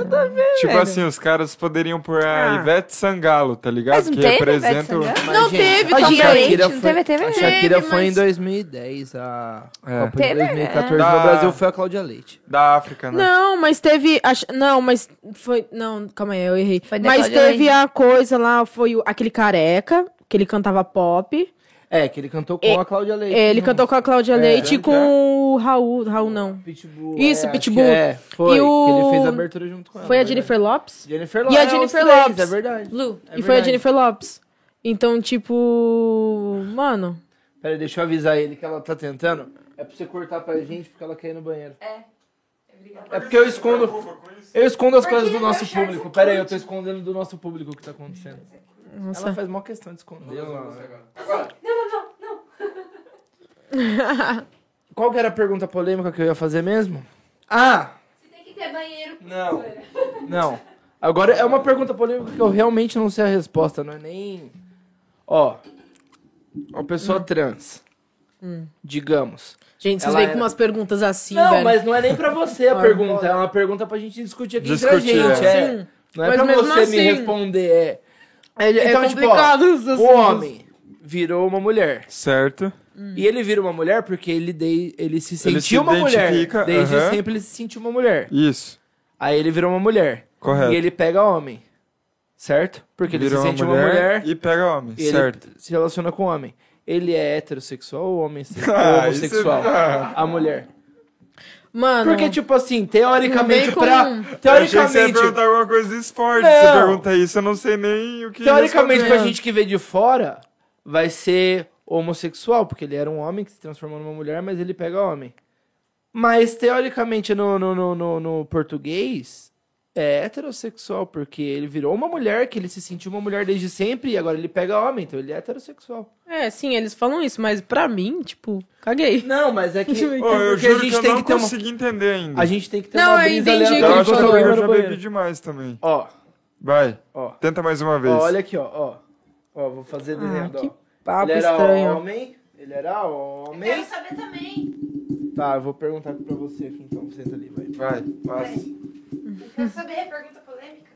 Tipo velho. assim, os caras poderiam pôr a Ah. Ivete Sangalo, tá ligado? Mas não que teve representa. o- Ivete Sangalo? Não teve a também. Shakira Não foi, teve, teve, a teve, Shakira mas- foi em 2010. A É. Copa de Teve, 2014 é. no Da- Brasil foi a Cláudia Leite. Da África, né? Não, mas teve. a Sh- não, mas foi. Não, calma aí, eu errei. Foi da mas Cláudia teve Leite. a coisa lá, foi o- aquele careca, que ele cantava pop. É, que ele cantou com E- a Cláudia Leite. É, ele no- cantou com a Cláudia É, Leite e já. com o Raul. Raul não. Pitbull. Isso, é, acho Pitbull. que É, foi. E o- que ele fez a abertura junto com ela. Foi a é verdade. Jennifer Lopes? Jennifer E Lopes. a é, os Jennifer três, Lopes. É verdade. Lu. É e foi a verdade. Jennifer Lopes. Então, tipo. Mano. Peraí, deixa eu avisar ele que ela tá tentando. É pra você cortar pra gente porque ela quer ir no banheiro. É. É porque eu escondo. Eu escondo as coisas do nosso público. Pera aí, eu tô escondendo do nosso público o que tá acontecendo. Ela faz mó questão de esconder. né? Não, não, não, não. Qual que era a pergunta polêmica que eu ia fazer mesmo? Ah! Se tem que ter banheiro. Não. Não. Agora é uma pergunta polêmica que eu realmente não sei a resposta, não é nem. Ó. Uma pessoa Hum. trans. Digamos. Gente, vocês Ela veem era- com umas perguntas assim, Não, Hum. velho. mas não é nem pra você a Ah, pergunta. É uma pergunta pra gente discutir aqui Discutir, entre a gente. É. Sim. Não é Mas pra mesmo você me assim- responder. É. É, é Então, tipo, ó, complicado isso, assim. O homem virou uma mulher. Certo. Hum. E ele vira uma mulher porque ele, dei- ele se sentiu se uma mulher. identifica, Desde aham. sempre ele se sentiu uma mulher. Isso. Aí ele virou uma mulher. Correto. E ele pega homem. Certo? Porque ele Virou se sente uma mulher, e pega homem. e ele certo. se relaciona com homem. Ele é heterossexual ou homem ou Ah, isso é- homossexual? ah. A mulher. Mano. Porque, tipo assim, teoricamente, Não vem pra. com- Eu achei que você ia Teoricamente. perguntar alguma coisa de esporte. Não. Você pergunta isso, eu não sei nem o que. Teoricamente, pra responder. gente que vê de fora, vai ser homossexual, porque ele era um homem que se transformou numa mulher, mas ele pega homem. Mas, teoricamente, no, no, no, no- no português, é heterossexual, porque ele virou uma mulher, que ele se sentiu uma mulher desde sempre, e agora ele pega homem, então ele é heterossexual. É, sim, eles falam isso, mas pra mim, tipo, caguei. Não, mas é que. Deixa eu ver. Ô, eu Porque juro a gente que eu tem não que ter uma- consegui entender ainda. A gente tem que ter Não, uma eu brisa entendi eu que aleatória acho pra que falou, todo eu mundo já no bebi banheiro. demais também. Ó, Vai, ó, tenta mais uma vez. ó, olha aqui, ó, ó. Ó, vou fazer Ah, desenhando, que ó. papo ele era estranho. homem. Ele era homem. Eu quero saber também. Tá, eu vou perguntar pra você aqui então. Senta ali, vai. Vai, passa. Quero saber, pergunta polêmica.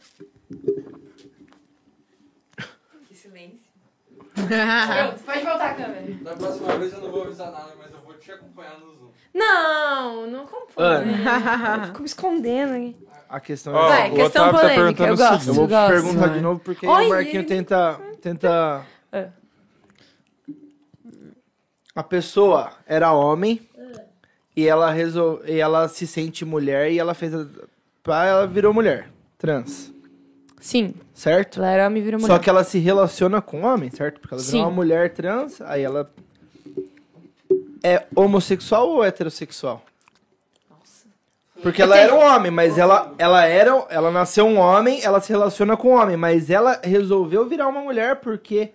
Que silêncio. Pronto, pode voltar a câmera. é- Da próxima vez eu não vou avisar nada, mas eu vou te acompanhar no Zoom. Não, não confunde. Eu fico me escondendo aqui. A questão Ó, Vai, é. o questão Otávio tá polêmica. eu perguntando o gosto, seguinte. eu vou eu gosto. perguntar de novo porque Oi, o Marquinho ele- tenta. tenta... É. A pessoa era homem e ela, resol... e ela se sente mulher e ela fez a pá, ela virou mulher. Trans. Sim, Certo? ela era homem e virou mulher. Só que ela se relaciona com homem, certo? Porque ela Sim. virou uma mulher trans, aí ela. É homossexual ou heterossexual? Porque ela era um homem, mas ela, ela era. Ela nasceu um homem, ela se relaciona com um homem, mas ela resolveu virar uma mulher porque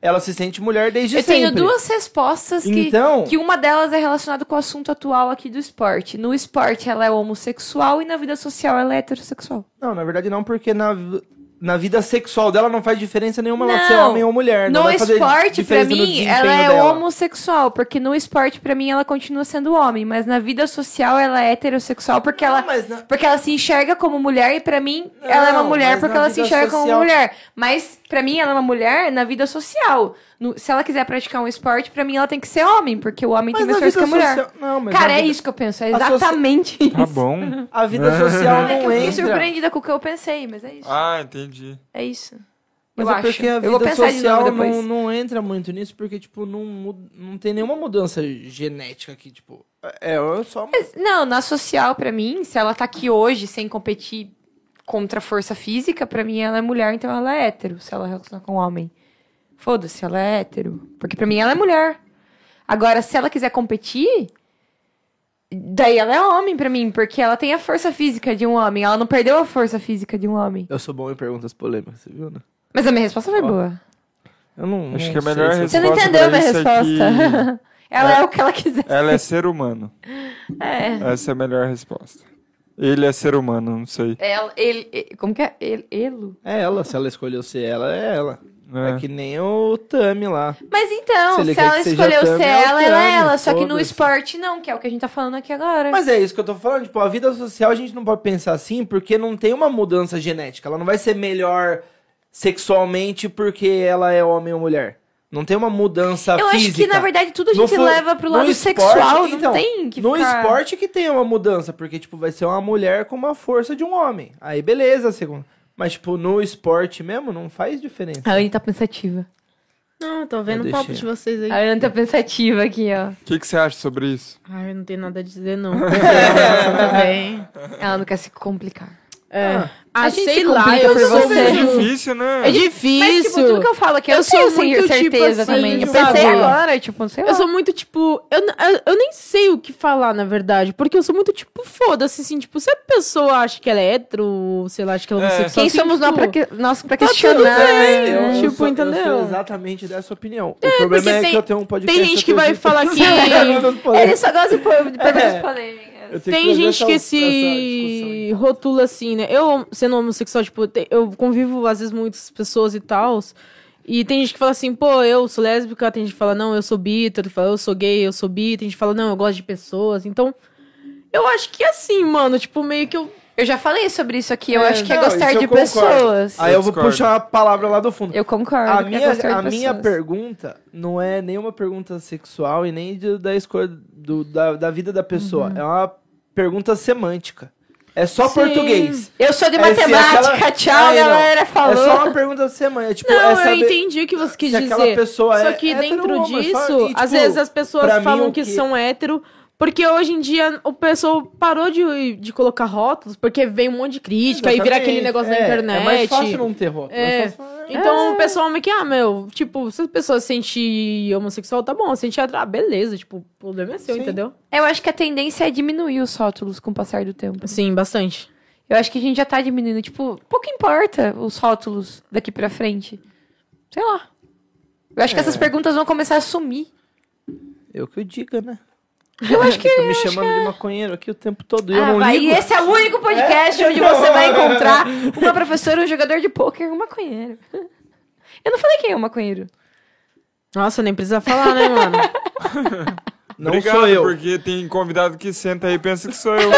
ela se sente mulher desde Eu sempre. tenho duas respostas que, Então- que uma delas é relacionada com o assunto atual aqui do esporte. No esporte ela é homossexual e na vida social ela é heterossexual. Não, na verdade não, porque na, vi- na vida sexual dela não faz diferença nenhuma ela ser Não. homem ou mulher. Não no vai fazer esporte, pra diferença no mim, desempenho ela é dela. homossexual, porque no esporte, pra mim, ela continua sendo homem, mas na vida social ela é heterossexual porque ela. Não, mas na- Porque ela se enxerga como mulher e pra mim ela é uma Não, mulher mas porque na ela se vida enxerga como social- mulher. Mas pra mim ela é uma mulher na vida social. No- se ela quiser praticar um esporte, pra mim ela tem que ser homem, porque o homem Mas tem na mais força que a vida mulher. social- não, mas Cara, na é vida- isso que eu penso, é a socia- exatamente isso. Tá bom. A vida social É que não eu fiquei entra. surpreendida com o que eu pensei, mas é isso. Ah, entendi. É isso. Mas eu é acho. porque a eu vou vida pensar de novo social depois. não, não entra muito nisso, porque, tipo, não, mu- não tem nenhuma mudança genética aqui, tipo. É, eu só. Não, na social, pra mim, se ela tá aqui hoje sem competir contra a força física, pra mim ela é mulher, então ela é hétero, se ela relacionar com homem. Foda-se, ela é hétero. Porque pra mim ela é mulher. Agora, se ela quiser competir, daí ela é homem pra mim, porque ela tem a força física de um homem, ela não perdeu a força física de um homem. Eu sou bom em perguntas polêmicas, você viu, né? Mas a minha resposta foi boa. Eu não. Acho não que a sei melhor se eu- Você não resposta entendeu a minha pra isso é resposta. ela é... o que ela quiser. Ela é ser humano. É. Essa é a melhor resposta. Ele é ser humano, não sei. Ela, ele, ele- como que é? Ele, elo? É ela, se ela escolheu ser ela, é ela. É, É. que nem o Tami lá. Mas então, Se se, ele quer ela que seja escolheu thumb, ser é o ela, ela é thumb, ela. Só que no foda-se. esporte não, que é o que a gente tá falando aqui agora. Mas é isso que eu tô falando, tipo, a vida social a gente não pode pensar assim, porque não tem uma mudança genética. Ela não vai ser melhor sexualmente porque ela é homem ou mulher. Não tem uma mudança eu física. acho que, na verdade, tudo a No gente fu- leva pro no lado esporte, sexual. não então, tem que no ficar... esporte que tem uma mudança, porque, tipo, vai ser uma mulher com uma força de um homem. Aí, beleza, segundo. Mas, tipo, no esporte mesmo, não faz diferença. A Ana tá pensativa. Não, tô vendo Eu o papo deixei. de vocês A aí. Ana tá pensativa aqui, ó. O que, que você acha sobre isso? Ai, eu não tenho nada a dizer, não. Você também. Ela não quer se complicar. É. Ah. Ah, A gente sei se lá, complica eu por sou você. É muito- difícil, né? É Mas, tipo, tudo difícil. que eu falo aqui, eu, Eu tenho sou muito, tipo, certeza assim, também. Eu sabe? pensei agora, tipo, sei lá. Eu sou muito, tipo. Eu, n- eu, eu nem sei o que falar, na verdade. Porque eu sou muito, tipo, foda-se, assim, tipo, se a pessoa acha que ela é hétero, ou sei lá, acha que ela é É. homossexual. Quem assim, somos nós tipo, pra, que... nós pra tá tudo questionar? bem, né? tipo, entendeu? Eu sou exatamente dessa opinião. o problema porque é tem- que eu tenho um podcast... Tem gente que vai falar que. Ele só gosta de pôr- de perguntas É. polêmicas. Tem gente que se rotula assim, né? Eu, sendo homossexual, tipo, te- eu convivo às vezes muitas pessoas e tal. E tem gente que fala assim, pô, eu sou lésbica, tem gente que fala, não, eu sou bi, tem gente que fala, eu sou gay, eu sou bi, tem gente que fala, não, eu gosto de pessoas. Então, eu acho que é assim, mano, tipo, meio que eu. Eu já falei sobre isso aqui. Eu É. acho que é Não, gostar isso eu de concordo. pessoas. Aí eu vou Discordo. puxar a palavra lá do fundo. Eu concordo. A que minha, é gostar de a minha pessoas. pergunta não é nenhuma pergunta sexual e nem de- da escolha do- da, da vida da pessoa. É uma pergunta semântica. É só Sim. português. Eu sou de É, se matemática, aquela- tchau, É, não. galera. Falou. É só uma pergunta semântica. É, tipo, Não, é saber eu entendi o que você quis se dizer. aquela pessoa Só é que hétero ou dentro homo, é disso, só- e, às tipo, vezes as pra pessoas mim, falam o que, que- são hétero, porque hoje em dia o pessoal parou de, de colocar rótulos, porque vem um monte de crítica e vira Exatamente. aquele negócio É, da internet. É mais fácil não ter rótulo. É. É. fácil- Então o pessoal meio que, ah, meu, tipo, se a pessoa se sente homossexual, tá bom, se sente atra- ah, beleza, tipo, o problema é seu, Sim. entendeu? Eu acho que a tendência é diminuir os rótulos com o passar do tempo. assim. Sim, bastante. Eu acho que a gente já tá diminuindo. Tipo, pouco importa os rótulos daqui pra frente. Sei lá. Eu É. acho que essas perguntas vão começar a sumir. Eu que eu diga, né? Eu acho que. Tô me chamando de maconheiro aqui o tempo todo. E eu ah, não vai. ligo. E esse é o único podcast onde você vai encontrar uma professora, um jogador de pôquer, um maconheiro. Eu não falei quem é o maconheiro. Nossa, nem precisa falar, né, mano? Não Obrigado, sou eu. porque tem convidado que senta aí e pensa que sou eu.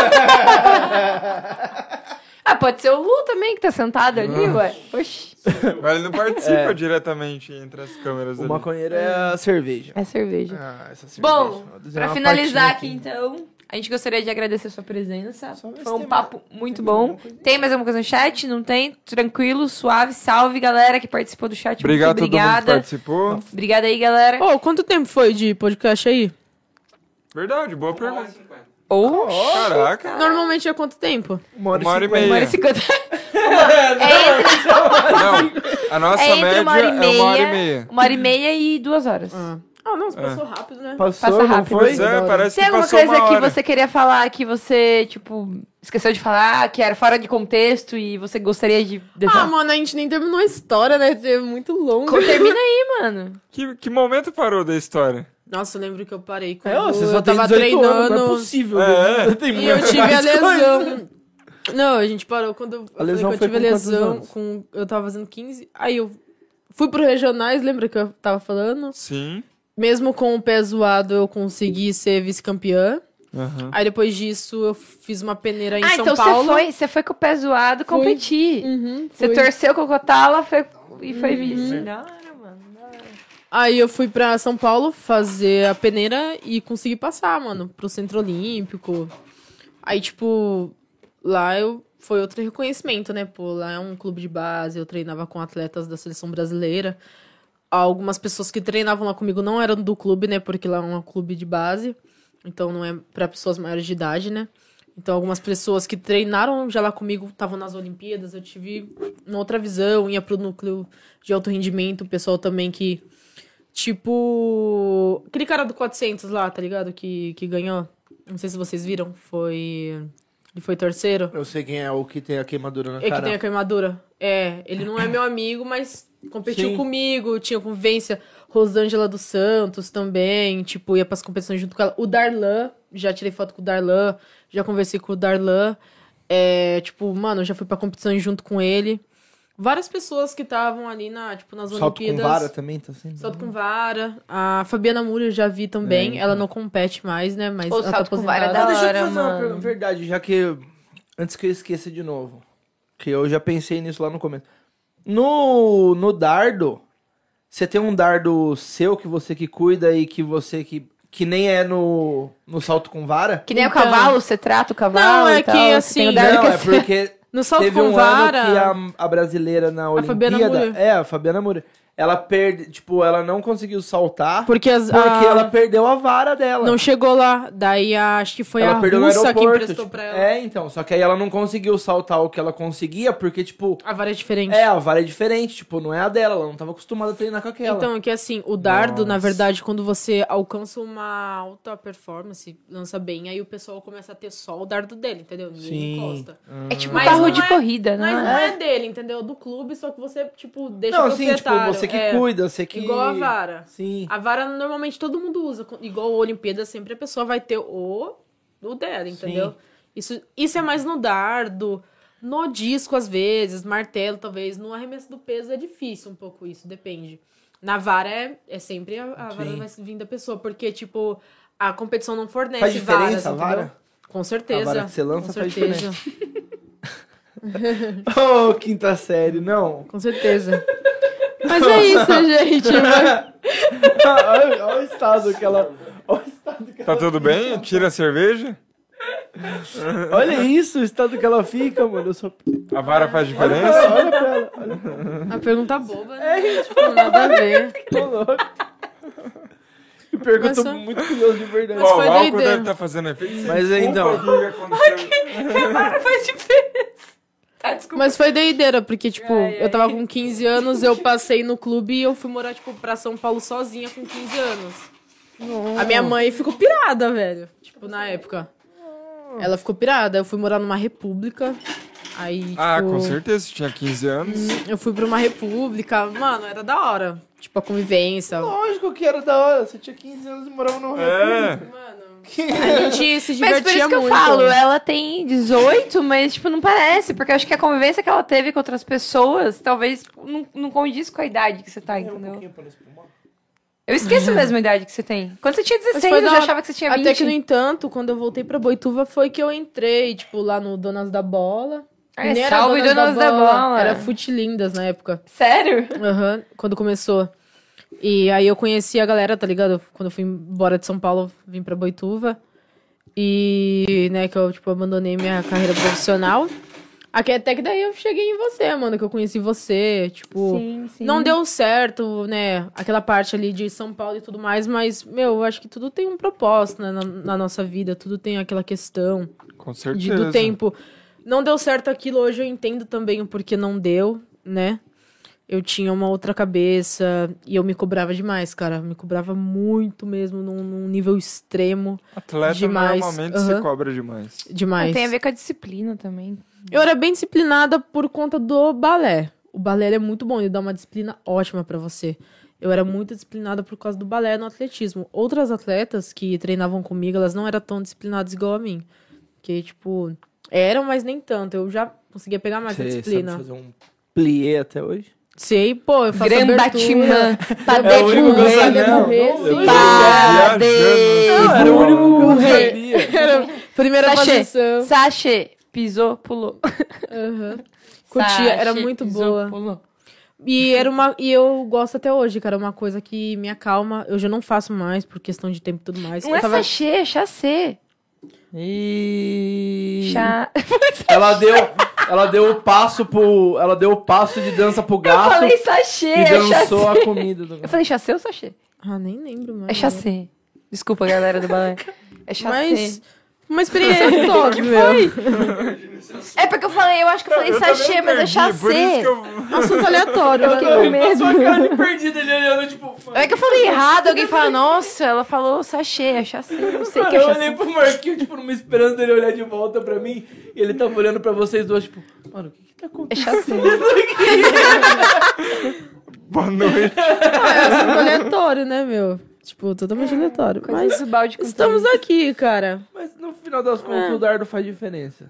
Ah, pode ser o Lu também, que tá sentado ali, Ah. ué. Oxi. Mas ele não É. participa diretamente entre as câmeras O ali. maconheiro é a cerveja. É cerveja. Ah, essa cerveja. Bom, Vou pra desenhar uma finalizar aqui, patinha então, a gente gostaria de agradecer a sua presença. Só ver se Foi um tem papo muito bom. Tem mais alguma coisa no chat? Não tem? Tranquilo, suave. Salve, galera que participou do chat. Obrigado a Tipo, muito todo mundo que obrigada. participou. Obrigada aí, galera. Ô, quanto tempo foi de podcast aí? Verdade, boa pergunta. Ou Ah. Caraca. Normalmente é quanto tempo? então. Uma hora, Uma hora e cinquenta. uma hora meia. e É cinquenta. entre, Não, a nossa É entre média uma hora e é uma hora e meia. meia. Uma hora e meia e duas horas. Ah, não, você passou rápido, né? Passou, é, Passa não rápido. assim. foi? Pois é, parece Tem que alguma passou coisa uma que hora. você queria falar que você, tipo, esqueceu de falar, que era fora de contexto e você gostaria de Ah, deixar? mano, a gente nem terminou a história, né? É muito longo. Termina aí, mano. Que, que momento parou da história? Nossa, eu lembro que eu parei quando É, ó, você só eu tem tava 18 treinando. anos, não é possível. É. né? Tem E eu muito tive a mais coisa. lesão. Não, a gente parou quando eu, falei lesão que eu foi tive a com quantos lesão anos? com. Eu tava fazendo 15. Aí eu fui pro regionais, lembra que eu tava falando? Sim. Mesmo com o pé zoado, eu consegui ser vice-campeã. Aham. Aí depois disso eu fiz uma peneira em ah, São então Paulo. você foi, você foi com o pé zoado Fui. competir. Uhum, Você fui. Uhum. torceu com o Cotala foi, e foi vice. Da hora, mano. da hora. Aí eu fui pra São Paulo fazer a peneira e consegui passar, mano, pro Centro Olímpico. Aí, tipo, lá eu foi outro reconhecimento, né? Pô, lá é um clube de base, eu treinava com atletas da seleção brasileira. Algumas pessoas que treinavam lá comigo não eram do clube, né? Porque lá é um clube de base, então não é pra pessoas maiores de idade, né? Então, algumas pessoas que treinaram já lá comigo estavam nas Olimpíadas, eu tive uma outra visão, ia pro núcleo de alto rendimento, o pessoal também que Tipo. Aquele cara do 400 lá, tá ligado? Que, que ganhou. Não sei se vocês viram. Foi. Ele foi terceiro. Eu sei quem é o que tem a queimadura na É que cara. tem a queimadura. É, ele não é meu amigo, mas competiu Sim. comigo, tinha convivência. Rosângela dos Santos também, tipo, ia pras competições junto com ela. O Darlan, já tirei foto com o Darlan, já conversei com o Darlan. É, tipo, mano, já fui pra competições junto com ele. Várias pessoas que estavam ali na, tipo, nas Salto com Olimpíadas. vara também, tá assim? Salto com vara. A Fabiana Mura eu já vi É, também. então. Ela não compete mais, né? Mas Ou ela salto tá com vara é da aposentada. Ah, deixa eu te hora, fazer uma mano. pergunta, verdade, já que. Antes que eu esqueça de novo. Que eu já pensei nisso lá no começo. No, no dardo, você tem um dardo seu que você que cuida e que você que. Que nem é no, no salto com vara? Que nem o Então- cavalo, você trata o cavalo. Não, é e tal, que, você assim, tem um o dardo Não, que é porque No salto teve com um vara. ano que a, a brasileira na Fabiana Olimpíada. Mura. É, a Fabiana Mura. Ela perde. Tipo, ela não conseguiu saltar porque, Porque, as, a- ela perdeu a vara dela. ah, não chegou lá. Daí a- acho que foi ela a perdeu no Russa que aeroporto. emprestou tipo, pra ela. É, então. Só que aí ela não conseguiu saltar o que ela conseguia, porque, tipo, A vara é diferente. é, a vara é diferente, tipo, não é a dela, ela não tava acostumada a treinar com aquela. Então, é que assim, o dardo, na verdade, quando você alcança uma alta performance, lança bem, aí o pessoal começa a ter só o dardo dele, entendeu? Ninguém encosta. É tipo um Mas carro não de é- corrida, Mas não né? é dele, entendeu? Do clube, só que você, tipo, deixa não, o assim, tipo, proprietário. você que é. cuida, você que. Igual a vara. Sim. A vara normalmente todo mundo usa. co- Igual a Olimpíada, sempre a pessoa vai ter o, o dela, entendeu? Sim. Isso, isso é mais no dardo, no disco às vezes, martelo talvez. No arremesso do peso é difícil um pouco isso, depende. Na vara é, é sempre a, a vara Sim. vai vir da pessoa, porque, tipo, a competição não fornece Faz diferença varas, a entendeu? vara? Com certeza. A vara que você lança com faz certeza. Ô, quinta série, não. Com certeza. Mas é isso, gente. olha, olha o estado que ela. Olha, o estado que Tá ela tudo bem? Tira a cerveja? olha isso, o estado que ela fica, mano. Eu sou. A vara faz diferença? Olha pra ela, olha Uma pergunta boba, É né? Tipo, nada a ver. pra ela. Me pergunto Mas só- muito curioso de verdade. Mas Ó, foi o álcool doideira. deve estar fazendo efeito. Mas então. Opa, o que que aconteceu? Mas foi doideira, porque, tipo, Ai, ai. eu tava com 15 anos, eu passei no clube e eu fui morar, tipo, pra São Paulo sozinha com 15 anos. A minha mãe ficou pirada, velho. Tipo, na época. Ela ficou pirada. Eu fui morar numa república. Aí, tipo, Ah, com certeza, você tinha 15 anos. eu fui pra uma república. Mano, era da hora. Tipo, a convivência. Lógico que era da hora, você tinha 15 anos e morava no É. Mano, a gente se Mas divertia por isso que muito. eu falo, é ela tem 18, mas, tipo, não parece. Porque eu acho que a convivência que ela teve com outras pessoas, talvez não, não condiz com a idade que você tá, entendeu? Eu esqueço mesmo a idade que você tem. Quando você tinha Mas foi 16, eu da já hora. achava que você tinha 20. Até que, no entanto, quando eu voltei pra Boituva, foi que eu entrei, tipo, lá no Donas da Bola. É, Nem era salve, Donas donas da bola. é. Era Futilindas na época. Sério? Aham, quando começou. E aí eu conheci a galera, tá ligado? Quando eu fui embora de São Paulo, vim pra Boituva. E, né, que eu, tipo, abandonei minha carreira profissional. Aqui, até que daí eu cheguei em você, mano, que eu conheci você. Tipo, Sim, sim. não deu certo, né? Aquela parte ali de São Paulo e tudo mais, mas, meu, eu acho que tudo tem um propósito né, na, na nossa vida, tudo tem aquela questão Com de, certeza. do tempo. Não deu certo aquilo, hoje eu entendo também o porquê não deu, né? Eu tinha uma outra cabeça e eu me cobrava demais, cara. Me cobrava muito mesmo, num, num nível extremo. Atleta Demais. normalmente se Aham. cobra demais. Demais. Tem a ver com a disciplina também. Eu era bem disciplinada por conta do balé. O balé ele é muito bom, ele dá uma disciplina ótima pra você. Eu era muito disciplinada por causa do balé no atletismo. Outras atletas que treinavam comigo, elas não eram tão disciplinadas igual a mim. Que, tipo, eram, mas nem tanto. Eu já conseguia pegar mais a Você sabe disciplina. fazer um plié até hoje? Sei, pô, eu faço Gran Batman. abertura. Pra É o único que eu decorrer, sabia, não. decorrer, Eu sim. tava Pra né? viajando. Era o único que eu decorrer. sabia. Era primeira Sachê. posição. Sachê, pisou, pulou. Aham. Curtia, era Sachê, muito pisou, boa. pulou. E era uma e eu gosto até hoje, cara, é uma coisa que me acalma. Eu já não faço mais por questão de tempo e tudo mais. Não eu é tava- sachê, é chassê. E... Chá... Ela deu, ela deu o passo pro, ela deu o passo de dança pro Eu gato falei sachê, e é chassê. dançou a comida do Eu gato. falei chassê ou sachê? Ah, nem lembro mais. É chassê. Desculpa, galera do balé. É chassê. Mas uma experiência que top, meu. É porque eu falei, eu acho que eu falei Eu também sachê, mas é perdi, por isso chassê. que eu- Assunto aleatório. né? Eu fiquei com medo. cara de perdido ele olhando tipo, É que eu falei errado, alguém fala, nossa, ela falou sachê, é chassê, não sei o que é chassê. pro Marquinhos, tipo, numa esperança dele olhar de volta pra mim, e ele tava olhando pra vocês dois, tipo, mano, o que que tá É acontecendo? chassê. Boa noite. Ah, é assunto aleatório, né, meu? Tipo, totalmente aleatório. Mas Coisas do balde com estamos aqui, cara. Mas no final das Ah. contas, o dardo faz diferença.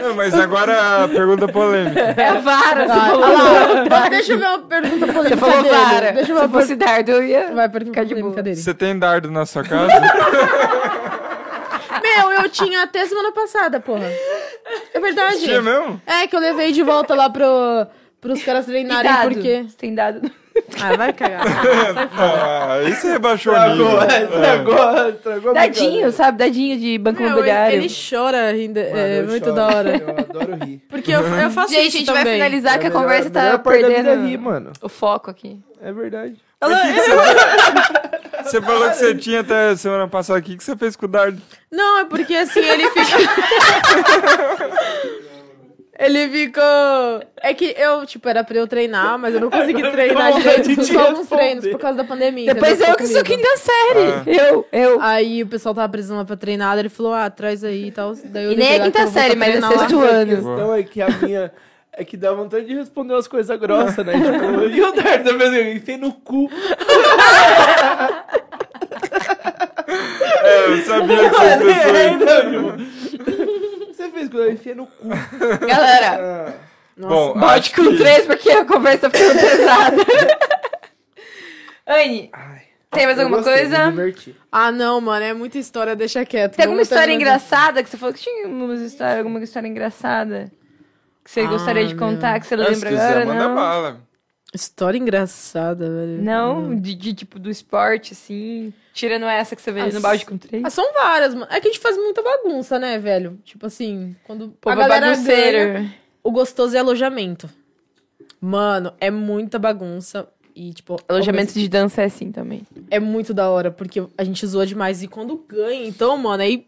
Não, mas agora a pergunta polêmica. É a vara, você Ah, falou. olha lá. Ah, deixa eu ver uma pergunta polêmica Você falou dele. vara. Deixa eu Se ver uma fosse dardo, eu ia... Vai, pergunta Fica de polêmica boa. dele. Você tem dardo na sua casa? Meu, eu tinha até semana passada, porra. É verdade. Tinha mesmo? É, que eu levei de volta lá pro, pros caras E treinarem, dado? porque... Você tem dado? Ah, vai cagar. Ah, aí você rebaixou o nível. Estragou, é, estragou, estragou. a Dadinho, brincadeira. sabe? Dadinho de banco Meu, imobiliário. ele, ele chora ainda, Mano, é eu muito choro, da hora. Eu adoro rir. Porque eu, eu faço Gente, a isso gente vai também. finalizar que É a melhor- conversa tá melhor parte da vida é rir, perdendo mano. o foco aqui. É verdade. Você falou que você tinha até semana passada. O que que você fez com o dardo? Não, é porque assim, ele fica... ele ficou... É que eu, tipo, era pra eu treinar, mas eu não consegui treinar vontade direito. de te Só alguns responder. treinos, por causa da é pandemia. Depois entendeu? eu que sou Comigo. quem da série. Ah. Eu, eu. Aí o pessoal tava precisando lá pra treinar, daí ele falou, ah, traz aí e tal. Daí eu E nem liguei é lá quinta que eu vou série, mas é treinar lá. sexto ano. questão é que a minha. É que dá vontade de responder umas coisas grossas, né? Tipo, e o Dardo também, assim, enfia no cu. É, eu sabia que É, essas pessoas... então, tipo, Você fez quando eu enfiei no cu. Galera, Ah, Bom, bote acho com que- três, porque a conversa ficou pesada. Anne, tem mais eu alguma gostei, coisa? me diverti. Ah, não, mano, é muita história, deixa quieto. Tem Vamos alguma história terminar. engraçada que você falou que tinha umas histórias, alguma história engraçada que você Ah, gostaria de contar, não. que você Ah, Se lembra quiser, agora? manda Não, bala. História engraçada, velho. não de, de, tipo do esporte, assim. Tirando essa que você veio Ah, no balde com três. Ah, são várias, mano. É que a gente faz muita bagunça, né, velho? Tipo assim, quando Pô, a galera ganha, o gostoso é alojamento. Mano, é muita bagunça e tipo, Alojamento de dança é assim também. é muito da hora, porque a gente zoa demais. E quando ganha, então, mano, aí.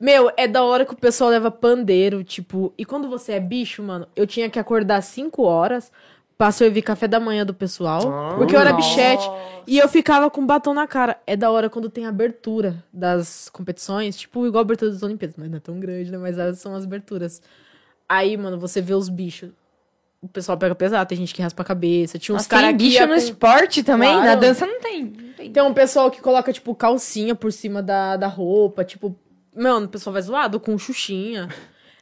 Meu, é da hora que o pessoal leva pandeiro, tipo. E quando você é bicho, mano, eu tinha que acordar às 5 horas pra servir café da manhã do pessoal. porque eu era nossa. é bichete. E eu ficava com batom na cara. É da hora quando tem abertura das competições, tipo, igual a abertura das Olimpíadas. Mas não é tão grande, né? Mas elas são as aberturas. Aí, mano, você vê os bichos. O pessoal pega pesado, tem gente que raspa a cabeça. Tinha uns Nossa, caras tem bicho no esporte também? Na Claro. dança não tem. Não tem. tem um pessoal que coloca, tipo, calcinha por cima da, da roupa, tipo. Mano, o pessoal vai zoado com xuxinha.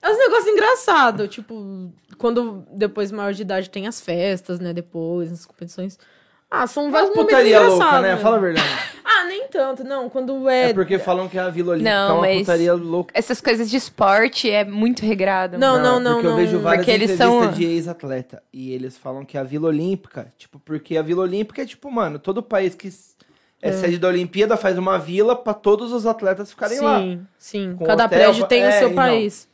É uns negócios engraçados, tipo, quando depois maior de idade tem as festas, né? Depois, as competições. Ah, são vários momentos Putaria engraçados. louca, né? né? Fala a verdade. Ah, nem tanto, não. Quando é. É porque falam que a Vila Olímpica Não, é uma mas- putaria louca. Essas coisas de esporte é muito regrado. Não, não, é não, Porque eu não. vejo várias Porque eles entrevistas são- de ex-atleta. E eles falam que a Vila Olímpica, tipo, porque a Vila Olímpica é tipo, mano, todo país que s- É, sede da Olimpíada, faz uma vila pra todos os atletas ficarem sim, lá. sim. Com Cada hotel, prédio tem o é, seu e não. país.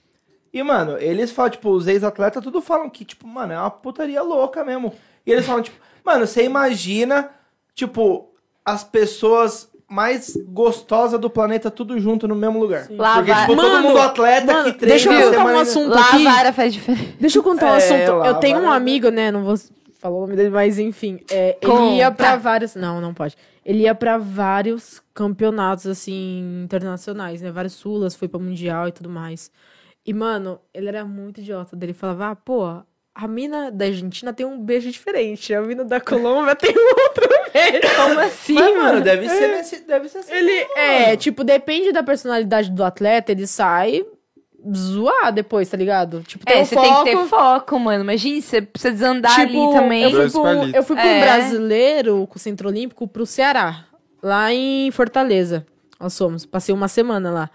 E, mano, eles falam, tipo, os ex-atletas tudo falam que, tipo, mano, é uma putaria louca mesmo. E eles falam, tipo, mano, você imagina, tipo, as pessoas mais gostosas do planeta tudo junto no mesmo lugar. Porque, Lavar, tipo, todo Mano, mundo atleta mano, que treina deixa eu a contar semana inteira. um assunto aqui. lavar faz diferença. Deixa eu contar um É, assunto. lá, eu tenho um vai- amigo, né? Não vou falar o nome dele, mas enfim. é, Conta. ele ia pra vários. Não, não pode. Ele ia pra vários campeonatos, assim, internacionais, né? Vários Sulas, foi pra Mundial e tudo mais. E, mano, ele era muito idiota. Daí Ele falava, ah, pô, a mina da Argentina tem um beijo diferente. A mina da Colômbia tem outro beijo. Como assim, Mas, mano, deve ser, nesse, deve ser assim. Ele é, tipo, depende da personalidade do atleta, ele sai zoar depois, tá ligado? Tipo, tem É, um você foco. Tipo, tem que ter foco, mano. Imagina, você precisa desandar ali Eu também. fui, Dois pra um, palitos. eu fui pra um É. brasileiro com o Centro Olímpico pro Ceará, lá em Fortaleza. Nós fomos, passei uma semana lá.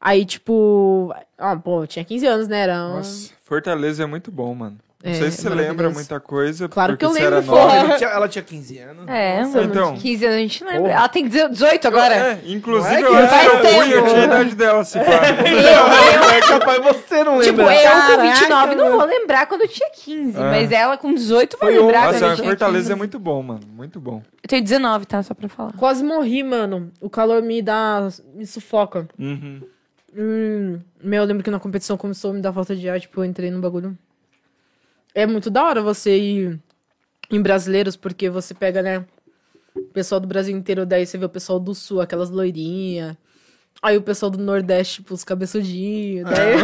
Aí, tipo, ah, pô, eu tinha 15 anos, né? Era um- Nossa, Fortaleza é muito bom, mano. Não É, sei se você lembra maravilhoso. muita coisa. Claro porque que eu você lembro, era porra. nova. Ela tinha, ela tinha 15 anos. É, Nossa, mano. Então. 15 anos a gente lembra. Porra. Ela tem 18 agora. É, inclusive, Não eu é que acho que faz eu fui, eu tempo. tinha a idade dela, se pá. É capaz você não Tipo, lembra. eu com Caraca, 29 não vou lembrar quando eu tinha 15. É. Mas ela com 18 vai Foi um- lembrar quando eu Nossa, tinha Fortaleza 15. é muito bom, mano. Muito bom. Eu tenho 19, tá? Só pra falar. Quase morri, mano. O calor me dá. me sufoca. Uhum. Hum, meu, eu lembro que na competição começou a me dar falta de ar, tipo, eu entrei no bagulho. É muito da hora você ir em brasileiros, porque você pega, né, o pessoal do Brasil inteiro, daí você vê o pessoal do sul, aquelas loirinhas. Aí o pessoal do Nordeste, tipo, os cabeçudinhos. Daí...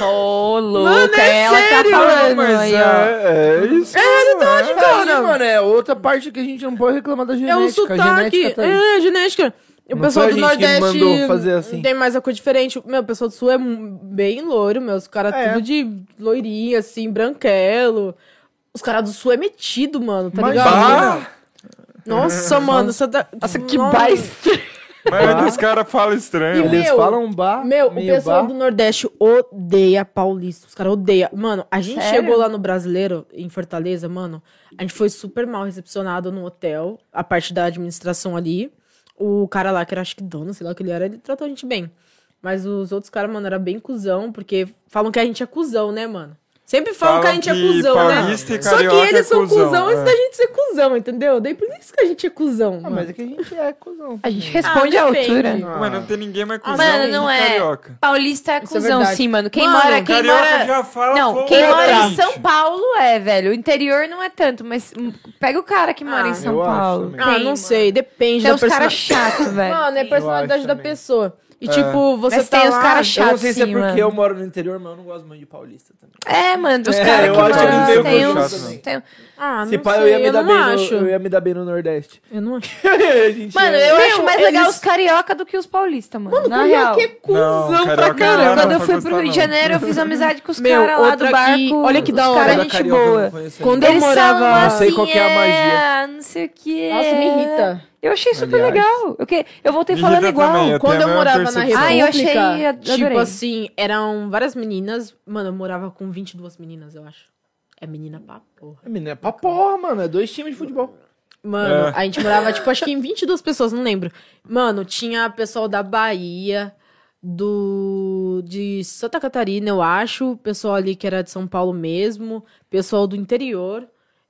Ô, louca, Mano, é ela que sério, tá falando Mas aí, ó. é, é Uhum. isso. É, Tá aí, mano, é outra parte que a gente não pode reclamar da genética. É um A sotaque. genética tá aí. É, genética. E o Não pessoal foi a do gente que Nordeste mandou fazer assim. tem mais a cor diferente. Meu, o pessoal do Sul é mu- bem loiro, meu. Os caras É. tudo de loirinha, assim, branquelo. Os caras do Sul é metido, mano, tá ligado? é. Bah! Nossa, mano. Você tá... Nossa, Que baita. Mas os caras falam estranho. Eles meu, falam bar, Meu, o meio pessoal bar. do Nordeste odeia paulista. Os caras odeiam. Mano, a gente Sério? chegou lá no Brasileiro, em Fortaleza, mano. A gente foi super mal recepcionado no hotel, a parte da administração ali. O cara lá, que era acho que dono, sei lá o que ele era, ele tratou a gente bem. Mas os outros caras, mano, era bem cuzão, porque falam que a gente é cuzão, né, mano? Sempre falam, que a gente é cuzão, né? paulista e Só que carioca é eles são cuzão, antes é. da gente ser cuzão, entendeu? Daí por isso que a gente é cuzão. Ah, mano. mas é que a gente é cuzão. A gente responde à depende. altura. Mano, não tem ninguém mais cuzão Mano, não que é. carioca. Paulista é cuzão, verdade. sim, mano. é Quem Mano, mora, quem Carioca mora... já fala Não, fogo quem na mora em frente. São Paulo é, velho. O interior não é tanto, mas hum, pega o cara que mora Ah, em São eu acho Paulo. também. Ah, não sei, depende Tem da os caras personalidade. chatos, velho. Mano, é a personalidade acho da também. É. pessoa. E, tipo, você Mas tá tem os lá- caras Eu não chatos, sei se é sim, porque mano. eu moro no interior, mas eu não gosto muito de paulista também. É, mano, os É, caras eu que acho que moram eles lá tem são uns... chatos, tem- um- Ah, não Se pá, sei, eu ia me dar não bem acho. no, eu ia me dar bem no Nordeste. Eu não acho. A gente Mano, ia- eu Meu, acho mais legal eles- os carioca do que os paulista, mano. Mano, na real. que é Não, cuzão pra carioca caramba. não. Quando eu vai fui gostar, pro Rio de não. Janeiro, eu fiz amizade com os Meu, caras lá do outra barco. que- olha que da os hora. caras Cada gente é carioca eu não boa. conheço Quando ainda. eu Eles morava- são Não sei qual que é a magia. Não sei o que. Nossa, me irrita. Eu achei super Aliás. legal. Eu, que... eu voltei Me falando irrita igual. também, eu Quando tenho a eu mesma morava na percepção. República, Ai, eu achei- adorei. tipo assim, eram várias meninas. Mano, eu morava com 22 meninas, eu acho. É menina pra porra. Menino, é pra porra, mano. É dois times de futebol. Mano, É. a gente morava, tipo, acho que em 22 pessoas, não lembro. Mano, tinha pessoal da Bahia, do de Santa Catarina, eu acho, pessoal ali que era de São Paulo mesmo, pessoal do interior.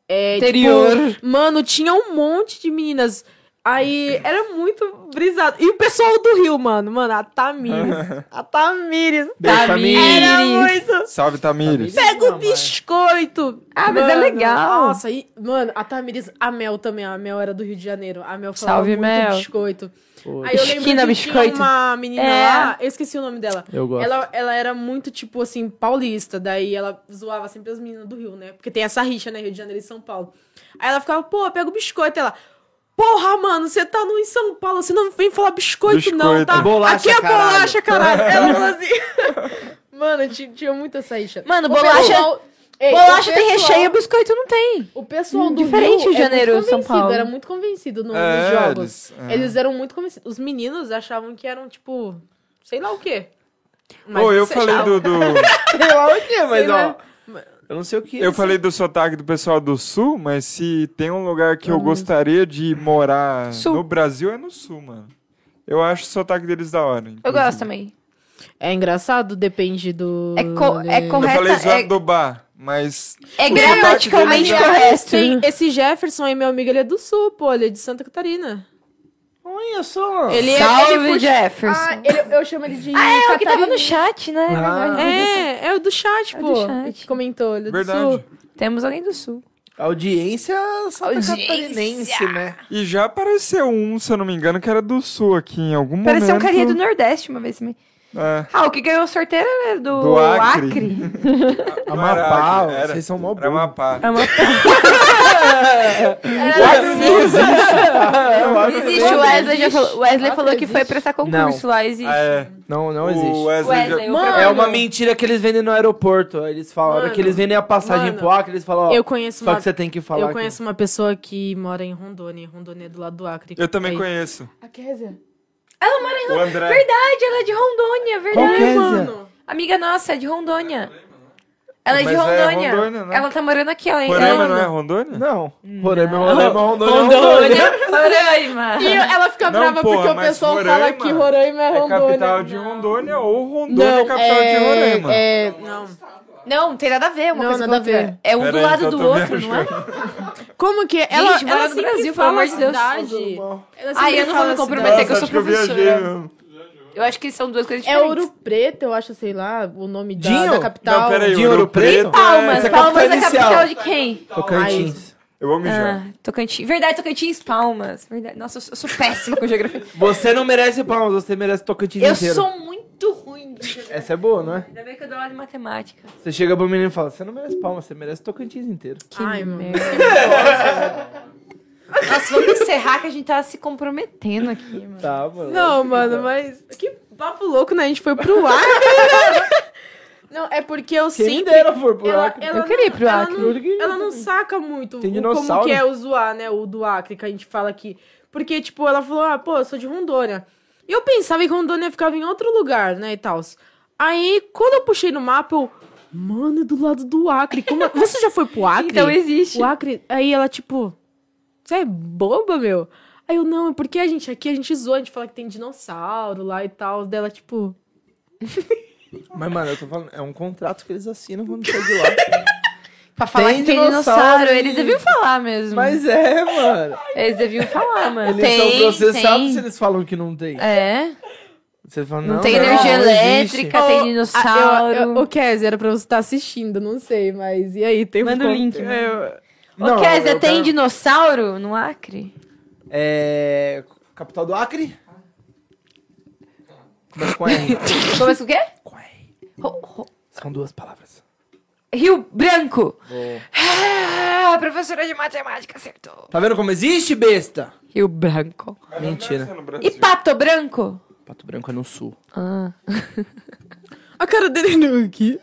É, Interior. tipo, mano, tinha um monte de meninas. Aí era muito brisado. E o pessoal do Rio, mano, mano, a Tamires. a Tamires. Beijo, Tamires. Era muito. Salve, Tamires. Pega Não, o mas- biscoito! Ah, mas é legal. Nossa, e, mano, a Tamiris, a Mel também, a Mel era do Rio de Janeiro. A Mel falava Salve, muito Mel. biscoito. Pô, Aí eu lembro Esquina que biscoito. tinha uma menina É. lá, eu esqueci o nome dela. Eu gosto. Ela, ela era muito, tipo assim, paulista. Daí ela zoava sempre as meninas do Rio, né? Porque tem essa rixa, né? Rio de Janeiro e São Paulo. Aí ela ficava, pô, pega o biscoito. Ela, porra, mano, você tá no, em São Paulo, você não vem falar biscoito, não, Biscoito. tá? Bolacha, Aqui é caralho." bolacha, caralho. Ela falou assim. mano, tinha, tinha muita essa rixa. Mano, O bolacha- pessoal- Ei, Bolacha o tem pessoal- recheio, biscoito não tem. o pessoal Hum, do diferente Rio de Janeiro, é muito São convencido, Paulo. era muito convencido no- É, nos jogos. eles- Eles, é. eram muito convencidos. Os meninos achavam que eram, tipo, sei lá o quê. é Pô, eu se falei achavam. do... do- Sei lá É o quê, mas Sei ó. lá. Eu não sei o que. Eu falei do sotaque do pessoal do Sul, mas se tem um lugar que eu gostaria de morar Uhum. Sul. no Brasil é no Sul, mano. Eu acho o sotaque deles da hora. Eu inclusive. gosto também. É engraçado, depende do. É, co é Eu correta. falei zoando É, do bar, mas é o gramaticalmente sotaque é correto. Sim, é esse Jefferson aí, meu amigo, ele é do sul, pô, ele é de Santa Catarina. Olha só. Ele é- Salve, ele puxa- Jefferson. Ah, ele- eu chamo ele de. é o que tava no catarinense. chat, né? Ah. É, é o do chat, É o pô. do chat. Que comentou, ele é do Verdade. sul. Temos alguém do Sul. Audiência Santa Audiência. Catarinense, né? E já apareceu um, se eu não me engano, que era do Sul aqui em algum Pareceu um momento. carinha do Nordeste uma vez também. É, Ah, o que ganhou o sorteio era do, Do Acre. não era Amapá, Acre, era- vocês são mó Era burro. Amapá. assim. Eu acho que Existe, o Wesley já existe. falou, o Wesley Acre falou que foi existe. prestar concurso lá, existe. Ah, é. Não, não O existe. Wesley, já- Wesley, o Mano, É uma mentira que eles vendem no aeroporto. Aí Eles falam, a hora Mano, que eles vendem a passagem mano, pro Acre, eles falam, ó, Eu conheço só uma. que você tem que falar. Eu que- conheço uma pessoa que mora em Rondônia. e Rondônia é do lado do Acre. Eu também Aí- conheço. A Kézia? O André. Verdade, ela é de Rondônia, Qual que verdade. é, Zé? Mano, Amiga nossa, é de Rondônia. Ela é de Mas é Rondônia. Rondônia, né? Ela tá morando aqui, ela Roraima ela- não é Rondônia? Não. Roraima, Roraima, Rondônia, é Rondônia. Rondônia, Roraima. E ela fica Não, brava porra, porque o mas pessoal fala Roraima que Roraima é É Rondônia. capital de Não. Rondônia ou Rondônia é capital de Roraima. É... Não. Não, não tem nada a ver, uma Não, coisa nada com outra. a ver. É um do Pera aí, lado então do tô outro, não é? Como que é? Ela, Gente, ela mora no sempre Brasil, pelo fala amor de Deus. a cidade. Ela sempre Ai, eu não vou fala me a comprometer cidade. que eu sou acho que eu viajei professora. mesmo. Eu acho que são duas coisas É diferentes. Ouro Preto, eu acho, sei lá, o nome da, Dinho? da capital. Não, peraí, De Ouro, Ouro Preto. Preto? Palmas, Essa é a Palmas é a capital capital inicial. de quem? Tocantins. Eu vou mijar. Ah, Tocantins. Verdade, Tocantins, Palmas. Verdade. Nossa, eu sou, eu sou péssima com geografia. Você não merece palmas, você merece Tocantins Eu inteiro. sou um- muito ruim. Essa é boa, não é? Ainda bem que eu dou aula de matemática. Você chega pro menino e fala, você não merece palmas, você merece Tocantins inteiro. Que Ai, mano. Nossa, vamos encerrar que a gente tá se comprometendo aqui, mano. Tá, mano. Não, mano, mas que papo louco, né? A gente foi pro ar. né? não, é porque eu Quem sempre... dera for pro Ela, é Acre. ela Eu queria ir pro ela Acre. não- Ela não saca muito Tem o- como dinossauro. que é o zoar, né? O do Acre, que a gente fala aqui. Porque, tipo, ela falou, ah, pô, eu sou de Rondônia. E eu pensava que Rondônia ficava em outro lugar, né, e tal. Aí, quando eu puxei no mapa, eu... Mano, é do lado do Acre. Como... é- Você já foi pro Acre? Então existe. O Acre... Aí ela, tipo... Você é boba, meu? Aí eu, não, é porque a gente aqui, a gente zoa, a gente fala que tem dinossauro lá e tal. Dela, tipo... Mas, mano, eu tô falando, é um contrato que eles assinam quando sai de lá. Pra falar Tem que tem dinossauro, dinossauro, eles deviam falar mesmo. Mas é, mano. Eles deviam falar, mano. Eles são processados se eles falam que não tem. É. Você fala, Não não, tem energia elétrica, Ô, tem a- dinossauro. eu- eu- O Kézia, era pra você estar assistindo, não sei, mas e aí? Tem Manda o um link, manda. Eu... Ô, Kézia, tem dinossauro no Acre? É. Capital do Acre? Começa com R. Começa com o quê? Com R. Ro- ro- São duas palavras. Rio Branco. Ah, a professora de matemática acertou. Tá vendo como existe, besta? Rio Branco. Mentira. E Pato Branco? Pato Branco é no sul. Ah. A cara dele não aqui.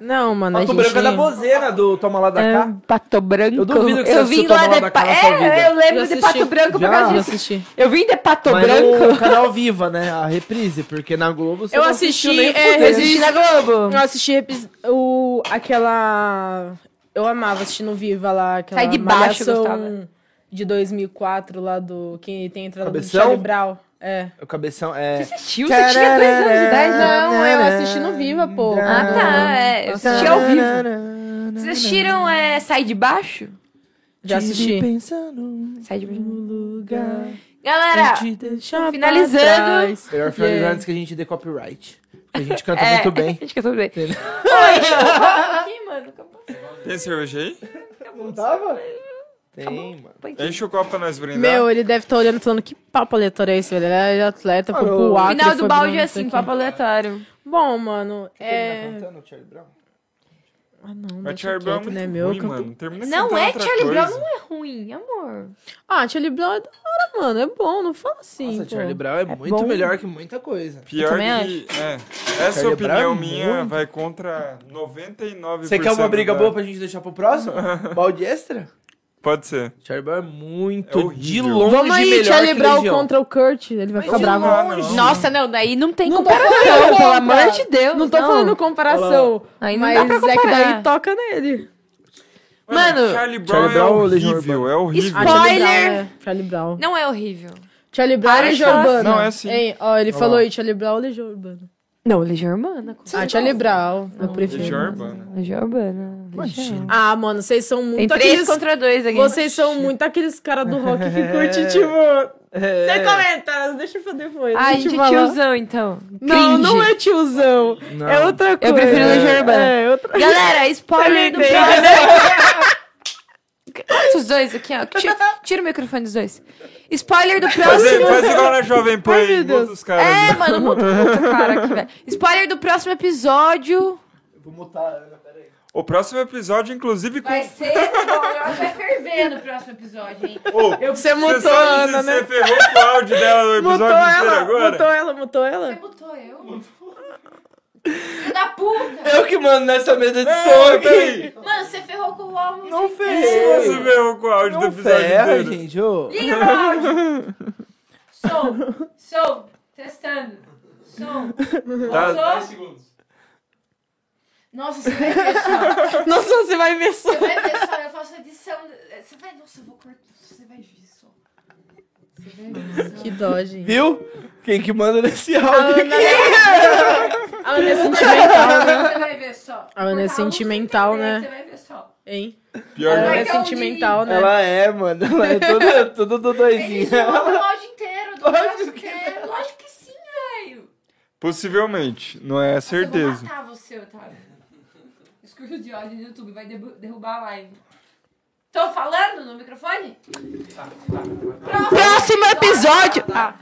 Não, mano, a Pato gente... Branco é da bozeira do Toma Lá da É, Cá. Pato Branco. Eu duvido que Eu você vim assistiu lá Tomar de da pa... Cara na sua É, vida. eu lembro Já de Pato assisti. Branco por Já? causa Eu disso. assisti. Eu vim de Pato Mas Branco. no canal Viva, né? A reprise, porque na Globo você Eu não assisti, assistiu nem é, fudendo. resisti- Existe na Globo. Eu assisti epis- o... aquela... Eu amava assistir no Viva lá, aquela Sai de baixo, malhação Gustavo. de 2004 lá do... Que tem a entrada Cabeção? do Charlie Brown. É. O cabeção é. Tio, você tinha dois anos de idade? Não, eu assisti no Viva, pô. Ah, tá. É, eu assisti ao vivo. vivo. Vocês assistiram é, Sai de Baixo? Já assisti. Pensando Sai de Baixo. no lugar. Galera, que te deixa- finalizando. Melhor finalizar antes que a gente dê copyright. Porque A gente canta é, tá muito bem. Acho que eu tô bem. Entendeu? Oi, mano. Tem cerveja aí? Não tava? Tem, mano. Enche o copo pra nós brindar. Meu, ele deve estar olhando falando que papo aleatório é esse, velho? Ele é atleta, foi Mano, pro Acre, Final foi do balde pro- é assim, papo aleatório. Bom, mano, Terminar é... tá cantando, Charlie Brown? Ah, não, Mas deixa Charlie Brown é quieto, muito né, ruim, meu? Eu canto- mano. Termina Não cantando é, outra Charlie coisa. Brown não é ruim, amor. Ah, Charlie Brown é da hora, mano, é bom, não fala assim, Nossa, pô. Charlie Brown é, muito bom. melhor que muita coisa. Eu Pior também que... É. Essa Charlie opinião Brown é minha muito. vai contra 99%. Você quer uma briga da- boa pra gente deixar pro próximo? Balde extra? Pode ser. Charlie Brown é muito É de horrível. longe Vamos aí, melhor Charlie que Brown Legião. contra o Kurt. Ele vai Mas ficar de Tá bravo. é longe. Nossa, não, daí não tem Não tô comparação, falando pelo contra. amor de Deus. Não tô falando comparação. Aí não dá mas pra é que comparar. daí toca nele. Mano, Charlie Brown, Charlie Brown é ou Legião horrível, é horrível. Spoiler! Charlie Brown, né? Charlie Brown. Não é horrível. Charlie Brown Para é de Legião falar Urbana. assim. Não, é assim. Hein? Ó, ele Olha falou lá. aí, Charlie Brown ou Legião Urbana? Não, Legião Urbana. com Ah, certeza. Charlie Brown. Eu é prefiro. Legião Urbana. Legião Urbana. Imagina. Ah, mano, vocês são muito Tem três aqueles... contra dois aqui. Vocês são muito aqueles caras do rock que curte, tipo... É. Sem comentários, deixa eu fazer depois. Ai, deixa eu gente, é falar. tiozão, então. Não, Cringe. não é tiozão. Não. É outra coisa. Eu prefiro Legião Urbana. É, outra... Galera, spoiler do Você me programa. Os dois aqui, ó. Tira, tira o microfone dos dois. Spoiler do Faz, próximo. faz igual na Jovem Pan Ai, aí, meu Deus. muda os caras. É, mano, muito puta cara aqui, velho. Spoiler do próximo episódio. Vou mutar, peraí. O próximo episódio, inclusive, com... Vai ser, bom, eu acho que vai ferver no próximo episódio, hein? Ô, Você você mutou a sabe se Ana, né? você ferrou com o áudio dela no episódio Mutou inteiro ela, agora? mutou ela, mutou Você ela. botou eu? Filho da puta! Eu É que mando nessa mesa É, de som Não, aqui. peraí. Mano, você ferrou com o homem. Não Você ferrei. ferrou com o áudio do Não episódio ferra, inteiro. gente. ô. Liga pro áudio! Som, som, testando. Som. Tá- Voltou? Nossa, você vai ver só. Nossa, você vai ver só. Você vai ver só, eu faço edição. Você vai, nossa, eu vou cortar. Você vai ver só. Você vai ver só. Que dó, gente. Viu? Quem que manda nesse A áudio Ana, é a Ana é sentimental, né? Você vai ver só. A Ana é Cortar a luz, sentimental, você vai ver, né? Você vai ver só. Hein? A Pior Ana não. é sentimental, né? Ela é, mano. Ela é toda, toda Ele dodóizinha. jogou o áudio inteiro, do áudio inteiro. Lógico que sim, velho. Possivelmente, não é Eu vou certeza. matar você, Otávio. Discurso de ódio no YouTube, vai debu- derrubar a live. Tô falando no microfone? Próximo episódio. Ah, tá.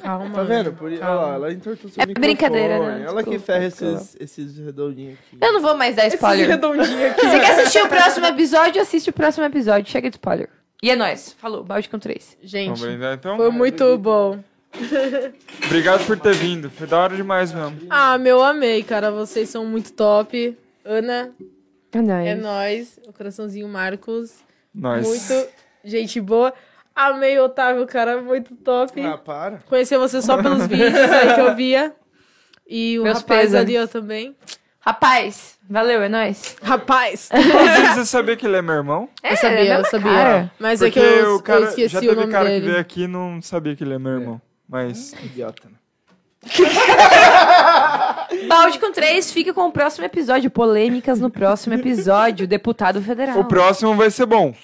Calma. Tá vendo? Por... Olha lá, ela entortou seu É microfone. brincadeira, né? Ela que Desculpa, ferra desculpa. esses, esses redondinhos aqui. Ah, eu não vou mais dar Esse spoiler. redondinho aqui. Se você quer assistir o próximo episódio, assiste o próximo episódio. Chega de spoiler. E é nóis. Falou, balde com três. Vamos Gente, brindar então? foi um muito bom. Obrigado por ter vindo. Foi da hora demais mesmo. Ah, meu, amei, cara. Vocês são muito top. Ana, É nóis. é nóis. O coraçãozinho Marcos. Nós. Muito gente boa. Amei, Otávio, cara. Muito top. Ah, para. Conhecer você só pelos vídeos aí que eu via. E o Meus rapaz pésames. ali, eu também. Rapaz, valeu, é nóis. Rapaz! Inclusive, você sabia que ele é meu irmão? É, Eu sabia, é a eu mesma sabia. cara. Mas é Porque que eu, o cara eu esqueci já o teve nome cara que dele. veio aqui e não sabia que ele é meu irmão. Mas Idiota, né? Balde com três, fica com o próximo episódio. Polêmicas no próximo episódio. Deputado federal. o próximo vai ser bom.